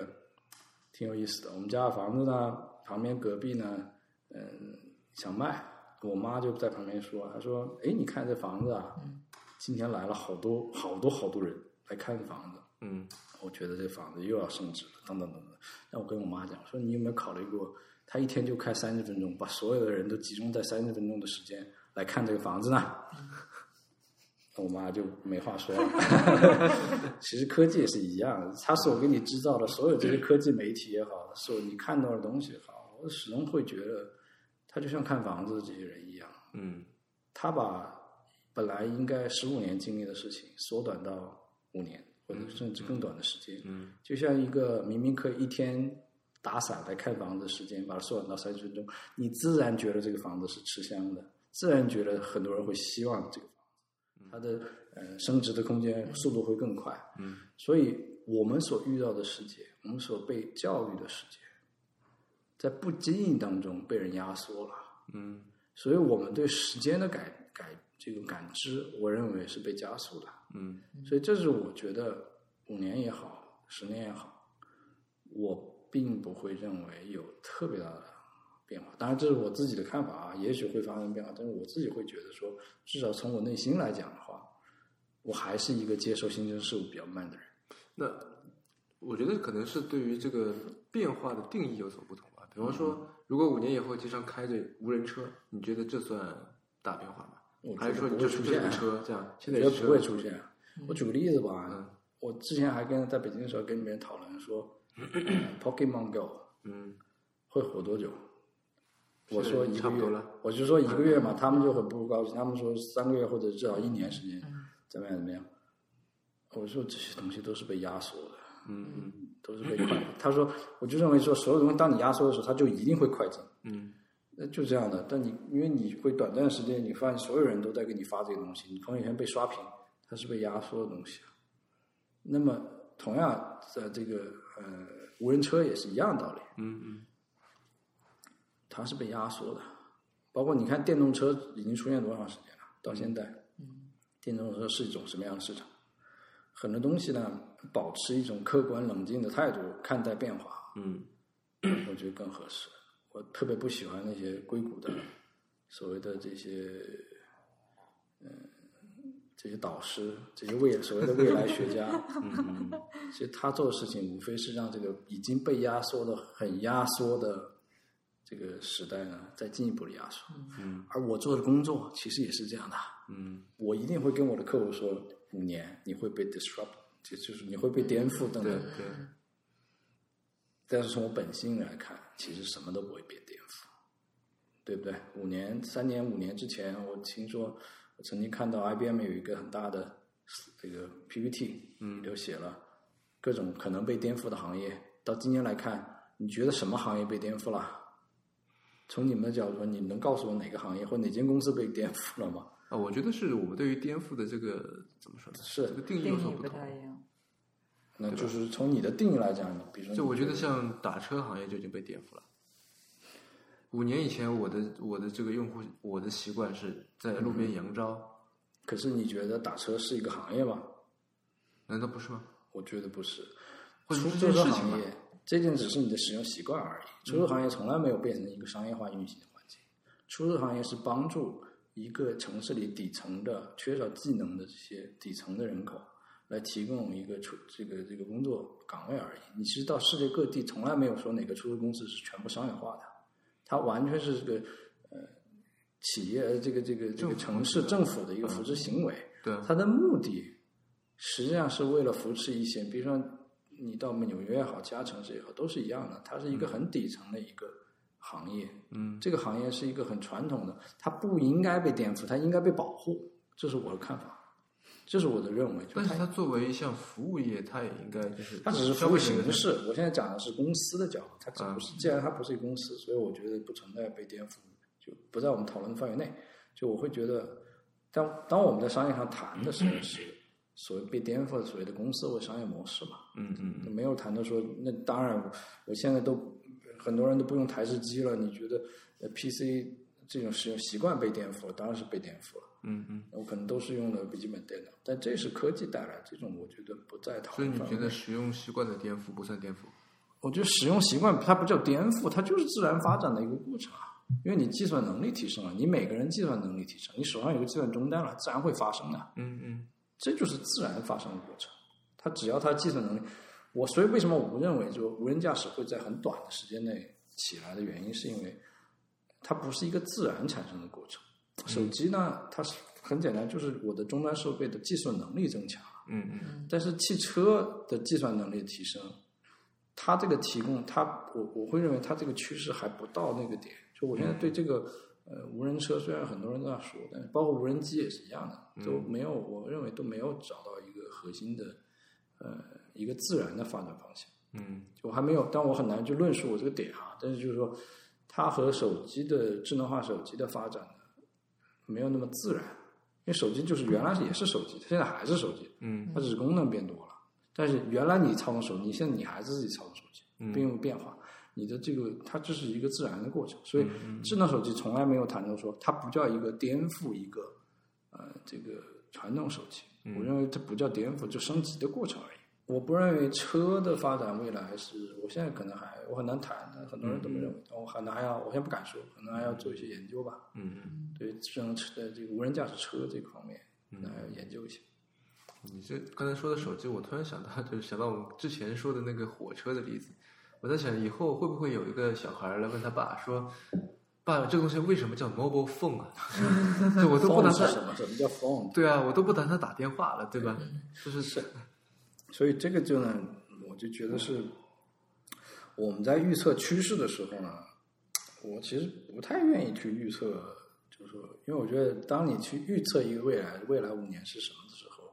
Speaker 3: 挺有意思的。我们家的房子呢，旁边隔壁呢，嗯，想卖，我妈就在旁边说，她说：“哎，你看这房子啊，今天来了好多好多好多人来看房子。”
Speaker 1: 嗯
Speaker 3: 我觉得这房子又要升值了，等等等等。那我跟我妈讲，我说你有没有考虑过，他一天就开三十分钟，把所有的人都集中在三十分钟的时间来看这个房子呢？那我妈就没话说了。 *laughs* 其实科技也是一样，它所给你制造的所有这些科技媒体也好，所你看到的东西也好，我始终会觉得，他就像看房子的这些人一样，
Speaker 1: 嗯
Speaker 3: 他把本来应该十五年经历的事情缩短到五年，或者甚至更短的时间。
Speaker 1: 嗯
Speaker 3: 就像一个明明可以一天打伞来看房子的时间，把它缩短到三十分钟，你自然觉得这个房子是吃香的，自然觉得很多人会希望这个房子，它的呃升值的空间速度会更快。
Speaker 1: 嗯
Speaker 3: 所以我们所遇到的世界，我们所被教育的世界，在不经意当中被人压缩了。
Speaker 1: 嗯
Speaker 3: 所以我们对时间的改改这种感知，我认为是被加速的。
Speaker 1: 嗯
Speaker 3: 所以这是我觉得五年也好，十年也好，我并不会认为有特别大的变化。当然，这是我自己的看法啊，也许会发生变化，但是我自己会觉得说，至少从我内心来讲的话，我还是一个接受新生事物比较慢的人。
Speaker 1: 那我觉得可能是对于这个变化的定义有所不同吧。比方说，如果五年以后街上开着无人车，你觉得这算大变化吗？
Speaker 3: 我觉
Speaker 1: 还
Speaker 3: 得
Speaker 1: 是说
Speaker 3: 不
Speaker 1: 你
Speaker 3: 会
Speaker 1: 就
Speaker 3: 出
Speaker 1: 出
Speaker 3: 现
Speaker 1: 现个车这样？
Speaker 3: 现在也
Speaker 1: 是啊
Speaker 3: 不会出现。啊我举个例子吧，
Speaker 1: 嗯
Speaker 3: 我之前还跟在北京的时候跟别人讨论说、p
Speaker 1: *laughs*
Speaker 3: o k e m o n Go
Speaker 1: 嗯
Speaker 3: 会火多久？
Speaker 1: 现在
Speaker 3: 我说一
Speaker 1: 差
Speaker 3: 个
Speaker 1: 不
Speaker 3: 月
Speaker 1: 多了，
Speaker 3: 我就说一个月嘛，他们就很不高兴，他们说三个月或者至少一年时间，
Speaker 1: 嗯
Speaker 3: 怎么样怎么样？我说这些东西都是被压缩的，
Speaker 1: 嗯
Speaker 3: 都是被快的。他说，我就认为说，所有东西当你压缩的时候，它就一定会快进。
Speaker 1: 嗯
Speaker 3: 那就这样的。但你因为你会短暂的时间，你发现所有人都在给你发这个东西，你朋友圈被刷屏，它是被压缩的东西啊。那么同样，在这个呃无人车也是一样道理，
Speaker 1: 嗯嗯
Speaker 3: 它是被压缩的。包括你看电动车已经出现多长时间了，到现在，电动车是一种什么样的市场？很多东西呢，保持一种客观冷静的态度看待变化，
Speaker 1: 嗯
Speaker 3: 我觉得更合适。我特别不喜欢那些硅谷的所谓的这些，嗯、这些导师，这些未所谓的未来学家，嗯，其实他做的事情无非是让这个已经被压缩的很压缩的这个时代呢，再进一步的压缩。
Speaker 1: 嗯，
Speaker 3: 而我做的工作其实也是这样的，
Speaker 1: 嗯
Speaker 3: 我一定会跟我的客户说，五年你会被 disrupt，就就是你会被颠覆
Speaker 1: 嗯，
Speaker 3: 等等
Speaker 1: 对。对，
Speaker 3: 但是从我本性来看，其实什么都不会被颠覆，对不对？五年、三年、五年之前，我听说，我曾经看到 IBM 有一个很大的这个 PPT，嗯，就写了各种可能被颠覆的行业。到今天来看，你觉得什么行业被颠覆了？从你们的角度，你能告诉我哪个行业或哪间公司被颠覆了吗？
Speaker 1: 啊，我觉得是我们对于颠覆的这个怎么说呢？
Speaker 3: 是
Speaker 1: 这个定义有
Speaker 2: 定
Speaker 1: 所
Speaker 2: 义不
Speaker 1: 同
Speaker 2: 太。一样。
Speaker 3: 那就是从你的定义来讲，你比如说你，
Speaker 1: 就我觉得像打车行业就已经被颠覆了。五年以前，我的我的这个用户，我的习惯是在路边扬招，
Speaker 3: 可是你觉得打车是一个行业吗？
Speaker 1: 难道不是吗？
Speaker 3: 我觉得不是，
Speaker 1: 或者
Speaker 3: 出
Speaker 1: 是
Speaker 3: 租
Speaker 1: 这件
Speaker 3: 车
Speaker 1: 事情
Speaker 3: 行
Speaker 1: 吧
Speaker 3: 业，这件只是你的使用习惯而已。出租车行业从来没有变成一个商业化运行的环境。出租车行业是帮助一个城市里底层的、缺少技能的这些底层的人口，来提供一个出这个这个工作岗位而已。你其实到世界各地，从来没有说哪个出租公司是全部商业化的，它完全是这个呃企业这个这个这个城市政府的一个
Speaker 1: 嗯
Speaker 3: 扶持行为。
Speaker 1: 对啊
Speaker 3: 它的目的实际上是为了扶持一些，比如说你到纽约也好，其他城市也好，都是一样的。它是一个很底层的一个行业，
Speaker 1: 嗯，
Speaker 3: 这个行业是一个很传统的，它不应该被颠覆，它应该被保护。这是我的看法，这是我的认为。就
Speaker 1: 但是它作为一项服务业，它也应该就是
Speaker 3: 它呃只是
Speaker 1: 消
Speaker 3: 服务
Speaker 1: 费者啊
Speaker 3: 形
Speaker 1: 的
Speaker 3: 式，我现在讲的是公司的角度，它只不是，既然它不是一个公司，所以我觉得不存在被颠覆，就不在我们讨论范围内。就我会觉得，当当我们在商业上谈的时
Speaker 1: 嗯
Speaker 3: 候是所谓被颠覆的所谓的公司或商业模式嘛，
Speaker 1: 嗯嗯
Speaker 3: 没有谈到说，那当然，我现在都很多人都不用台式机了。你觉得呃 PC 这种使用习惯被颠覆了？当然是被颠覆了。
Speaker 1: 嗯嗯，
Speaker 3: 我可能都是用的笔记本电脑，但这是科技带来，这种我觉得不在讨
Speaker 1: 所以
Speaker 3: 论
Speaker 1: 你
Speaker 3: 范围
Speaker 1: 觉
Speaker 3: 内。
Speaker 1: 得使用习惯的颠覆不算颠覆？
Speaker 3: 我觉得使用习惯它不叫颠覆，它就是自然发展的一个过程啊。因为你计算能力提升了，啊你每个人计算能力提升，你手上有个计算终端了，自然会发生的。
Speaker 1: 嗯嗯
Speaker 3: 这就是自然发生的过程。它只要它计算能力，我所以为什么我不认为就无人驾驶会在很短的时间内起来的原因，是因为它不是一个自然产生的过程。手机呢，它是很简单，就是我的终端设备的计算能力增强了，
Speaker 1: 嗯嗯
Speaker 3: 但是汽车的计算能力提升，它这个提供，它我我会认为它这个趋势还不到那个点。就我现在对这个呃无人车，虽然很多人在说，但是包括无人机也是一样的，都没有，我认为都没有找到一个核心的呃一个自然的发展方向。
Speaker 1: 嗯
Speaker 3: 就我还没有，但我很难去论述我这个点啊。但是就是说，它和手机的智能化手机的发展呢，没有那么自然，因为手机就是原来也是手机，它现在还是手机，
Speaker 1: 嗯
Speaker 3: 它只是功能变多了。但是原来你操纵手机，现在你还是自己操纵手机，
Speaker 1: 嗯
Speaker 3: 并没有变化。你的这个它这是一个自然的过程，所以
Speaker 1: 嗯
Speaker 3: 智能手机从来没有谈到说它不叫一个颠覆一个呃这个传统手机，
Speaker 1: 嗯
Speaker 3: 我认为这不叫颠覆，就升级的过程而已。我不认为车的发展未来是我现在可能还我很难谈，但很多人都没认为，我可能还要我现在不敢说，可能还要做一些研究吧。
Speaker 1: 嗯嗯，
Speaker 3: 对智能车的这个无人驾驶车这个方面，可能还要研究一下。
Speaker 1: 你这刚才说的手机，我突然想到， *laughs* 就是想到我们之前说的那个火车的例子。我在想，以后会不会有一个小孩来问他爸说：“爸，这个东西为什么叫 mobile phone 啊？” *laughs* 对我都
Speaker 3: *laughs*
Speaker 1: 不打
Speaker 3: 是
Speaker 1: 算
Speaker 3: 什么？什么叫 phone？
Speaker 1: 对啊，我都不打算打电话了，对吧？就是是，
Speaker 3: 所以这个就呢，我就觉得是我们在预测趋势的时候呢，我其实不太愿意去预测，就是说，因为我觉得当你去预测一个未来，未来五年是什么的时候，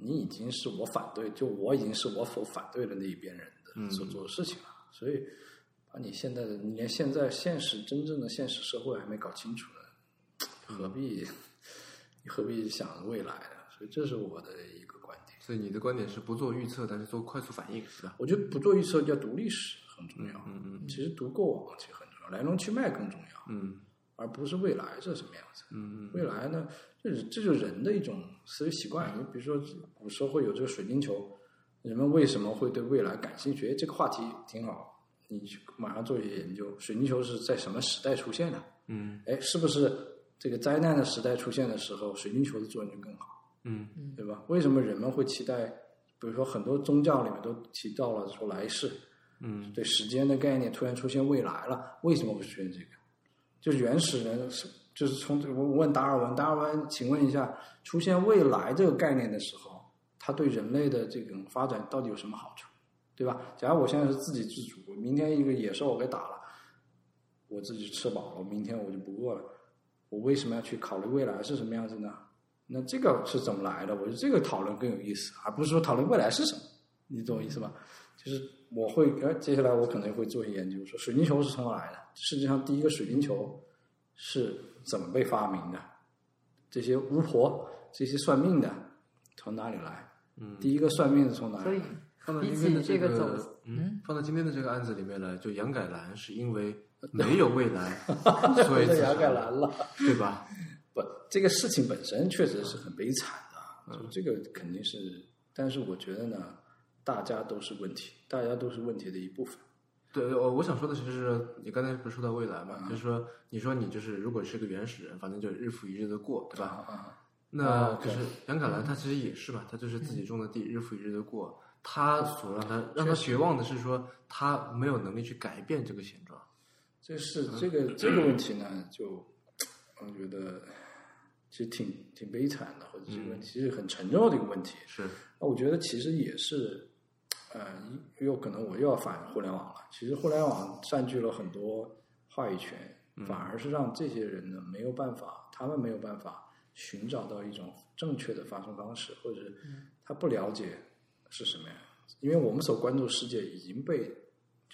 Speaker 3: 你已经是我反对，就我已经是我所反对的那一边人的所做的事情了，所以。把你现在的，你连现在现实真正的现实社会还没搞清楚呢，何必、 *laughs* 何必想未来呢？所以这是我的一个观点。
Speaker 1: 所以你的观点是不做预测，但是做快速反应，是吧？
Speaker 3: 我觉得不做预测要读历史很重要，
Speaker 1: 嗯嗯
Speaker 3: 其实读过往其实很重要，来龙去脉更重要，
Speaker 1: 嗯
Speaker 3: 而不是未来是什么样子。
Speaker 1: 嗯嗯
Speaker 3: 未来呢，这是这就是人的一种思维习惯。
Speaker 1: 嗯
Speaker 3: 你比如说，古时候会有这个水晶球，人们为什么会对未来感兴趣？哎，这个话题挺好，你去马上做一些研究。水晶球是在什么时代出现的？
Speaker 1: 嗯
Speaker 3: 哎，是不是这个灾难的时代出现的时候，水晶球的作用就更好？
Speaker 1: 嗯
Speaker 3: 对吧？为什么人们会期待？比如说，很多宗教里面都提到了说来世，
Speaker 1: 嗯
Speaker 3: 对时间的概念突然出现未来了，为什么会出现这个？就是原始人是就是从这个我问达尔文，达尔文，请问一下，出现未来这个概念的时候，它对人类的这种发展到底有什么好处，对吧？假如我现在是自给自足，明天一个野兽我给打了，我自己吃饱了，明天我就不饿了，我为什么要去考虑未来是什么样子呢？那这个是怎么来的？我觉得这个讨论更有意思，而不是说讨论未来是什么，你懂我意思吧？就是我会，呃，接下来我可能会做一些研究，说水晶球是从哪来的？世界上第一个水晶球是怎么被发明的？这些巫婆、这些算命的从哪里来？
Speaker 1: 嗯，
Speaker 3: 第一个算命的从哪里来？
Speaker 2: 所以
Speaker 1: 放到
Speaker 2: 比
Speaker 1: 今天的
Speaker 2: 起这
Speaker 1: 个
Speaker 2: 个走
Speaker 1: 嗯，放到今天的这个案子里面来，就杨改兰是因为没有未来，所
Speaker 3: *laughs*
Speaker 1: 以
Speaker 3: 被
Speaker 1: 自杀
Speaker 3: 杨改兰了。
Speaker 1: 对吧？
Speaker 3: 不，这个事情本身确实是很悲惨的，
Speaker 1: 嗯
Speaker 3: 就这个肯定是。但是我觉得呢，大家都是问题，大家都是问题的一部分。
Speaker 1: 对，我我想说的其实是，你刚才不是说嗯到未来嘛，就是说，你说你就是如果是个原始人，反正就日复一日的过，对吧？
Speaker 3: 啊，
Speaker 1: 那就是杨凯兰，他其实也是嘛，他就是自己种的地，日复一日的过。他所让他让他绝望的是说，他没有能力去改变这个现状。
Speaker 3: 这是这 *clears throat* 个这个问题呢，就嗯我觉得其实挺挺悲惨的，或者这个问题是很沉重的一个问题。
Speaker 1: 是，
Speaker 3: 那我觉得其实也是，呃，有可能我又要反互联网了。其实互联网占据了很多话语权，
Speaker 1: 嗯
Speaker 3: 反而是让这些人呢没有办法，他们没有办法寻找到一种正确的发声方式，或者是他不了解是什么呀？因为我们所关注的世界已经被。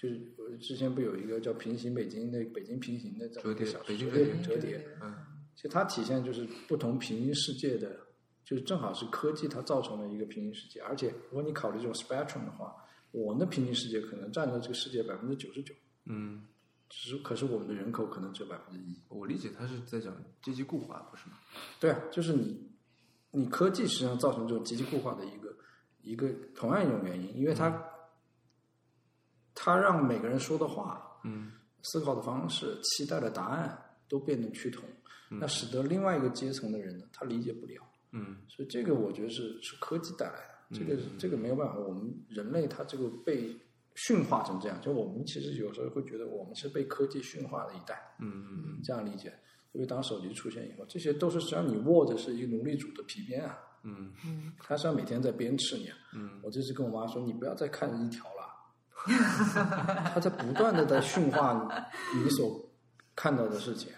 Speaker 3: 就是呃之前不有一个叫《平行北京》的北京平行的这么一
Speaker 1: 折
Speaker 3: 个
Speaker 1: 叠
Speaker 3: 小说
Speaker 1: 北京
Speaker 3: 折
Speaker 1: 折
Speaker 3: 叠
Speaker 1: 叠
Speaker 3: 折叠，
Speaker 1: 嗯
Speaker 3: 其实它体现就是不同平行世界的，就是正好是科技它造成了一个平行世界，而且如果你考虑这种 spectrum 的话，我们的平行世界可能占了这个世界百分之九十九，
Speaker 1: 嗯，
Speaker 3: 只是可是我们的人口可能只有百分之一。
Speaker 1: 我理解他是在讲阶级固化，不是吗？
Speaker 3: 对啊，就是你，你科技实际上造成这种极其固化的一个一个同样一种原因，因为它、它让每个人说的话、
Speaker 1: 嗯
Speaker 3: 思考的方式、期待的答案都变得趋同，那使得另外一个阶层的人呢，他理解不了。
Speaker 1: 嗯
Speaker 3: 所以这个我觉得是是科技带来的，这个是这个没有办法，我们人类他这个被驯化成这样，就我们其实有时候会觉得我们是被科技驯化的一代。
Speaker 1: 嗯嗯
Speaker 3: 这样理解。因为当手机出现以后，这些都是实际上你握着是一个奴隶主的皮鞭啊，
Speaker 1: 嗯
Speaker 3: 他实际上每天在鞭笞你、啊。
Speaker 1: 嗯
Speaker 3: 我这次跟我妈说，你不要再看一条了， *laughs* 他在不断的在驯化你你所看到的事情。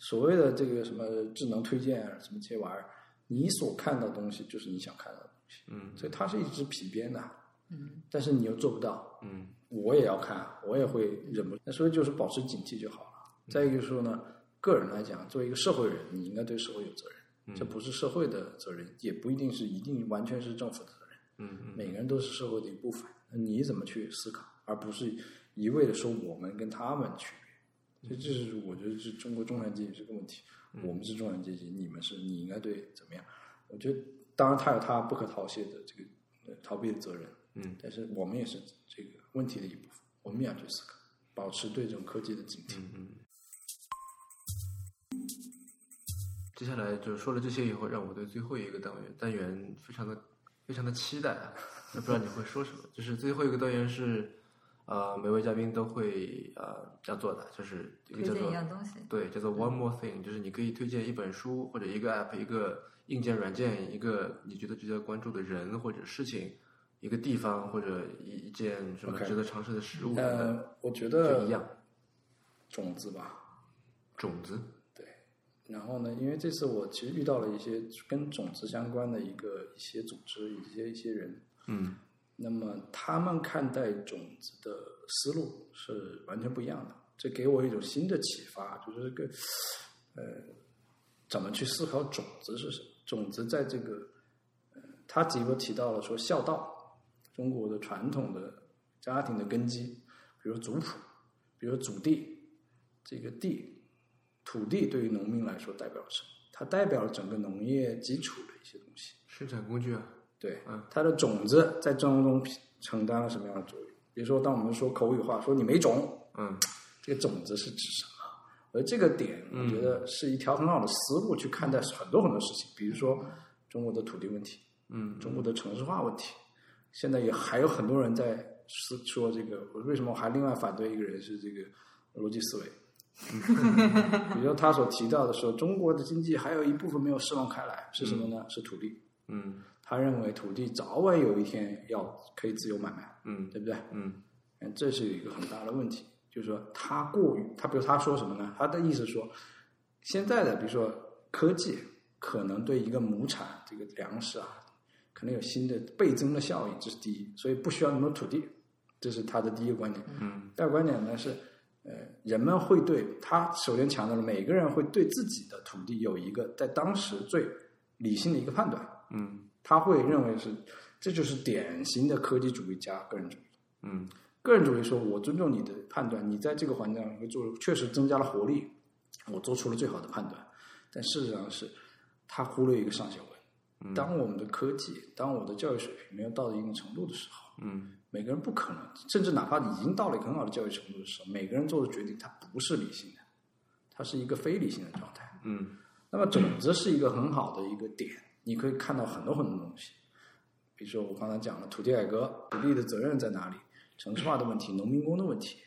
Speaker 3: 所谓的这个什么智能推荐啊，什么这些玩意儿，你所看到的东西就是你想看到的东西，
Speaker 1: 嗯
Speaker 3: 所以它是一只皮鞭呐、
Speaker 2: 嗯
Speaker 3: 但是你又做不到，
Speaker 1: 嗯
Speaker 3: 我也要看，我也会忍不住。那所以就是保持警惕就好了。再一个说呢，个人来讲，作为一个社会人，你应该对社会有责任，这不是社会的责任，也不一定是一定完全是政府的责任。
Speaker 1: 嗯
Speaker 3: 每个人都是社会的一部分，你怎么去思考，而不是一味的说我们跟他们区别。所以这是我觉得是中国中产阶级这个问题，
Speaker 1: 嗯
Speaker 3: 我们是中产阶级，你们是，你应该对怎么样？我觉得当然他有他不可逃卸的这个呃逃避的责任，
Speaker 1: 嗯，
Speaker 3: 但是我们也是这个问题的一部分，我们也要去思考，保持对这种科技的警惕。
Speaker 1: 嗯。接下来就是说了这些以后，让我对最后一个单元单元非常的非常的期待啊！不知道你会说什么？就是最后一个单元是，呃，每位嘉宾都会呃要做的，就是一个
Speaker 2: 推
Speaker 1: 叫
Speaker 2: 荐
Speaker 1: 做
Speaker 2: 一样东嗯西，
Speaker 1: 对，叫做 One More Thing，就是你可以推荐一本书或者一个 App、一个硬件、软件、一个你觉得值得关注的人或者事情、一个地方或者一一件什么
Speaker 3: OK
Speaker 1: 值得尝试的食物等等，
Speaker 3: 呃，我觉
Speaker 1: 就嗯一
Speaker 3: 得
Speaker 1: 样。
Speaker 3: 种子吧，
Speaker 1: 种子，
Speaker 3: 然后呢，因为这次我其实遇到了一些跟种子相关的一个一些组织、一些一些人，
Speaker 1: 嗯
Speaker 3: 那么他们看待种子的思路是完全不一样的，这给我一种新的启发，就是这个呃，怎么去思考种子是什么？种子在这个呃，他只不过提到了说孝道，中国的传统的家庭的根基，比如族谱，比如祖地，这个地土地对于农民来说代表着什么？它代表了整个农业基础的一些东西。
Speaker 1: 生产工具啊，
Speaker 3: 对
Speaker 1: 嗯，
Speaker 3: 它的种子在战争中承担了什么样的作用？比如说，当我们说口语化，说你没种，
Speaker 1: 嗯
Speaker 3: 这个种子是指什么？而这个点，我觉得是一条很好的思路去看待很多很多事情，比如说中国的土地问题，
Speaker 1: 嗯
Speaker 3: 中国的城市化问题，现在也还有很多人在思说这个。我为什么我还另外反对一个人是这个逻辑思维？比如说他所提到的说，中国的经济还有一部分没有释放开来是什么呢？是土地。
Speaker 1: 嗯
Speaker 3: 他认为土地早晚有一天要可以自由买卖，
Speaker 1: 嗯
Speaker 3: 对不对？
Speaker 1: 嗯
Speaker 3: 嗯，这是一个很大的问题，就是说他过于他，比如他说什么呢？他的意思说，现在的比如说科技可能对一个亩产这个粮食啊，可能有新的倍增的效应，这是第一，所以不需要那么多土地，这是他的第一个观点。
Speaker 1: 嗯
Speaker 3: 第二个观点呢是，呃，人们会对他首先强调了每个人会对自己的土地有一个在当时最理性的一个判断，
Speaker 1: 嗯
Speaker 3: 他会认为是这就是典型的科技主义加个人主义。
Speaker 1: 嗯
Speaker 3: 个人主义说，我尊重你的判断，你在这个环境上做确实增加了活力，我做出了最好的判断。但事实上是，他忽略一个上下文。当我们的科技，当我的教育水平没有到一定程度的时候，
Speaker 1: 嗯
Speaker 3: 每个人不可能，甚至哪怕已经到了一个很好的教育程度的时候，每个人做的决定，它不是理性的，它是一个非理性的状态。
Speaker 1: 嗯
Speaker 3: 那么种子是一个很好的一个点，你可以看到很多很多东西。比如说我刚才讲了土地改革，土地的责任在哪里？城市化的问题、农民工的问题，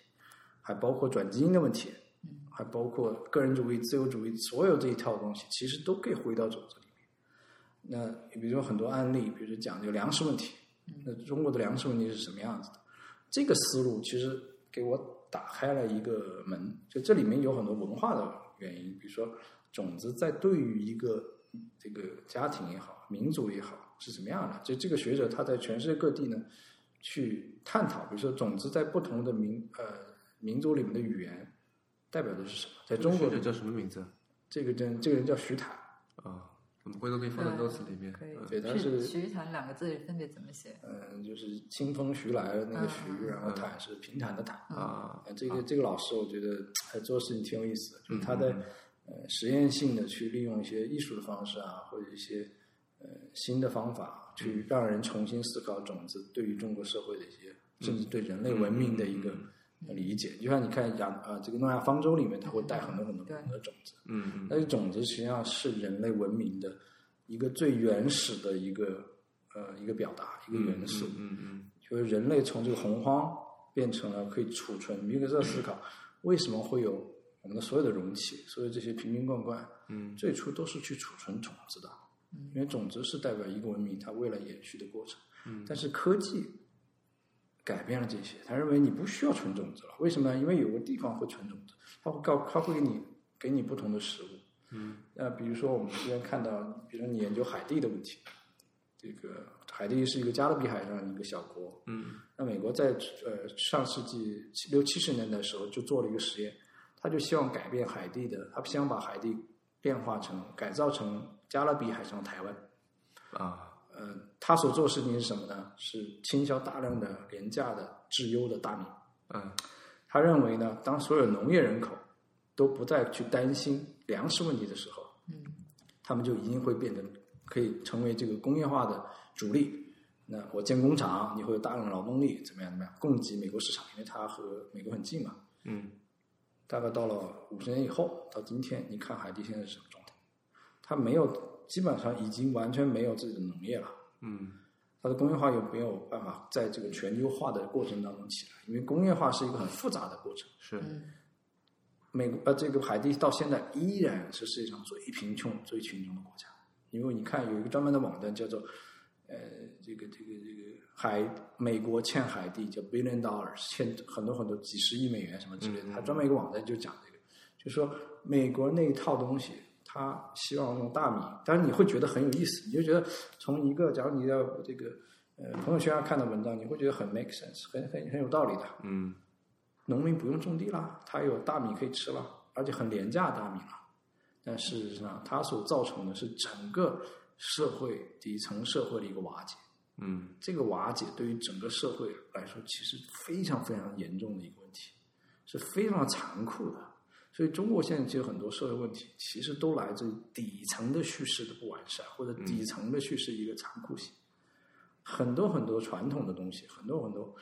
Speaker 3: 还包括转基因的问题，还包括个人主义、自由主义，所有这一套东西，其实都可以回到种子里面。那比如说很多案例，比如说讲究粮食问题，
Speaker 1: 嗯
Speaker 3: 那中国的粮食问题是什么样子的？这个思路其实给我打开了一个门，就这里面有很多文化的原因，比如说种子在对于一个这个家庭也好、民族也好。是什么样的？就这个学者他在全世界各地呢，去探讨，比如说种子在不同的民呃民族里面的语言代表的是什么？在中国
Speaker 1: 学者叫什么名字？
Speaker 3: 这个人这个人叫徐坦
Speaker 1: 啊，我们回头可以放在 notes 里面。
Speaker 2: 可以
Speaker 1: 嗯。
Speaker 3: 对但是
Speaker 2: 徐坦两个字分别怎么写？
Speaker 3: 嗯，就是清风徐来的那个徐，
Speaker 2: 嗯
Speaker 3: 然后坦是平坦的坦。
Speaker 1: 啊，嗯
Speaker 3: 呃这个这个老师我觉得还做事情挺有意思的，就是他在呃实验性的去利用一些艺术的方式啊，或者一些呃新的方法，
Speaker 1: 嗯
Speaker 3: 去让人重新思考种子对于中国社会的一些，甚
Speaker 1: 嗯
Speaker 3: 至对人类文明的一个呃理解。就像你看亚啊、这个诺亚方舟里面，它会带很多很多不
Speaker 2: 对
Speaker 3: 同的种子，
Speaker 1: 嗯嗯
Speaker 3: 但是种子实际上是人类文明的一个最原始的一个呃一个表达，一个元素。
Speaker 1: 嗯嗯
Speaker 3: 就是人类从这个洪荒变成了可以储存。米克斯思考为什么会有我们的所有的容器，所有这些瓶瓶罐罐，
Speaker 1: 嗯，
Speaker 3: 最初都是去储存种子的，因为种子是代表一个文明它未来延续的过程。嗯，但是科技改变了这些，他认为你不需要存种子了。为什么呢？因为有个地方会存种子，他会告，他会给你给你不同的食物。嗯，那比如说我们之前看到，比如说你研究海地的问题，这个海地是一个加勒比海上一个小国，
Speaker 1: 嗯
Speaker 3: 那美国在呃上世纪七六七十年代的时候就做了一个实验，他就希望改变海地的，他希望把海地变化成改造成加勒比海上的台湾。
Speaker 1: 啊，
Speaker 3: 呃，他所做的事情是什么呢？是倾销大量的廉价的质优的大米。
Speaker 1: 嗯
Speaker 3: 他认为呢，当所有农业人口都不再去担心粮食问题的时候，
Speaker 2: 嗯，
Speaker 3: 他们就一定会变成可以成为这个工业化的主力。那我建工厂，你会有大量的劳动力，怎么样怎么样，供给美国市场，因为它和美国很近嘛。
Speaker 1: 嗯
Speaker 3: 大概到了五十年以后，到今天，你看海地现在是什么状态？它没有，基本上已经完全没有自己的农业了。
Speaker 1: 嗯
Speaker 3: 它的工业化有没有办法在这个全球化的过程当中起来？因为工业化是一个很复杂的过程。
Speaker 1: 是，
Speaker 2: 嗯
Speaker 3: 美国呃，这个海地到现在依然是世界上最贫穷、最贫穷的国家。因为你看有一个专门的网站叫做呃，这个这个这个海美国欠海地叫 billion dollars，欠很多很多几十亿美元什么之类的。它专门一个网站就讲这个，就说美国那一套东西，它希望用大米，但是你会觉得很有意思，你就觉得从一个假如你在这个呃朋友圈上看的文章，你会觉得很 make sense，很很很有道理的。
Speaker 1: 嗯
Speaker 3: 农民不用种地啦，他有大米可以吃了，而且很廉价的大米了。但事实上，它所造成的是整个社会底层社会的一个瓦解。
Speaker 1: 嗯
Speaker 3: 这个瓦解对于整个社会来说，其实非常非常严重的一个问题，是非常残酷的。所以，中国现在其实很多社会问题，其实都来自于底层的叙事的不完善，或者底层的叙事一个残酷性。很多很多传统的东西，很多很多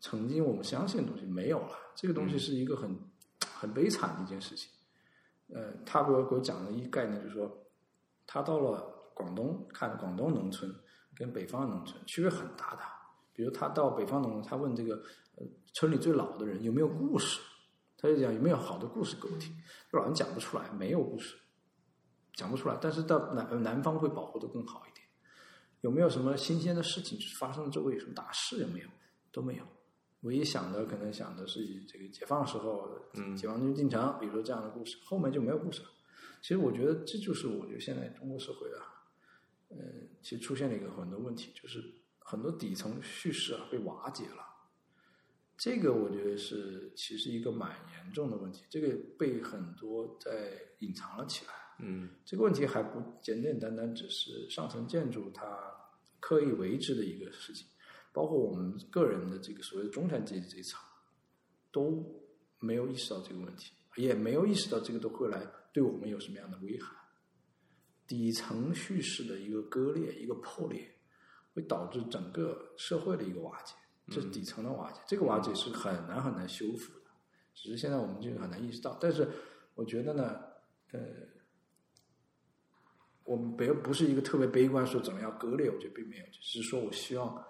Speaker 3: 曾经我们相信的东西没有了，这个东西是一个很、很悲惨的一件事情。呃，他给我给我讲了一概念，就是说，他到了广东看广东农村跟北方农村区别很大的。比如他到北方农村，他问这个呃村里最老的人有没有故事，他就讲有没有好的故事给我听。这老人讲不出来，没有故事，讲不出来。但是到南呃南方会保护的更好一点。有没有什么新鲜的事情发生？周围有什么大事有没有？都没有。唯一想的可能想的是以这个解放时候，
Speaker 1: 嗯
Speaker 3: 解放军进城，比如说这样的故事，后面就没有故事了。其实我觉得这就是我觉得现在中国社会啊，呃，其实出现了一个很多问题，就是很多底层叙事啊被瓦解了。这个我觉得是其实一个蛮严重的问题，这个被很多在隐藏了起来。
Speaker 1: 嗯
Speaker 3: 这个问题还不简简单单只是上层建筑它刻意为之的一个事情，包括我们个人的这个所谓的中产阶级这一层，都没有意识到这个问题，也没有意识到这个都会来对我们有什么样的危害。底层叙事的一个割裂、一个破裂，会导致整个社会的一个瓦解，这是底层的瓦解。这个瓦解是很难很难修复的，只是现在我们这个很难意识到。但是我觉得呢，呃，我别不是一个特别悲观，说怎么样割裂，我觉得并没有，只是说我希望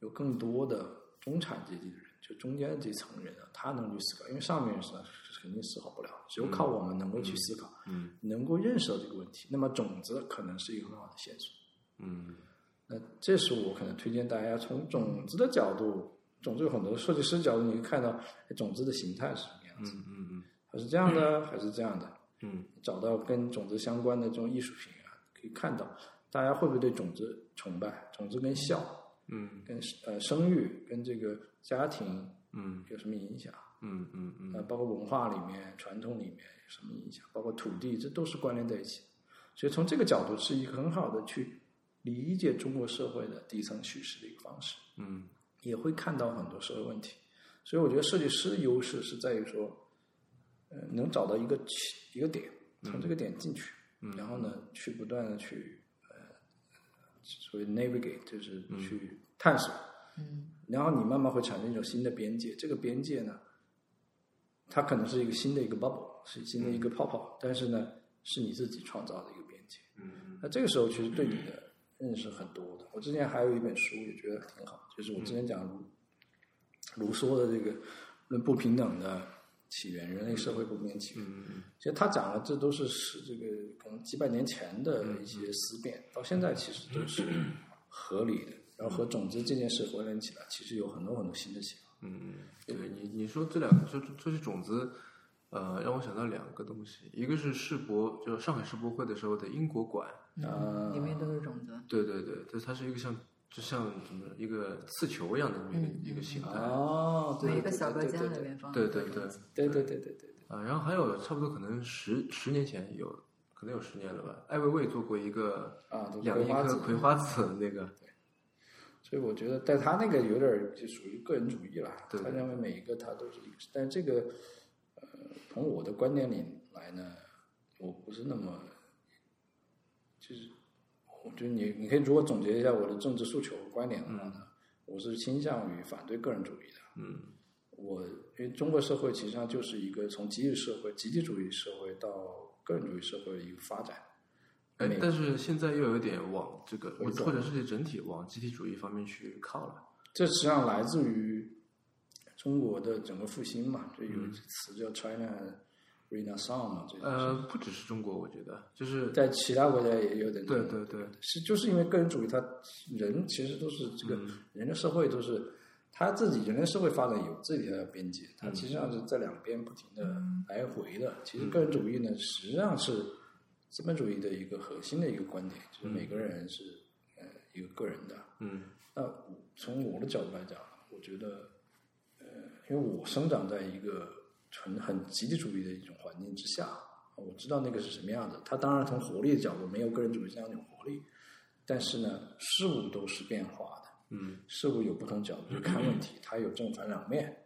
Speaker 3: 有更多的中产阶级的人，就中间这层人啊，他能去思考，因为上面是肯定思考不了，只有靠我们能够去思考，
Speaker 1: 嗯
Speaker 3: 能够认识到这个问题，那么种子可能是一个很好的线索。
Speaker 1: 嗯
Speaker 3: 那这是我可能推荐大家从种子的角度，种子有很多设计师角度，你可以看到哎种子的形态是什么样
Speaker 1: 嗯
Speaker 3: 子，
Speaker 1: 嗯
Speaker 3: 它是这样的还是这样的，
Speaker 1: 嗯
Speaker 3: 找到跟种子相关的这种艺术品啊，可以看到大家会不会对种子崇拜，种子跟孝、
Speaker 1: 嗯
Speaker 3: 跟呃生育、跟这个家庭
Speaker 1: 嗯
Speaker 3: 有什么影响？
Speaker 1: 嗯嗯
Speaker 3: 呃，
Speaker 1: 嗯
Speaker 3: 包括文化里面、传统里面有什么影响，包括土地，这都是关联在一起。所以从这个角度是一个很好的去理解中国社会的底层叙事的一个方式，
Speaker 1: 嗯
Speaker 3: 也会看到很多社会问题。所以我觉得设计师的优势是在于说，呃，能找到一个起一个点，从这个点进去，然后呢，去不断的去呃，所谓 navigate 就是去探索。
Speaker 2: 嗯
Speaker 3: 然后你慢慢会产生一种新的边界，这个边界呢，它可能是一个新的一个 bubble，是新的一个泡泡，但是呢，是你自己创造的一个边界。
Speaker 1: 嗯
Speaker 3: 那这个时候其实对你的认识很多的。我之前还有一本书也觉得挺好，就是我之前讲卢卢梭的这个论不平等的起源，人类社会不平等起源。
Speaker 1: 嗯
Speaker 3: 其实他讲的这都是是这个可能几百年前的一些思辨，到现在其实都是合理的。然后和种子这件事关联起来，其实有很多很多新的想法。
Speaker 1: 嗯，对你你说这两个说说起种子，呃，让我想到两个东西，一个是世博，就是上海世博会的时候的英国馆，
Speaker 3: 啊
Speaker 2: 嗯，里面都是种子。
Speaker 1: 对对对，就是它是一个像就像什么一个刺球一样的那么一个一个形态，
Speaker 3: 嗯哦，对
Speaker 2: 每
Speaker 3: 对
Speaker 2: 一个小隔
Speaker 3: 对
Speaker 2: 间
Speaker 3: 对
Speaker 2: 里
Speaker 3: 对
Speaker 2: 面放
Speaker 1: 对
Speaker 2: 很多
Speaker 1: 对对
Speaker 2: 种子，
Speaker 3: 对对对对对对，
Speaker 1: 啊，然后还有差不多可能十十年前有，可能有十年了吧，艾未未做过一个
Speaker 3: 啊都是
Speaker 1: 两
Speaker 3: 葵
Speaker 1: 亿
Speaker 3: 花
Speaker 1: 颗
Speaker 3: 籽
Speaker 1: 葵花籽的
Speaker 3: *laughs*
Speaker 1: 那个，
Speaker 3: 所以我觉得，但他那个有点儿就属于个人主义了。
Speaker 1: 对
Speaker 3: 他认为每一个他都是一个，但这个呃，从我的观点里来呢，我不是那么，就是我觉得你你可以如果总结一下我的政治诉求和观点的话呢，我是倾向于反对个人主义的。
Speaker 1: 嗯
Speaker 3: 我因为中国社会其实上就是一个从集体社会、集体主义社会到个人主义社会的一个发展。
Speaker 1: 哎
Speaker 3: 美，
Speaker 1: 但是现在又有点往这个，
Speaker 3: 回
Speaker 1: 或
Speaker 3: 转
Speaker 1: 或者是整体往集体主义方面去靠了。
Speaker 3: 这实际上来自于中国的整个复兴嘛，就
Speaker 1: 嗯
Speaker 3: 有一个词叫 China Renaissance 嘛，这
Speaker 1: 呃，不只是中国，我觉得就是
Speaker 3: 在其他国家也有点
Speaker 1: 对对对，
Speaker 3: 是就是因为个人主义，他人其实都是这个、
Speaker 1: 嗯
Speaker 3: 人的社会都是他自己人类社会发展有自己的边界，
Speaker 1: 嗯
Speaker 3: 他其实上是在两边不停的来回的。其实个人主义呢，实际上是资本主义的一个核心的一个观点，就是每个人是、呃一个个人的，
Speaker 1: 嗯
Speaker 3: 那我从我的角度来讲，我觉得，呃，因为我生长在一个纯很集体主义的一种环境之下，我知道那个是什么样子。它当然从活力的角度没有个人主义这样一种活力，但是呢，事物都是变化的，
Speaker 1: 嗯
Speaker 3: 事物有不同角度去看问题，它有正反两面。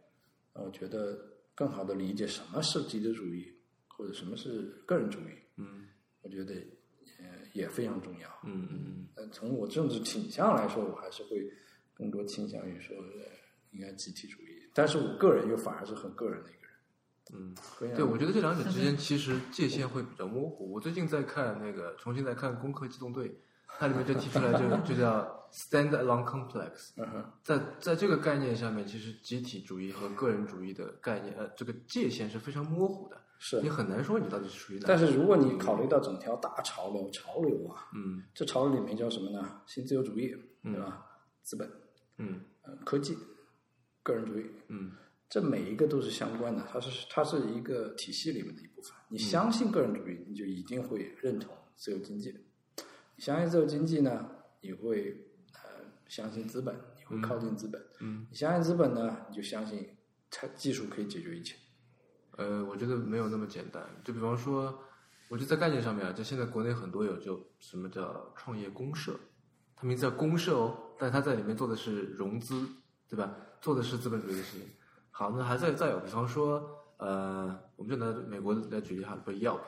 Speaker 3: 那我觉得更好的理解什么是集体主义，或者什么是个人主义，
Speaker 1: 嗯
Speaker 3: 我觉得呃也非常重要。
Speaker 1: 嗯嗯
Speaker 3: 但呃从我政治倾向来说，我还是会更多倾向于说呃应该集体主义。但是我个人又反而是很个人的一个人，
Speaker 1: 嗯，
Speaker 3: 非常
Speaker 1: 对，我觉得这两者之间其实界限会比较模糊。我最近在看那个，重新在看《攻壳机动队》，它里面就提出来就就叫 “stand-alone complex”。
Speaker 3: 嗯哼
Speaker 1: 在在这个概念下面，其实集体主义和个人主义的概念，呃，这个界限是非常模糊的，
Speaker 3: 是
Speaker 1: 你。很难说你到底是属于哪。
Speaker 3: 但是如果你考虑到整条大潮流，潮流啊，
Speaker 1: 嗯
Speaker 3: 这潮流里面叫什么呢？新自由主义，对吧？资本、
Speaker 1: 嗯
Speaker 3: 呃科技、个人主义，
Speaker 1: 嗯
Speaker 3: 这每一个都是相关的，它是它是一个体系里面的一部分。你相信个人主义，你就一定会认同自由经济；你相信自由经济呢，你会呃相信资本，你会靠近资本；
Speaker 1: 嗯，
Speaker 3: 你相信资本呢，你就相信它技术可以解决一切。
Speaker 1: 呃，我觉得没有那么简单。就比方说，我觉得在概念上面啊，就现在国内很多有就什么叫创业公社，它名字叫公社哦，但它在里面做的是融资，对吧？做的是资本主义的事情。好，那还再再有，比方说，呃，我们就拿美国来举例哈，不是 Yelp，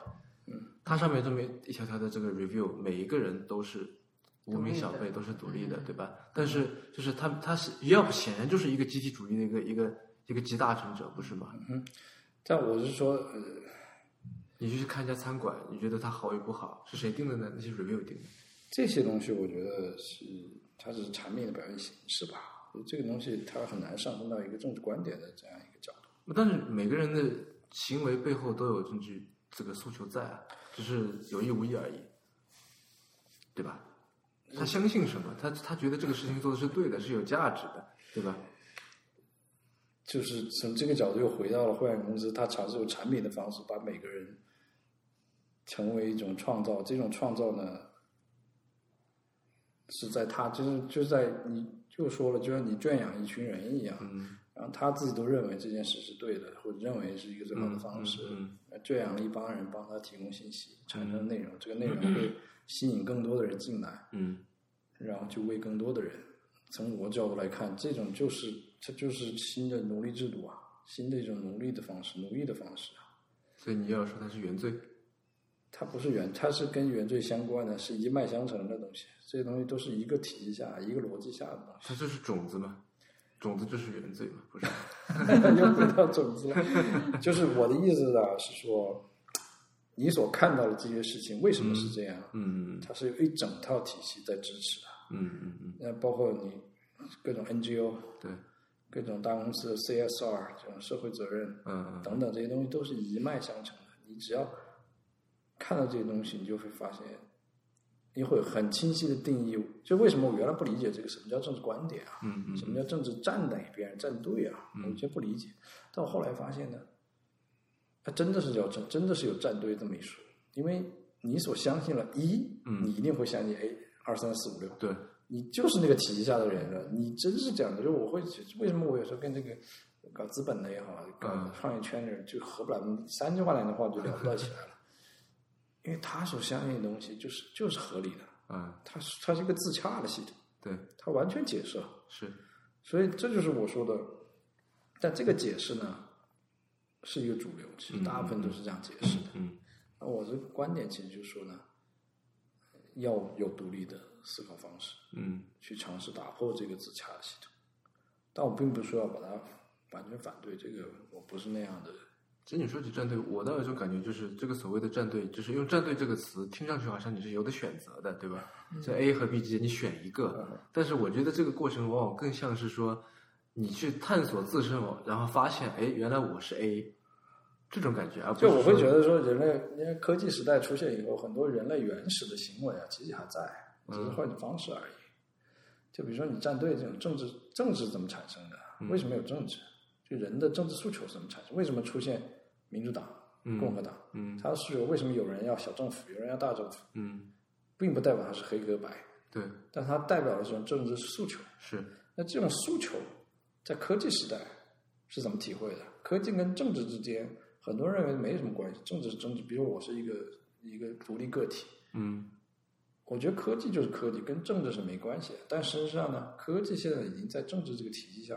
Speaker 3: 嗯，
Speaker 1: 它上面这么一条条的这个 review，每一个人都是无名小辈，都是独立的，嗯对吧？但是就是它它是 Yelp 显然就是一个集体主义的一个一个一个集大成者，不是吗？
Speaker 3: 但我是说，呃，
Speaker 1: 你去看一家餐馆，你觉得它好与不好是谁定的呢？那些 review 定的。
Speaker 3: 这些东西我觉得是它是产品的表现形式吧。这个东西它很难上升到一个政治观点的这样一个角度。
Speaker 1: 但是每个人的行为背后都有证据，这个诉求在啊，只是有意无意而已，对吧？他相信什么？他他觉得这个事情做的是对的，是有价值的，对吧？
Speaker 3: 就是从这个角度又回到了慧眼公司，它尝试用产品的方式把每个人成为一种创造。这种创造呢，是在他就是就是在你就说了，就像你圈养一群人一样，
Speaker 1: 嗯
Speaker 3: 然后他自己都认为这件事是对的，或者认为是一个最好的方式，
Speaker 1: 嗯
Speaker 3: 呃圈养了一帮人帮他提供信息，产生内容，这个内容会吸引更多的人进来，
Speaker 1: 嗯
Speaker 3: 然后就为更多的人。从我角度来看，这种就是这就是新的奴隶制度啊，新的一种奴隶的方式，奴役的方式啊。
Speaker 1: 所以你要说他是原罪，
Speaker 3: 它不是原，它是跟原罪相关的，是一脉相承的东西。这些东西都是一个体系下、一个逻辑下的东西。
Speaker 1: 它就是种子嘛，种子就是原罪嘛，不是？
Speaker 3: *laughs* 又回到种子了，就是我的意思呢，是说，你所看到的这些事情为什么是这样？
Speaker 1: 嗯
Speaker 3: 它是有一整套体系在支持的。
Speaker 1: 嗯嗯嗯，
Speaker 3: 那包括你各种 NGO、
Speaker 1: 对，
Speaker 3: 各种大公司的 CSR 这种社会责任
Speaker 1: 嗯嗯
Speaker 3: 等等这些东西都是一脉相承的。你只要看到这些东西，你就会发现，你会有很清晰的定义。就为什么我原来不理解这个什么叫政治观点啊，
Speaker 1: 嗯嗯
Speaker 3: 什么叫政治站哪边站队啊，我以前不理解。但我后来发现呢，它真的是叫真真的是有站队这么一说，因为你所相信了一，你一定会相信 A 二三四五六。
Speaker 1: 对，
Speaker 3: 你就是那个体系下的人了，你真是这样的。就是我会觉得，为什么我有时候跟那个搞资本的也好，搞
Speaker 1: 嗯
Speaker 3: 创业圈的人就合不来，三句话两句话就聊不到起来了，因为他所相信的东西就是就是合理的，
Speaker 1: 啊
Speaker 3: 它是它是一个自洽的系统，
Speaker 1: 对，
Speaker 3: 它完全解释了。
Speaker 1: 是，
Speaker 3: 所以这就是我说的，但这个解释呢，是一个主流，其实大部分都是这样解释的。
Speaker 1: 嗯
Speaker 3: 那我的观点其实就是说呢，要有独立的思考方式。
Speaker 1: 嗯
Speaker 3: 去尝试打破这个自洽的系统。但我并不是说要把它完全反对，这个我不是那样的人。
Speaker 1: 其实你说起战队，我倒有一种感觉，就是这个所谓的战队，就是用“战队”这个词，听上去好像你是有的选择的，对吧？
Speaker 3: 嗯
Speaker 1: 在 A 和 B 之间，你选一个。但是我觉得这个过程往往更像是说，你去探索自身，然后发现，哎，原来我是 A，这种感觉，而不是
Speaker 3: 就我会
Speaker 1: 说
Speaker 3: 觉，得说，人类因为科技时代出现以后，很多人类原始的行为啊，其实还在，只是换种方式而已。就比如说你站队这种政治，政治怎么产生的？为什么有政治？就人的政治诉求是怎么产生？为什么出现民主党、共和党？
Speaker 1: 嗯
Speaker 3: 它的诉求为什么有人要小政府，有人要大政府，
Speaker 1: 嗯，
Speaker 3: 并不代表它是黑和白，
Speaker 1: 对，
Speaker 3: 但它代表了一种政治诉求。
Speaker 1: 是，
Speaker 3: 那这种诉求在科技时代是怎么体会的？科技跟政治之间，很多人认为没什么关系，政治是政治。比如我是一个一个独立个体，
Speaker 1: 嗯
Speaker 3: 我觉得科技就是科技，跟政治是没关系的。但事实上呢，科技现在已经在政治这个体系下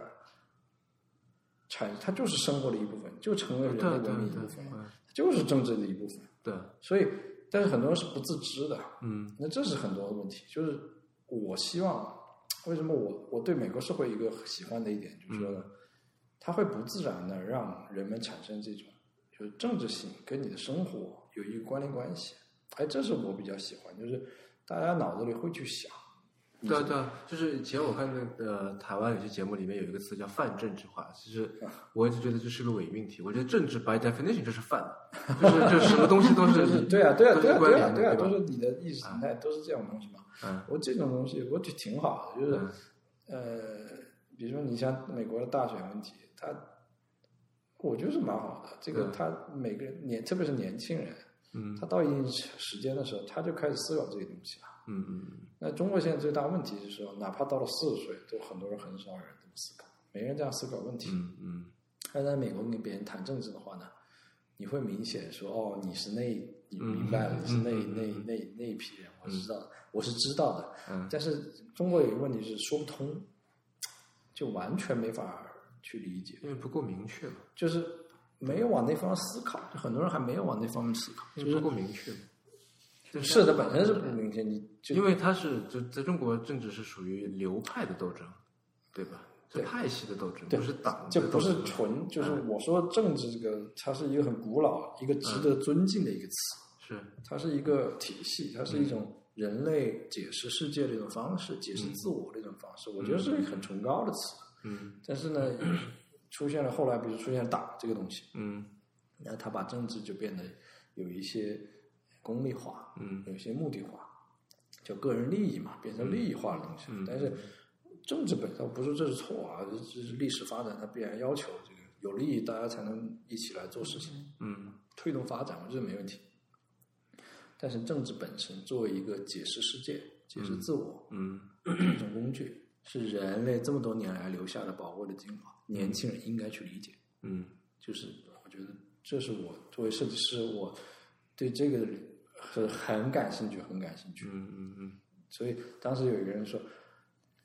Speaker 3: 产，它就是生活的一部分，就成为人
Speaker 1: 对对
Speaker 3: 类
Speaker 1: 对
Speaker 3: 文明的
Speaker 1: 对
Speaker 3: 一部分，就是政治的一部分。
Speaker 1: 对，
Speaker 3: 所以，但是很多人是不自知的，
Speaker 1: 嗯
Speaker 3: 那这是很多的问题，就是我希望，为什么我我对美国社会一个喜欢的一点就是说呢，
Speaker 1: 嗯
Speaker 3: 它会不自然的让人们产生这种就是政治性跟你的生活有一个关联关系，哎，这是我比较喜欢，就是大家脑子里会去想，
Speaker 1: 对啊对啊，就是以前我看那个、呃、台湾有些节目里面有一个词叫“泛政治化”，其实我一直觉得这是个伪命题。我觉得政治 by definition 就是泛的，就是就是什么东西都是
Speaker 3: *laughs* 对啊，对啊，
Speaker 1: 都
Speaker 3: 对
Speaker 1: 是
Speaker 3: 啊，
Speaker 1: 关
Speaker 3: 对啊，
Speaker 1: 联的，
Speaker 3: 对啊，都
Speaker 1: 吧？
Speaker 3: 是你的意识形态，都是这种东西嘛。
Speaker 1: 嗯
Speaker 3: 我这种东西我觉得挺好的，就是、
Speaker 1: 嗯
Speaker 3: 呃，比如说你像美国的大选问题，它我觉得是蛮好的。这个
Speaker 1: 嗯
Speaker 3: 他每个人年，特别是年轻人，
Speaker 1: 嗯
Speaker 3: 他到一定时间的时候，他就开始思考这些东西了。
Speaker 1: 嗯嗯，
Speaker 3: 那中国现在最大问题是说，哪怕到了四十岁，都很多人很少有人这么思考，没人这样思考问题。
Speaker 1: 嗯嗯
Speaker 3: 但在美国跟别人谈政治的话呢，你会明显说哦，你是那，你
Speaker 1: 嗯
Speaker 3: 明白了，你是那
Speaker 1: 嗯嗯
Speaker 3: 那
Speaker 1: 嗯
Speaker 3: 那那一批人，我知道，我是知道的。
Speaker 1: 嗯
Speaker 3: 但是中国有一个问题是说不通，就完全没法去理解，
Speaker 1: 因为不够明确嘛，
Speaker 3: 就是没有往那方面思考，就很多人还没有往那方面思考。
Speaker 1: 因为不够明确嘛。就是
Speaker 3: 是的，本身是不明显，你就
Speaker 1: 因为它是就在中国政治是属于流派的斗争，对吧？是派系的斗争，
Speaker 3: 对
Speaker 1: 不是嗯党
Speaker 3: 这
Speaker 1: 的
Speaker 3: 不
Speaker 1: 斗
Speaker 3: 是
Speaker 1: 争
Speaker 3: 纯，就是我说政治这个，它是一个很古老、一个值得尊敬的一个词，
Speaker 1: 是
Speaker 3: 它是一个体系，它是一
Speaker 1: 嗯
Speaker 3: 种人类解释世界的一种方式，解释自我的一种方式，我觉得是很崇高的词。
Speaker 1: 嗯
Speaker 3: 但是呢，出现了后来，比如出现党这个东西，
Speaker 1: 嗯
Speaker 3: 那它把政治就变得有一些功利化，
Speaker 1: 嗯
Speaker 3: 有一些目的化，就个人利益嘛，变成利益化的东西。
Speaker 1: 嗯
Speaker 3: 但是政治本身我不是这是错啊，这这是历史发展，它必然要求这个有利益，大家才能一起来做事情，
Speaker 1: 嗯
Speaker 3: 推动发展，我觉得没问题。但是政治本身作为一个解释世界、解释自我、
Speaker 1: 嗯
Speaker 3: 一种工具，是人类这么多年来留下的宝贵的精华，年轻人应该去理解。
Speaker 1: 嗯
Speaker 3: 就是我觉得这是我作为设计师，我对这个很很感兴趣，很感兴趣。
Speaker 1: 嗯嗯嗯
Speaker 3: 所以当时有一个人说，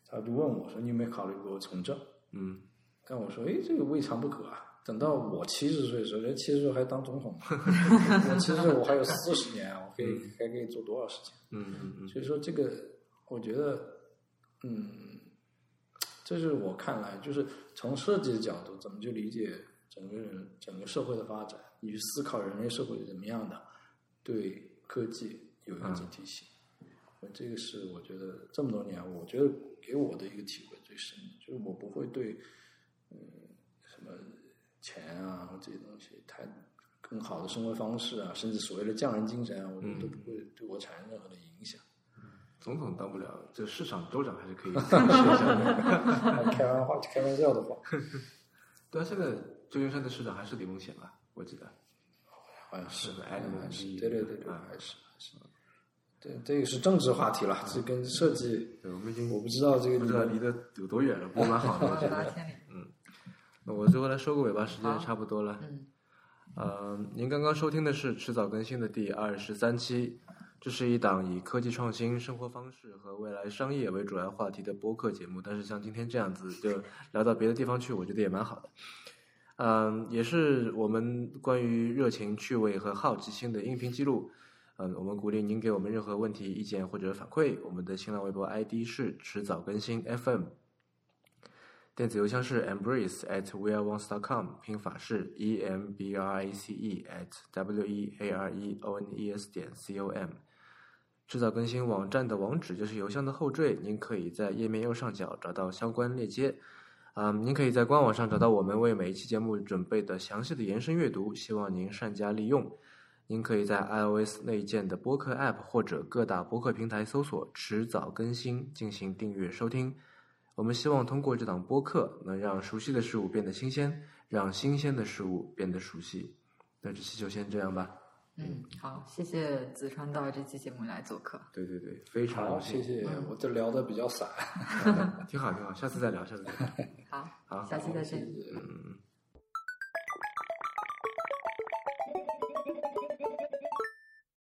Speaker 3: 他就问我说：“你有没有考虑过从政
Speaker 1: 嗯，？”
Speaker 3: 但我说：“诶，哎这个未尝不可啊。”等到我七十岁的时候，人七十岁还当总统呢， *laughs* 我七十岁我还有四十年啊，我可以还可以做多少事情？
Speaker 1: 嗯嗯
Speaker 3: 所以说这个，我觉得，嗯，这是我看来，就是从设计的角度，怎么去理解整个人、整个社会的发展，以及思考人类社会是怎么样的，对科技有一
Speaker 1: 嗯
Speaker 3: 个警惕性。呃这个是我觉得这么多年，我觉得给我的一个体会最深，就是我不会对，嗯，什么钱啊或这些东西太。更好的生活方式啊，甚至所谓的匠人精神啊，我
Speaker 1: 嗯
Speaker 3: 觉得都不会对我产生任何的影响。
Speaker 1: 总统当不了，这市场州长还是可 *laughs* 以试一下的。
Speaker 3: 开玩话，开玩笑的话，
Speaker 1: 对啊，现在旧金山的市长还是李梦贤吧？我记得。
Speaker 3: 好像是
Speaker 1: 是的
Speaker 3: 还
Speaker 1: ，Adam
Speaker 3: 是
Speaker 1: Lee
Speaker 3: 对对对对，
Speaker 1: 啊
Speaker 3: 还是还是，对，这个是政治话题了，这跟设计，
Speaker 1: 对，我们已经
Speaker 3: 我不知道这
Speaker 1: *laughs*
Speaker 3: 个
Speaker 1: 不知道离得有多远了，不过蛮好的，我觉
Speaker 2: 八
Speaker 1: 得。
Speaker 2: 千里，
Speaker 1: 那 *laughs* 我最后来收个尾巴，时间
Speaker 2: 好
Speaker 1: 也差不多了。
Speaker 2: 嗯，
Speaker 1: 呃，您刚刚收听的是迟早更新的第二十三期，这是一档以科技创新、生活方式和未来商业为主要话题的播客节目。但是像今天这样子，就聊到别的地方去，我觉得也蛮好的。嗯，也是我们关于热情、趣味和好奇心的音频记录。嗯，我们鼓励您给我们任何问题、意见或者反馈。我们的新浪微博 ID 是迟早更新 FM，电子邮箱是 embrace at weareones.com，拼法是 e m b r a c e at w e a r e o n e s 点 c o m。制造更新网站的网址就是邮箱的后缀，您可以在页面右上角找到相关链接。嗯，您可以在官网上找到我们为每一期节目准备的详细的延伸阅读，希望您善加利用。您可以在 iOS 内建的播客 App 或者各大播客平台搜索“迟早更新”进行订阅收听。我们希望通过这档播客，能让熟悉的事物变得新鲜，让新鲜的事物变得熟悉。那这期就先这样吧。
Speaker 2: 嗯，好，谢谢子川到这期节目来做客。
Speaker 1: 对对对，非常
Speaker 3: 好，
Speaker 1: 荣
Speaker 3: 谢
Speaker 1: 幸，
Speaker 3: 谢，我这聊的比较散，
Speaker 1: *laughs* 挺好挺好，下次再聊，下次再聊。
Speaker 2: 好，
Speaker 1: 好
Speaker 2: 下期再见。
Speaker 3: 谢谢
Speaker 1: 嗯，